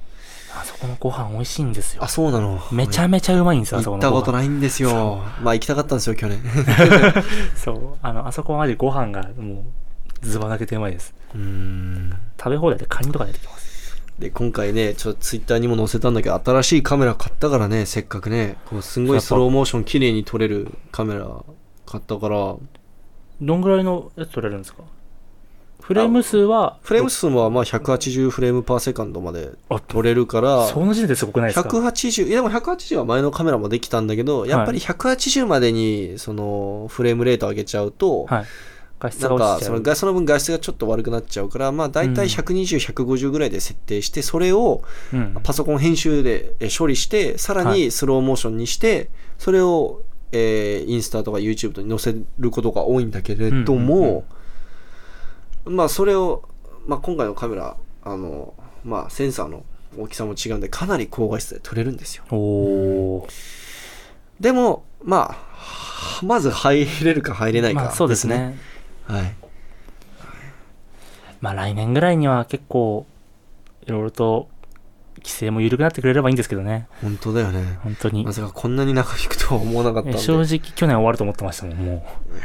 Speaker 2: あそこのご飯美味しいんですよ
Speaker 1: あ、。そうなの。
Speaker 2: めちゃめちゃうまいんですよ、あそ
Speaker 1: 行っ
Speaker 2: この
Speaker 1: た
Speaker 2: ご飯。
Speaker 1: ことないんですよ。まあ行きたかったんですよ、去年。
Speaker 2: そう。あの、あそこはマジご飯がもう、ズバ抜けてうまいです。
Speaker 1: うん。
Speaker 2: 食べ放題でカニとか出てきます。
Speaker 1: で、今回ね、ちょっとツイッターにも載せたんだけど、新しいカメラ買ったからね、せっかくね、こうすんごいスローモーション綺麗に撮れるカメラ買ったから、
Speaker 2: どんぐらいのやつ取れるんですかフレーム数は、
Speaker 1: フレーム数はまあ180フレームパーセカンドまで
Speaker 2: あ、
Speaker 1: 撮れるから、
Speaker 2: その時点ですごくないですか
Speaker 1: 180、いやでも180は前のカメラもできたんだけど、やっぱり180までに、その、フレームレート上げちゃうと、
Speaker 2: はい。画質
Speaker 1: な
Speaker 2: が
Speaker 1: ん
Speaker 2: 落
Speaker 1: か
Speaker 2: ちちゃ
Speaker 1: そうの。画その分画質がちょっと悪くなっちゃうから、まあ、大体120、150ぐらいで設定して、それを
Speaker 2: うん
Speaker 1: パソコン編集でえ処理して、さら
Speaker 2: は
Speaker 1: にスローモーションにして、それを、えーインスタとか YouTube とに載せることが多いんだけれども、まあ、それを、まあ、今回のカメラ、あの、まあ、センサーの大きさも違うんで、かなり高画質で撮れるんですよ。
Speaker 2: おー。
Speaker 1: でも、まあ、はまず入れるか入れない
Speaker 2: まあ
Speaker 1: か
Speaker 2: そうです。ね。
Speaker 1: はい。
Speaker 2: まあ来年ぐらいには結構、いろいろと規制も緩くなってくれればいいんですけどね。
Speaker 1: 本当だよね。
Speaker 2: 本当に
Speaker 1: ま。さかこんなに長引くとは思わなかったん
Speaker 2: え
Speaker 1: で。
Speaker 2: 正直去年終わると思ってましたもん、もう。だ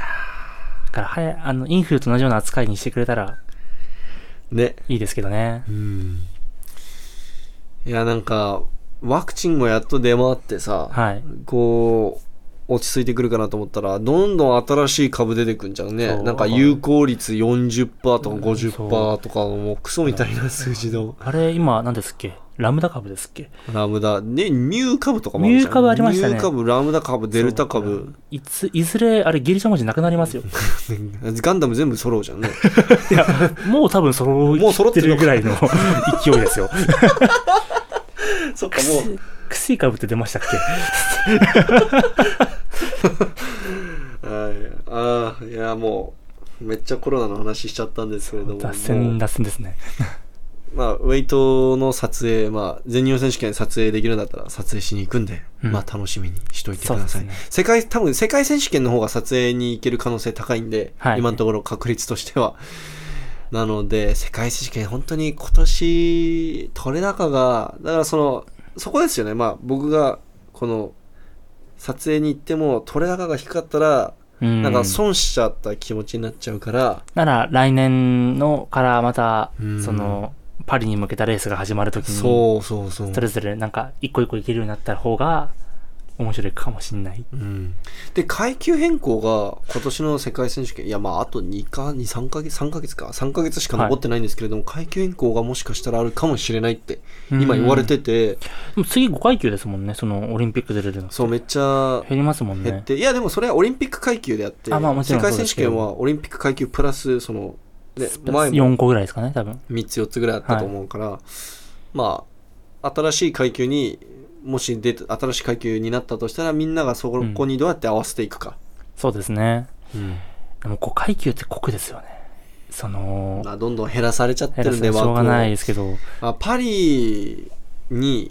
Speaker 2: から早い、あの、インフルと同じような扱いにしてくれたら
Speaker 1: ね。
Speaker 2: いいですけどね。
Speaker 1: うん。いや、なんか、ワクチンもやっと出回ってさ、
Speaker 2: はい。
Speaker 1: こう、落ち着いてくるかなと思ったら、どんどん新しい株出てくんじゃん
Speaker 2: そ
Speaker 1: ね。
Speaker 2: う
Speaker 1: なんか有効率40%とか
Speaker 2: そ
Speaker 1: 50%とか、もうクソみたいな数字の
Speaker 2: あれ、今、何ですっけラムダ株ですっけ
Speaker 1: ラムダ。ね、ミュー株とかもあるじゃん。
Speaker 2: ミュー株ありましたね
Speaker 1: ミュー株、ラムダ株、デルタ株。
Speaker 2: いつ、いずれ、あれ、ギリシャ文字なくなりま すよ。
Speaker 1: ガンダム全部揃うじゃん ね。
Speaker 2: いや、もう多分揃
Speaker 1: もう揃
Speaker 2: っ
Speaker 1: っててるの
Speaker 2: るぐ
Speaker 1: から
Speaker 2: いの 勢いですよ。
Speaker 1: そっか
Speaker 2: くす、くすい株って出ましたっけ
Speaker 1: う。はい。ああ、いや、もう、めっちゃコロナの話しちゃったんですけれども。
Speaker 2: 脱
Speaker 1: もう
Speaker 2: 線、脱線ですね。
Speaker 1: まあ、ウェイトの撮影、まあ、全日本選手権撮影できるんだったら撮影しに行くんで、
Speaker 2: うん
Speaker 1: まあ、楽しみにしといてく
Speaker 2: そう
Speaker 1: だ
Speaker 2: で
Speaker 1: さ
Speaker 2: す
Speaker 1: い。
Speaker 2: ね。
Speaker 1: 世界、多分世界選手権の方が撮影に行ける可能性高いんで、
Speaker 2: はい
Speaker 1: 今のところ確率としては。なので、世界選手権、本当に今年、取れ高が、だからその、そこですよね。まあ、僕が、この、撮影に行っても、取れ高が低かったら、
Speaker 2: うん。
Speaker 1: なんか損しちゃった気持ちになっちゃうから、
Speaker 2: なら、来年のからまた
Speaker 1: うん、
Speaker 2: その、パリに向けたレースが始まるときに、
Speaker 1: そうそうそう。
Speaker 2: それぞれなんか、一個一個いけるようになった方が、面白いかもしんない。
Speaker 1: うん、で階級変更が今年の世界選手権いやまああと2か2 3か月3か月か3か月しか残ってないんですけれども、階級変更がもしかしたらあるかもしれないって今言われてて、
Speaker 2: でも次5階級ですもんね、その、オリンピック出れるの。
Speaker 1: そうめっちゃ
Speaker 2: 減りますもん
Speaker 1: 減っ
Speaker 2: ね。
Speaker 1: て、いやでもそれはオリンピック階級であって
Speaker 2: あまあもち
Speaker 1: 世
Speaker 2: ろんそう
Speaker 1: 界
Speaker 2: ですけ
Speaker 1: 選
Speaker 2: ど
Speaker 1: 手権はオリンピック階級プラスその、ね、前も
Speaker 2: 4個ぐらいですかね、多分。
Speaker 1: 3つ4つぐらいあったと思うから、まあ新しい階級にもし出た新しい階級になったとしたらみんながそこにどうやって合わせていくか。
Speaker 2: そうですね。
Speaker 1: うん
Speaker 2: でも5階級って酷ですよね。その、
Speaker 1: まあ、どんどん減らされちゃってるんで、
Speaker 2: 減らすのしょうが
Speaker 1: 枠を
Speaker 2: ないですけど、
Speaker 1: まあ、パリに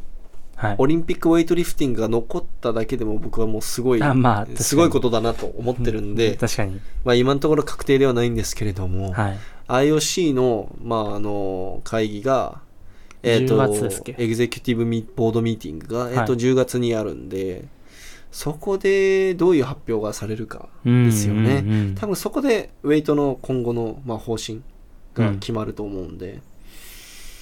Speaker 2: はい
Speaker 1: オ。リンピックウェイトリフティングが残っただけでも僕はもうすごい、
Speaker 2: あまあ確かに
Speaker 1: すごいことだなと思ってるん
Speaker 2: う
Speaker 1: で、
Speaker 2: 確かに。
Speaker 1: まあ、今のところ確定ではないんですけれども、
Speaker 2: はい。
Speaker 1: IOC の,、まああの会議が、えーと
Speaker 2: 10月ですっけ
Speaker 1: エグゼキュティブミボードミーティングが、えーと
Speaker 2: はい
Speaker 1: 10月にあるんで、そこでどういう発表がされるか
Speaker 2: うん
Speaker 1: ですよね。
Speaker 2: うんうん
Speaker 1: 多分そこでウェイトの今後の、まあ、方針が決まると思うんで。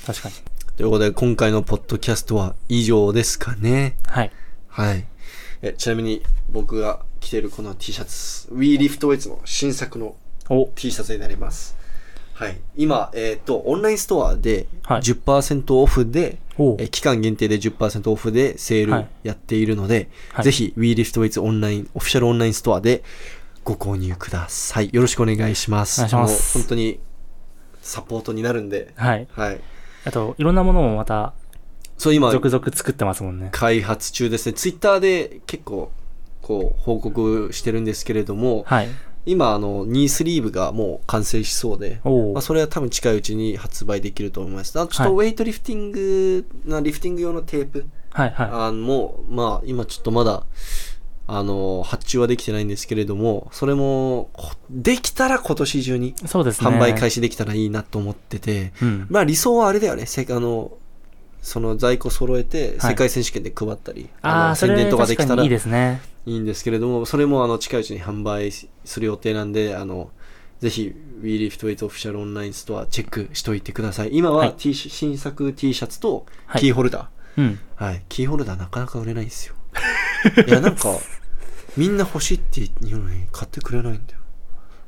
Speaker 2: 確かに。
Speaker 1: ということで、今回のポッドキャストは以上ですかね。
Speaker 2: はい。
Speaker 1: はい。えちなみに、僕が着てるこの T シャツ、We Lift Weights の新作の
Speaker 2: お、
Speaker 1: T シャツになります。はい。今、えっ、と、オンラインストアで
Speaker 2: はい
Speaker 1: 10%オフで、
Speaker 2: お
Speaker 1: えー期間限定で10%オフでセー
Speaker 2: は
Speaker 1: ル
Speaker 2: い
Speaker 1: やっているので、
Speaker 2: はい
Speaker 1: ぜひ We Lift Weights オンライン、オフィシャルオンラインストアでご購入ください。よろしくお願いします。
Speaker 2: お願いします
Speaker 1: あの本当にサポートになるんで、
Speaker 2: はい。
Speaker 1: はい。
Speaker 2: あと、いろんなものもまた、
Speaker 1: そう、今、
Speaker 2: 続々作ってますもんね。
Speaker 1: 開発中ですね。ツイッターで結構こう報告してるんですけれども、
Speaker 2: はい。
Speaker 1: 今、あの、ニースリーブがもう完成しそうで、ま
Speaker 2: お
Speaker 1: あ、
Speaker 2: お。
Speaker 1: それは多分近いうちに発売できると思います。あとちょっとウェイトリフティング、なリフティング用のテープ
Speaker 2: はいは
Speaker 1: あのも、まあ今ちょっとまだ、あの、発注はできてないんですけれども、それも、こできたら今年中に
Speaker 2: い。そうですね。
Speaker 1: 販売開始できたらいいなと思ってて、
Speaker 2: うん。
Speaker 1: まあ理想はあれだよね、せあの、その在庫揃えて
Speaker 2: はい
Speaker 1: 世界選手権で配ったり、
Speaker 2: あ
Speaker 1: の
Speaker 2: あ、それ
Speaker 1: 宣伝とかで
Speaker 2: 確
Speaker 1: きた
Speaker 2: からにいい
Speaker 1: い
Speaker 2: ですね。
Speaker 1: いんですけれども、それもあの近いうちに販売する予定なんで、あの、ぜひ WeLiftWeight オフィシャルオンラインストアチェックしといてください。今
Speaker 2: は
Speaker 1: は、
Speaker 2: い
Speaker 1: T シ新作 T シャツと
Speaker 2: はい
Speaker 1: キーホルダー。
Speaker 2: うん。
Speaker 1: はい、キーホルダーなかなか売れないんですよいや なんかみんな欲しいって言うのに買ってくれないんだよ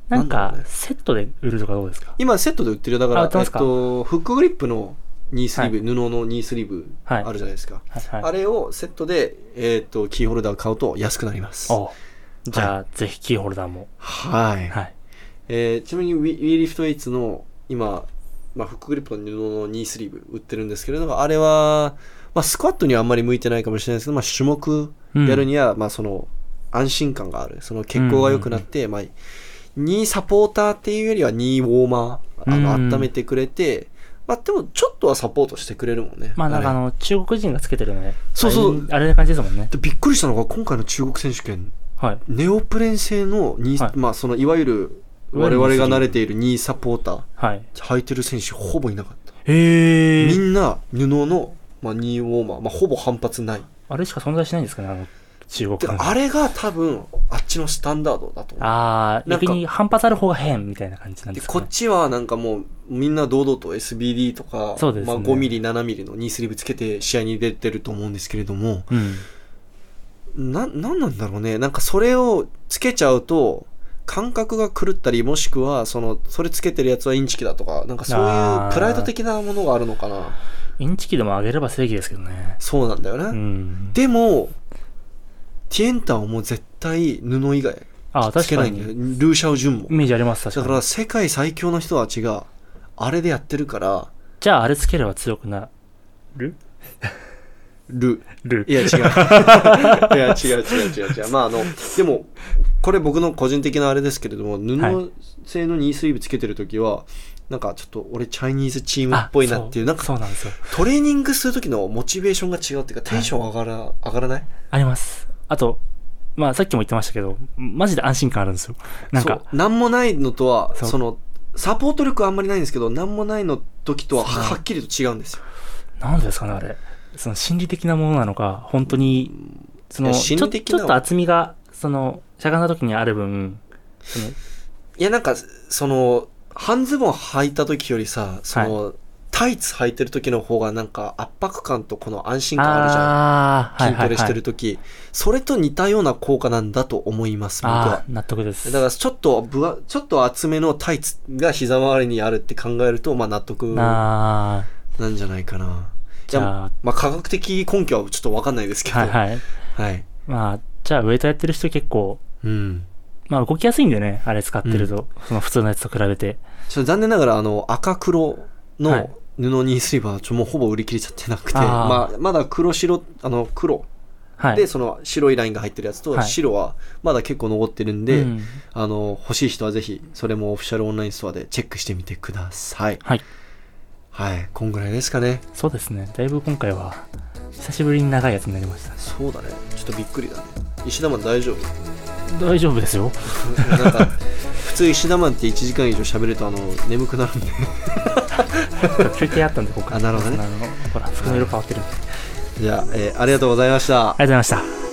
Speaker 2: なん
Speaker 1: なんだろ
Speaker 2: か
Speaker 1: うね、
Speaker 2: セットで売るとかどうですか
Speaker 1: 今セットで売ってるよだか
Speaker 2: あ売
Speaker 1: ら
Speaker 2: ってますか
Speaker 1: えっと、フックグリップのニースリーブ、布のニースリーブ
Speaker 2: はい
Speaker 1: あるじゃないですか、
Speaker 2: はい
Speaker 1: あ
Speaker 2: はい。
Speaker 1: れをセットで、えっとキーホルダー買うと安くなります
Speaker 2: おうじゃあ、ぜひキーホルダーも。
Speaker 1: はい、
Speaker 2: はい。
Speaker 1: えーちなみに WeLiftWeights の今、まあ、フックグリップの布のニースリーブ売ってるんですけれどもあれは、まあ、スクワットにはあんまり向いてないかもしれないですけど、まあ、種目
Speaker 2: うん
Speaker 1: やるには、まあその安心感があるその血行が良くなって、まあ、2サポーターっていうよりは2ウォーマーあの、
Speaker 2: うんうん
Speaker 1: 温めてくれて、まあ、でもちょっとはサポートしてくれるもんね
Speaker 2: まあなんかあ
Speaker 1: れ
Speaker 2: の、中国人がつけてるので。
Speaker 1: そうそう
Speaker 2: あれあれな感じですもんね。
Speaker 1: でびっくりしたのが今回の中国選手権
Speaker 2: はい。
Speaker 1: ネオプレン製のニー、
Speaker 2: はい
Speaker 1: まあ、そのいわゆる
Speaker 2: いわ
Speaker 1: 我
Speaker 2: ゆる
Speaker 1: 々が慣れている2サポーター
Speaker 2: はい。
Speaker 1: 履いてる選手ほぼいなかった、
Speaker 2: へ
Speaker 1: み
Speaker 2: え。
Speaker 1: んな布の、まあ、2ウォーマー、まあ、ほぼ反発ない
Speaker 2: あれしか存在しないんですかね、あの、中
Speaker 1: で
Speaker 2: 国
Speaker 1: あれが多分あっちのスタンダードだと思う
Speaker 2: ああ、
Speaker 1: なんか
Speaker 2: 逆に反発ある方が変みたいな感じなん
Speaker 1: で
Speaker 2: です
Speaker 1: こ
Speaker 2: か
Speaker 1: っ
Speaker 2: ね。
Speaker 1: ちはなんかもうみんな堂々と SBD とか、
Speaker 2: そうですね
Speaker 1: まあ、5ミリ7ミリのニースリーブつけて試合に出てると思うんですけれども
Speaker 2: うん。
Speaker 1: ななんなんだろうねなんかそれをつけちゃうと感覚が狂ったりもしくはそのそれつけてるやつはインチキだとかなんかそうい
Speaker 2: あ
Speaker 1: う
Speaker 2: ー
Speaker 1: プライド的なものがあるのかな
Speaker 2: インチキでも上げれば正義ですけどね。
Speaker 1: そうなんだよね、
Speaker 2: うん。
Speaker 1: でもティエンタはもう絶対布以外
Speaker 2: ああ、
Speaker 1: つ
Speaker 2: 確
Speaker 1: け
Speaker 2: か
Speaker 1: ないん
Speaker 2: に。
Speaker 1: だよ
Speaker 2: イ
Speaker 1: ルーシャオジュンも
Speaker 2: メージあります、
Speaker 1: だ
Speaker 2: 確
Speaker 1: か
Speaker 2: からに。
Speaker 1: 世界最強の人たちがあれでやってるから
Speaker 2: じゃあ、あれつければ強くなる
Speaker 1: ル
Speaker 2: る
Speaker 1: いや違う。い や違う違う違う違う。まああの、でも、これ僕の個人的なあれですけれども、
Speaker 2: は
Speaker 1: 布製のニースリーブつけてるときは、なんかちょっと俺チャイニーズチームっぽいなっていう、
Speaker 2: そ
Speaker 1: なんか
Speaker 2: そうなんですよ。
Speaker 1: トレーニングするときのモチベーションが違うっていうか、テンション上がら、上がらない
Speaker 2: あります。あと、まあさっきも言ってましたけど、マジで安心感あるんですよ。なんか
Speaker 1: そ、うなんもないのとは、
Speaker 2: そう
Speaker 1: その、サポート力はあんまりないんですけど、なんもないの時とは
Speaker 2: そう
Speaker 1: ははっきりと違うんですよ。
Speaker 2: なんですかね、あれ。その心理的なものなのか、本当に、その、
Speaker 1: いや
Speaker 2: ち
Speaker 1: 心
Speaker 2: ょ
Speaker 1: 理
Speaker 2: ち
Speaker 1: 的な
Speaker 2: ょっと厚みが、その、しゃがんだ時にある分、その
Speaker 1: いやなんか、その、半ズボン履いた時よりさ、その、タイツ履いてる時の方がなんか圧迫感とこの安心感あるじゃん。
Speaker 2: ああー、はい
Speaker 1: 筋
Speaker 2: はい、は
Speaker 1: ト
Speaker 2: い。
Speaker 1: レしてる時、それと似たような効果なんだと思います僕
Speaker 2: あ
Speaker 1: は
Speaker 2: あ、納得です。
Speaker 1: だからちょっとぶわちょっと厚めのタイツが膝周りにあるって考えるとまあ納得な
Speaker 2: なあ、
Speaker 1: んじゃないかな
Speaker 2: じゃあ、
Speaker 1: まあ科学的根拠はちょっと分かんないですけど
Speaker 2: はいはい。
Speaker 1: はい
Speaker 2: まあ、じゃあ、ウェイトやってる人結構、
Speaker 1: うん
Speaker 2: まあ、動きやすいんでね、あれ使ってると、その普通のやつと比べて。
Speaker 1: ちょっと残念ながらあの赤黒
Speaker 2: は
Speaker 1: の
Speaker 2: い
Speaker 1: 布にすればちょもうほぼ売り切れちゃってなくて
Speaker 2: あー
Speaker 1: まあ、まだ黒白あの黒
Speaker 2: はい。
Speaker 1: でその白いラインが入ってるやつと
Speaker 2: はい
Speaker 1: 白はまだ結構残ってるんで、
Speaker 2: うん
Speaker 1: あの、欲しい人はぜひ、それもオフィシャルオンラインストアでチェックしてみてください。
Speaker 2: はい。
Speaker 1: はい。こんぐらいですかね。
Speaker 2: そうですね。だいぶ今回は、久しぶりに長いやつになりました。
Speaker 1: そうだね。ちょっとびっくりだね。石田マン大丈夫
Speaker 2: 大丈夫ですよ。
Speaker 1: なんか、普通石田マンって1時間以上喋ると、あの、眠くな るんで。
Speaker 2: 休憩あったんで、ここから。
Speaker 1: あなるほどね
Speaker 2: のほら、服の色変わってるんで。あり
Speaker 1: じゃあ、えーありがとうございました。
Speaker 2: がとうございました。